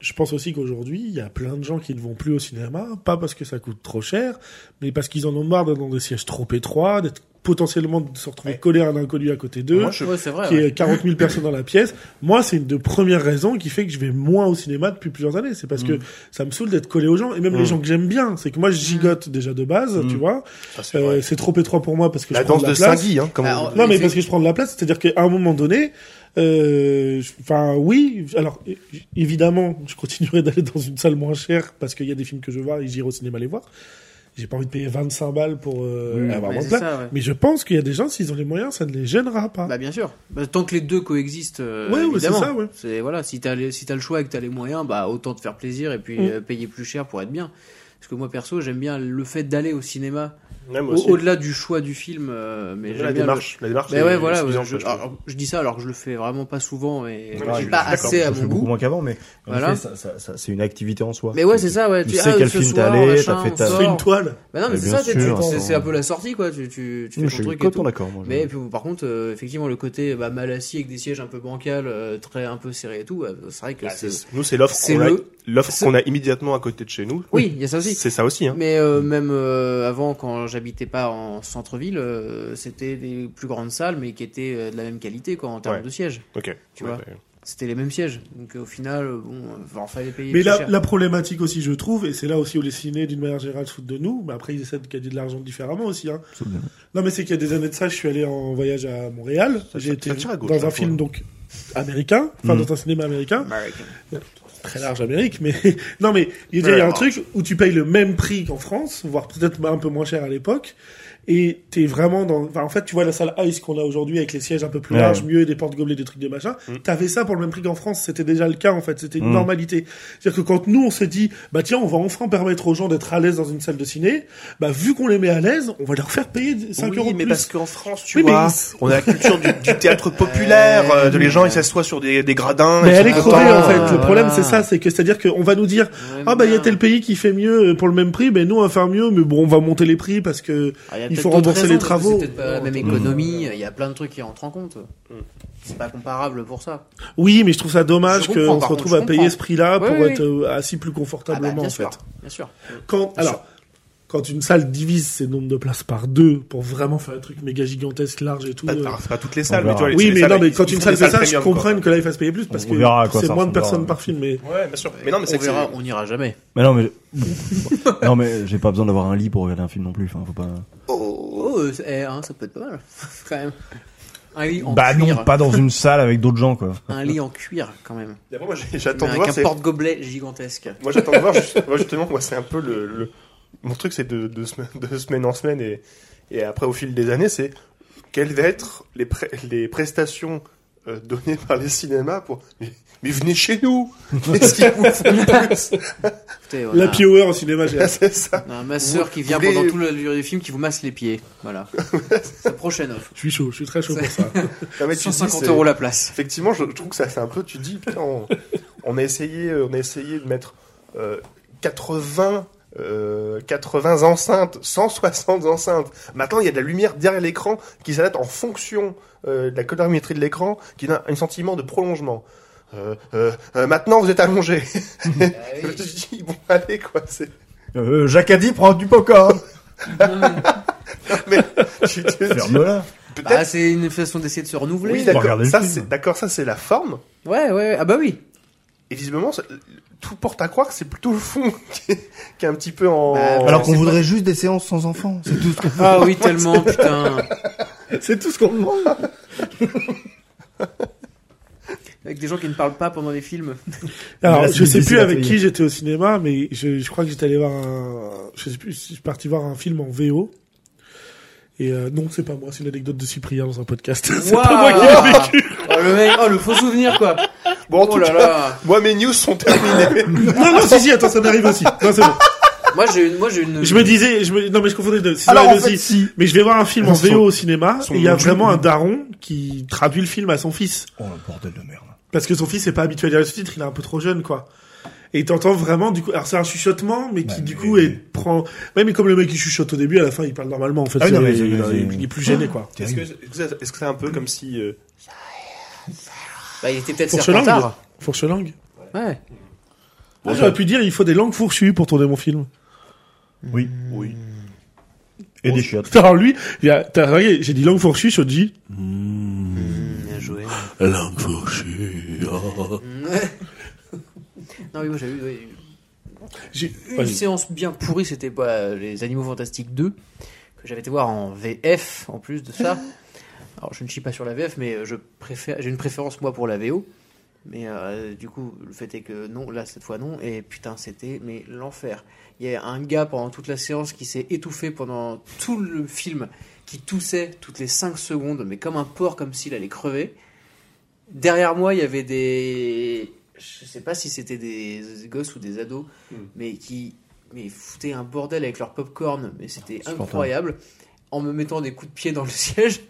Je pense aussi qu'aujourd'hui il y a plein de gens qui ne vont plus au cinéma, pas parce que ça coûte trop cher, mais parce qu'ils en ont marre d'être dans des sièges trop étroits, d'être potentiellement de se retrouver Ouais. collé à un inconnu à côté d'eux, Moi, je- Ouais, c'est vrai. qu'il y ouais. ait 40 000 personnes dans la pièce. Moi c'est une des premières raisons qui fait que je vais moins au cinéma depuis plusieurs années. C'est parce que ça me saoule d'être collé aux gens et même Mm. les gens que j'aime bien. C'est que moi je gigote déjà de base, tu vois. Ça, c'est Euh, vrai. C'est trop étroit pour moi parce que la je prends danse de la de place. Saint-Guy hein, comme on Alors, dit. Non, mais Et parce c'est- que je prends de la place, c'est-à-dire qu'à un moment donné, euh, je- enfin oui, alors é- évidemment, je continuerai d'aller dans une salle moins chère parce qu'il y a des films que je vois et j'irai au cinéma les voir. J'ai pas envie de payer 25 balles pour euh, avoir Ouais, mon c'est plat. ça, ouais. Mais je pense qu'il y a des gens, s'ils ont les moyens, ça ne les gênera pas. Bah bien sûr. Bah, tant que les deux coexistent, euh, Hein Ouais, ouais, c'est évidemment. ça, ouais. C'est voilà, si t'as les- si t'as le choix et que t'as les moyens, bah autant te faire plaisir et puis Mm. euh, payer plus cher pour être bien. Parce que moi perso, j'aime bien le fait d'aller au cinéma, Ouais, moi au- aussi. au-delà du choix du film, euh, mais la j'aime bien le- démarche la démarche Mais est- ouais, est voilà. suffisante, je, je trouve. alors, je dis ça alors que je le fais vraiment pas souvent et Non, mais pas je suis assez à Je mon fais beaucoup goût. moins qu'avant, mais en Voilà. effet, ça- ça- ça- c'est une activité en soi. Mais ouais, c'est ça, ouais. Tu dis, sais ah, quel ce film t'es soir, allé, machin, t'as fait on ta- Tu sort. fais une toile. Bah non, mais Mais c'est bien ça, t'es- sûr, t'es- attends. c'est c'est un peu la sortie, quoi. Tu, tu, tu Mmh, fais Je ton suis truc et tout. complètement d'accord. moi, je- Mais puis, par contre, euh, effectivement, le côté bah, mal assis avec des sièges un peu bancals, euh, très un peu serrés et tout, euh, c'est vrai que Bah, c'est. c'est- nous c'est l'offre c'est qu'on a le- l'offre c'est- qu'on a immédiatement à côté de chez nous Oui, il y a ça aussi. c'est ça aussi hein. Mais euh, même euh, avant, quand j'habitais pas en centre-ville, euh, c'était des plus grandes salles, mais qui étaient euh, de la même qualité, quoi, en termes Ouais. de sièges. ok Tu Ouais, vois. bah, C'était les mêmes sièges. Donc euh, au final, euh, bon, euh, enfin, fallait payer. Mais plus la, cher. la problématique aussi, je trouve, et c'est là aussi où les ciné, d'une manière générale, se foutent de nous. Mais après, ils essaient de gagner de l'argent différemment aussi. Hein. Non, mais c'est qu'il y a des années de ça, je suis allé en voyage à Montréal. Ça- J'ai ça- été ça tire à gauche, hein. dans là, un film ouais. donc américain, enfin Mm. dans un cinéma américain, American. très large Amérique, mais (laughs) non, mais il y a- il y a un truc où tu payes le même prix qu'en France, voire peut-être un peu moins cher à l'époque. Et t'es vraiment dans. Enfin, en fait, tu vois la salle Ice qu'on a aujourd'hui avec les sièges un peu plus Ouais. larges, mieux, des portes gobelets, des trucs, des machins. Mm. T'avais ça pour le même prix qu'en France. C'était déjà le cas, en fait. C'était une Mm. normalité. C'est-à-dire que quand nous, on se dit, bah tiens, on va enfin permettre aux gens d'être à l'aise dans une salle de ciné, bah vu qu'on les met à l'aise, on va leur faire payer 5 oui, euros de mais plus. parce qu'en France, tu Oui, mais vois, ils- on a la culture du, du théâtre populaire, euh, de les gens ils s'assoient sur des, des gradins. Mais ils elle est sont crevée, contents. Ah. en fait. Le voilà. problème, c'est ça. C'est que, c'est-à-dire qu'on va nous dire, Ouais, Ah bah il y a bien. euh, tel pays qui fait mieux pour le même prix, ben nous on va faire mieux, mais bon on va monter les prix parce que Ah, il y a ils Il peut-être faut d'autres rembourser les raisons, parce que travaux. Mm. C'est peut-être pas la même économie, il y a plein de trucs qui rentrent en compte. C'est pas comparable pour ça. Oui, mais je trouve ça dommage Je comprends, qu'on se par contre, retrouve à je payer comprends. ce prix-là Ouais, pour ouais, être euh, assis plus Ah bah, confortablement, bien en sûr, fait. bien sûr. Quand, alors, quand une salle divise ses nombres de places par deux pour vraiment faire un truc méga gigantesque, large et tout. Pas- euh, alors, Bah, c'est pas toutes les salles, verra. mais tu vois, les- oui, les mais salles, non, mais ils- quand ils une font salle des fait ça, salles je premium, quoi. comprends que là, il fasse payer plus parce On que verra à quoi c'est ça moins de ressemblera, personnes ouais. par film, mais. Ouais, bien sûr. Mais non, mais c'est on que c'est- verra, on n'ira jamais. Mais non, mais. (laughs) non, mais j'ai pas besoin d'avoir un lit pour regarder un film non plus. Enfin, faut pas. Oh, euh, eh, hein, ça peut être pas mal, (laughs) quand même. Un lit en Bah cuir. non, pas dans (laughs) une salle avec d'autres gens, quoi. Un lit en cuir, quand même. D'abord, moi, j'ai- Mais j'attends de avec voir. un c'est- porte-gobelet gigantesque. Moi, j'attends de (laughs) voir. juste- Moi, justement, moi, c'est un peu le, le- mon truc, c'est de, de, semaine, de semaine en semaine et, et après au fil des années, c'est quelles vont être les, pré- les prestations euh, données par les cinémas pour. Mais, mais venez chez nous. (laughs) Qu'est-ce qu'ils vous font de plus Écoutez, on La a- Power au cinéma, j'ai- C'est ça. on a un masseur qui vient Vous voulez- pendant tout le durée du film qui vous masse les pieds. (laughs) Voilà. C'est la prochaine offre. je suis chaud, je suis très chaud pour ça. Non, mais tu te dis, 150 c'est- euros la place. Effectivement, je trouve que ça fait un peu. Tu te dis, putain, on, on a essayé, on a essayé de mettre euh, 80. euh, 80 enceintes, 160 enceintes. Maintenant, il y a de la lumière derrière l'écran qui s'adapte en fonction euh, de la colorimétrie de l'écran, qui donne un sentiment de prolongement. Euh, euh, euh, maintenant, vous êtes allongé. (laughs) Je te dis, bon, allez quoi. C'est... Euh, Jacques a dit, prends du (laughs) popcorn. Mais tu te dis, Ferme-le là. peut-être. Bah, c'est une façon d'essayer de se renouveler. oui, On va d'accord. regarder le Ça, film. c'est d'accord. Ça, c'est la forme. Ouais, ouais, ouais. Ah bah (laughs) oui. Et visiblement, ça- tout porte à croire que c'est plutôt le fond (laughs) qui est, qui est un petit peu en. Bah, Alors Alors qu'on qu'on C'est voudrait juste des séances sans enfants. C'est tout ce qu'on Ah oui, tellement, putain. C'est tout ce qu'on demande. Avec des gens qui ne parlent pas pendant les films. Alors, Mais là, je c'est sais difficile plus à avec payer. qui j'étais au cinéma, mais je, je crois que j'étais allé voir un, je sais plus, si je suis parti voir un film en VO. Et euh, non, c'est pas moi, c'est une anecdote de Cyprien dans un podcast. (laughs) (laughs) c'est pas moi qui l'ai vécu. Oh le mec, oh le faux souvenir quoi. Bon, en Oh tout là cas, là. moi mes news sont terminées. Non, non, si, si, attends, ça m'arrive aussi. Non, c'est bon. Moi j'ai une, moi j'ai une. Je me disais, je me, non, mais je confondais les deux. Ça Alors en m'arrive fait, aussi. si. Mais je vais voir un film en Son- VO au cinéma, son et il y a jeu. vraiment un daron qui traduit le film à son fils. Oh le bordel de merde. Parce que son fils est pas habitué à lire le sous-titre, il est un peu trop jeune, quoi. Et t'entends vraiment, du coup, alors c'est un chuchotement, mais qui, Ouais, du mais- coup, est, prend, même comme le mec qui chuchote au début, à la fin, il parle normalement, en fait. Ah oui, C'est- non, mais- il, mais- il- il est plus gêné, quoi. Est-ce que est-ce que c'est un peu comme si euh, Bah il était peut-être Pour ce langue. serpentard. Fourche langue. Ouais. Ah, J'aurais pu dire, il faut des langues fourchues pour tourner mon film. Oui. Oui. Et des chiottes. (laughs) Alors lui, il y a- t'as regardé, j'ai dit langue fourchue, je te dis, Hmm. Mmh, Bien joué. langue fourchue. oh. (laughs) Non oui moi j'ai vu. oui. J'ai, Une vas-y. séance bien pourrie, c'était pas euh, les Animaux Fantastiques 2 que j'avais été voir en VF en plus de ça. Alors je ne chie pas sur la VF, mais euh, je préfère, j'ai une préférence moi pour la VO. Mais euh, du coup, le fait est que non, là cette fois non. Et putain, c'était mais l'enfer. Il y a un gars pendant toute la séance qui s'est étouffé pendant tout le film, qui toussait toutes les 5 secondes, mais comme un porc, comme s'il allait crever. Derrière moi, il y avait des. Je sais pas si c'était des gosses ou des ados, Hmm. mais qui mais foutaient un bordel avec leur popcorn. Mais c'était incroyable. En me mettant des coups de pied dans le (laughs) siège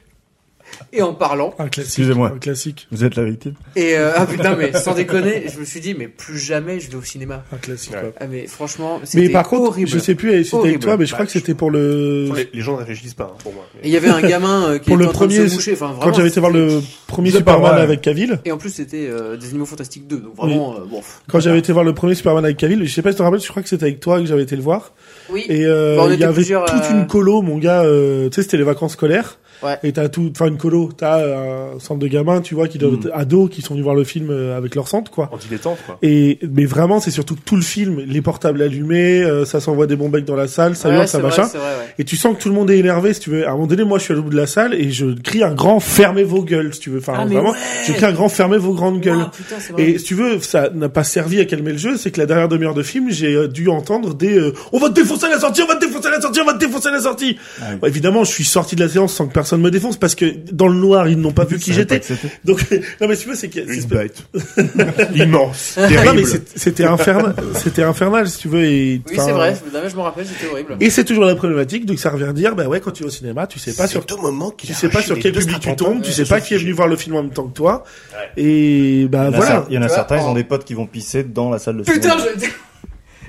et en parlant. Un classique. Excusez-moi. Un classique. Vous êtes la victime. Et euh, ah putain, mais sans déconner, je me suis dit, mais plus jamais je vais au cinéma. Un classique, Ouais. quoi. Ah, mais franchement, c'était Mais par contre, horrible. je sais plus eh, c'était avec Horrible. toi, mais je crois que c'était pour le. les, les gens ne réfléchissent pas hein, pour moi. Et il y avait un gamin euh, qui Pour était le en train de premier, se moucher. Enfin, Quand vraiment, j'avais été voir le premier C'est pas Superman vrai. avec Cavill, Et en plus, c'était euh, des Animaux Fantastiques 2. Donc vraiment, euh, bon. quand j'avais été voir le premier Superman avec Cavill, je sais pas si tu te rappelles, je crois que c'était avec toi que j'avais été le voir. Oui. Et euh, Bah, on il y était avait toute plusieurs, euh, une colo, mon gars. euh, tu sais, c'était les vacances scolaires. Ouais. Et t'as tout, enfin une colo, t'as euh, un centre de gamins, tu vois, qui doivent Mm. être ados, qui sont venus voir le film euh, avec leur centre, quoi. En dilettante quoi. Et mais vraiment, c'est surtout tout le film, les portables allumés, euh, ça s'envoie des bons becs dans la salle, ça Ouais, hurle, c'est ça vrai, machin. c'est vrai, ouais. Et tu sens que tout le monde est énervé, si tu veux. À un moment donné, moi, je suis à l'autre bout de la salle et je crie un grand fermez vos gueules, si tu veux. Enfin, Ah, mais vraiment, ouais. je crie un grand fermez vos grandes gueules. Ah, putain, c'est vrai. Et si tu veux, ça n'a pas servi à calmer le jeu, c'est que la dernière demi-heure de film, j'ai euh, dû entendre des euh, on va te défoncer à la sortie, on va te défoncer à la sortie, on va te défoncer à la sortie. Ah Bah, évidemment, je suis sorti de la séance sans que personne me défonce parce que dans le noir, ils n'ont pas vu qui j'étais. Donc (laughs) non mais si tu veux, c'est que c'est- Une bête. Immense. Non, Terrible. mais c'est- c'était (laughs) infernal, c'était infernal si tu veux et Oui, enfin, c'est vrai. Non, mais Je me rappelle, c'était horrible. Et c'est toujours la problématique, donc ça revient dire bah ouais, quand tu vas au cinéma, tu sais pas sur au moment qu'il tu a sais pas arraché sur les quel deux public tu strapontins. tombes, tu sais Ouais, pas sur qui est ce venu sujet. voir le film en même temps que toi. Et bah voilà. Il y en a Ah, Tu vois, certains, ils en- ont des potes qui vont pisser dans la salle de Putain, cinéma. je... (laughs)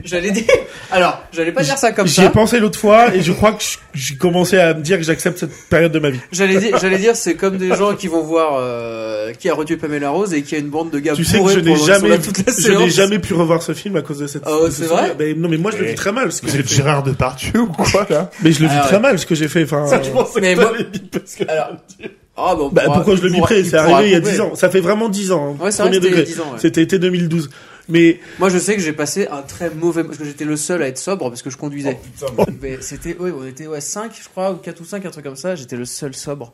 J'allais dire. Alors, j'allais pas dire ça comme J'y ai ça. pensé l'autre fois et je crois que je- j'ai commencé à me dire que j'accepte cette période de ma vie. J'allais dire, j'allais dire, c'est comme des gens qui vont voir euh, qui a retué Pamela Rose et qui a une bande de gars Tu sais que bourrés je n'ai pendant- sont là jamais, toute la je n'ai séance. jamais pu revoir ce film à cause de cette. Ah ouais, de ce c'est vrai soir. Ben, non, mais moi je le Mais- vis très mal. Ce que Vous j'ai êtes fait. Gérard Depardieu ou quoi, là Mais je le Ah vis ouais. très mal ce que j'ai fait. Enfin, euh, Mais moi, alors, ah, bon, bah, pourquoi je le pourra- vivrai C'est pourra arrivé il y a couper. 10 ans. Ça fait vraiment 10 ans. hein, Ouais, c'est vrai premier que c'était il y a degré. 10 ans, ouais. C'était été 2012. Mais Moi, je sais que j'ai passé un très mauvais, parce que j'étais le seul à être sobre parce que je conduisais. Oh, Mais c'était, ouais, on était ouais 5 je crois ou 4 ou 5 un truc comme ça. J'étais le seul sobre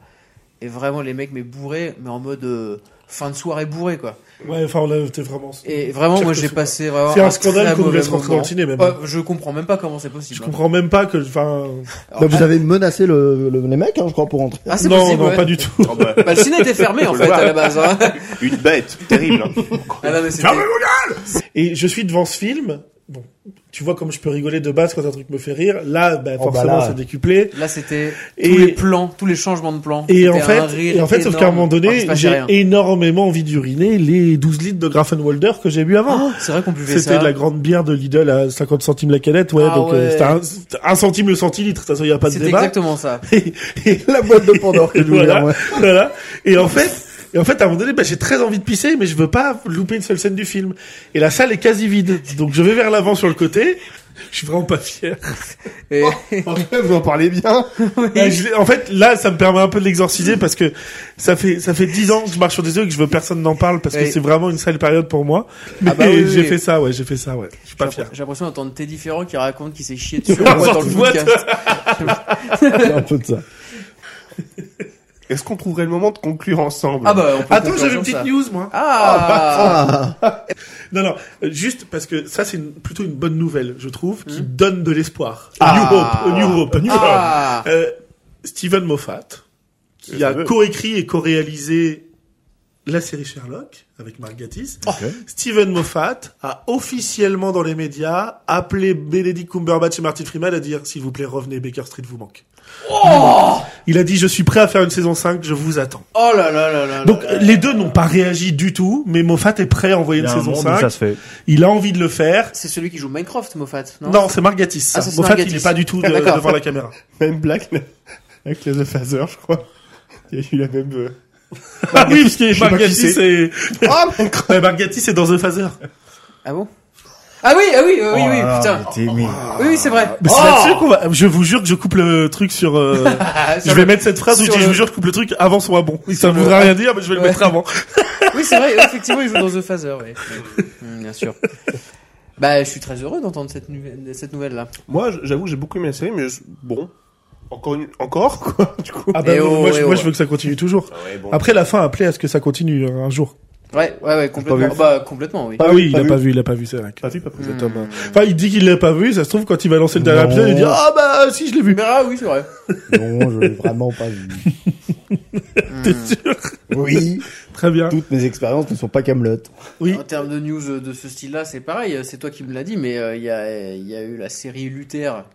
et vraiment les mecs mais bourrés, mais en mode euh, fin de soirée bourré quoi. ouais, enfin, là, c'était vraiment. Et vraiment, Pire moi, que j'ai sous- passé vraiment. C'est un très scandale qu'on nous mauvais laisse rentrer dans moment. le ciné, même. Ouais, je comprends même pas comment c'est possible. hein. Je comprends même pas que. Enfin, Alors, Bah, vous avez menacé le, le- les mecs, hein, je crois, pour rentrer. Ah, (laughs) c'est non, possible. non, ouais. pas du tout. Oh, bah, Bah, le ciné était (laughs) fermé en Faut le fait à voir. la base. Hein. une bête terrible. hein. Ah, non, mais c'était- Et je suis devant ce film. Bon, tu vois comme je peux rigoler de base quand un truc me fait rire. Là, ben, Oh, bah forcément, là. c'est décuplé. Là, c'était Et- tous les plans, tous les changements de plans. Et C'était en un fait, rire et en fait, sauf énorme. Ah, qu'à un moment Enfin, il donné, se passait j'ai rien. énormément envie d'uriner les 12 litres de Grafenwalder que j'ai bu avant. Ah, c'est vrai qu'on buvait ça. C'était de la grande bière de Lidl à 50 centimes la canette, ouais, Ah donc euh, ouais. c'était un, c'était un centime le centilitre, de toute façon, il n'y a pas de C'était débat. exactement ça. La boîte de Pandore que j'ai ouvert, Voilà. ouais. voilà. Et en fait, et en fait, à un moment donné, bah, j'ai très envie de pisser, mais je veux pas louper une seule scène du film. Et la salle est quasi vide. Donc je vais vers l'avant sur le côté. Je suis vraiment pas fier. Et... En tout cas, vous en parlez bien. Et Bah, je l'ai- en fait, là, ça me permet un peu de l'exorciser parce que ça fait, ça fait dix ans que je marche sur des œufs et que je veux personne n'en parle parce que Oui. c'est vraiment une sale période pour moi. Mais bah oui, oui, j'ai oui. fait ça, ouais, j'ai fait ça, ouais. Je suis pas J'ai fier. l'impression d'entendre Teddy Ferrand qui raconte qu'il (laughs) s'est chié dessus en boîte dans le Boîte. podcast. C'est un peu de ça. Est-ce qu'on trouverait le moment de conclure ensemble Ah bah, on peut Attends, conclure j'avais sur une petite ça. news, bah, moi. Ah, Non, non, euh, juste parce que ça, c'est une- plutôt une bonne nouvelle, je trouve, qui donne de l'espoir. Hmm. Ah. New Hope, euh, New Hope, New Hope. ah. Euh, Euh, Steven Moffat, qui Le a fameux. coécrit et co-réalisé la série Sherlock avec Mark Gatiss. Steven Moffat a officiellement dans les médias appelé Benedict Cumberbatch et Martin Freeman à dire s'il vous plaît revenez Baker Street vous manque. Oh il a dit je suis prêt à faire une saison 5, je vous attends. Oh là là là Ah là. Donc là là. les deux n'ont pas réagi du tout, mais Moffat est prêt à envoyer Il y une a un saison monde où 5. ça se fait. Il a envie de le faire. c'est celui qui joue Minecraft, Moffat, non Non, c'est Margatis. Ça. Ah, ça, c'est Moffat, il Margatis. n'est pas du tout de- D'accord. devant la caméra. Même blague avec les The Phaser, je crois. Il y a eu la même. euh, (laughs) Ah oui, parce que sais pas qui Margatis est... Ah, mais quoi Ouais, Margatis est dans The Phaser. Ah bon Ah oui, ah oui, euh, oui, oui, putain. Oui, oui, c'est vrai. Oh Oh Mais c'est là-dessus qu'on va... Oh Je vous jure que je coupe le truc sur... euh, Ah, je sur vais le- mettre cette phrase où je sur dis je le- vous jure que je coupe le truc avant son abon. Ça ne le- voudra rien dire, mais je vais le Ouais. mettre (laughs) avant. Oui, c'est vrai, effectivement, il joue dans The Phaser, (laughs) oui. Mm, bien sûr. Bah, je suis très heureux d'entendre cette, nouvelle- cette nouvelle-là. Moi, j- j'avoue, j'ai beaucoup aimé la série, mais je- bon. Encore, une... Encore, quoi, du coup. Ah bah, Eh oh, moi, je, eh moi, oh. je veux que ça continue toujours. Ah Ouais, bon. Après, la fin appelait à ce que ça continue euh, un jour. Ouais, ouais, ouais, complètement. Bah, complètement, oui. Ah oui, il pas a vu. pas vu, il a pas vu, c'est vrai. que- Pas vu, pas pris. Mm. Enfin, il dit qu'il l'a pas vu, ça se trouve, quand il va lancer le dernier Non. épisode, il dit Ah bah si, je l'ai vu. Mais ah oui, c'est vrai. (laughs) Non, je l'ai vraiment pas vu. Mm. T'es sûr Oui, Très bien. toutes mes expériences ne sont pas Camelot. Oui. En termes de news euh, de ce style-là, c'est pareil. euh, C'est toi qui me l'as dit, mais euh, il y, a, euh, il y a eu la série Luther.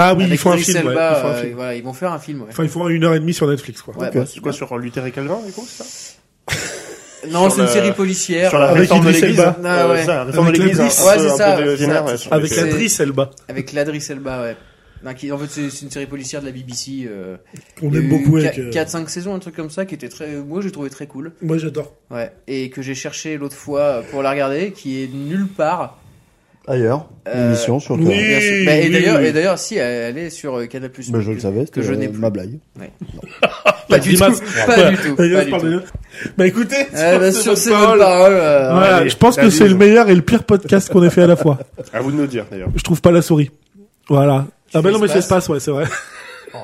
Ah oui, avec il faut un Idris film, ouais. Elba, Il faut un euh, film. voilà, ils vont faire un film. Ouais. Enfin, il faut une heure et demie sur Netflix, quoi. Ouais, ok. bah, c'est Ah C'est quoi bien. sur Luther et Calvin, du coup, c'est ça (laughs) Non, sur c'est une la- série euh, policière Sur la Avec réforme de Idriss l'Église. Elba. Ah ouais. Euh, ça, la réforme Avec de l'Église. la un Brice. peu- Ouais, c'est un peu ça, de ouais. vénère, ouais, sur Avec C'est- la Driss Elba, avec l'Adris Elba. Ouais. Non, qui- en fait, c'est c'est une série policière de la BBC. Euh, qu'on aime beaucoup avec. euh, 4-5 saisons, un truc comme ça, qui était très. Moi, j'ai trouvé très cool. Moi, j'adore. Ouais. Et que j'ai cherché l'autre fois euh, pour la regarder, qui est nulle part. Ailleurs, Euh, émission sur le oui. terrain. Bien sûr. Bah, et oui, d'ailleurs, oui. et d'ailleurs, si, elle est sur euh, Canal+. Bah, je le savais, que je n'ai plus. plus. ma blague. Pas du tout. grimace. Pas du tout. D'ailleurs, je Pas du parle tout. de- Bah écoutez, Eh ben, sur Sur ces ces bonnes bonnes paroles- paroles. euh, Voilà, allez, je pense que salut. c'est le meilleur et le pire podcast qu'on ait fait à la fois. À vous de nous dire, d'ailleurs. Je trouve pas la souris. Voilà. Ah fais ben non mais c'est espace. passe ouais c'est vrai.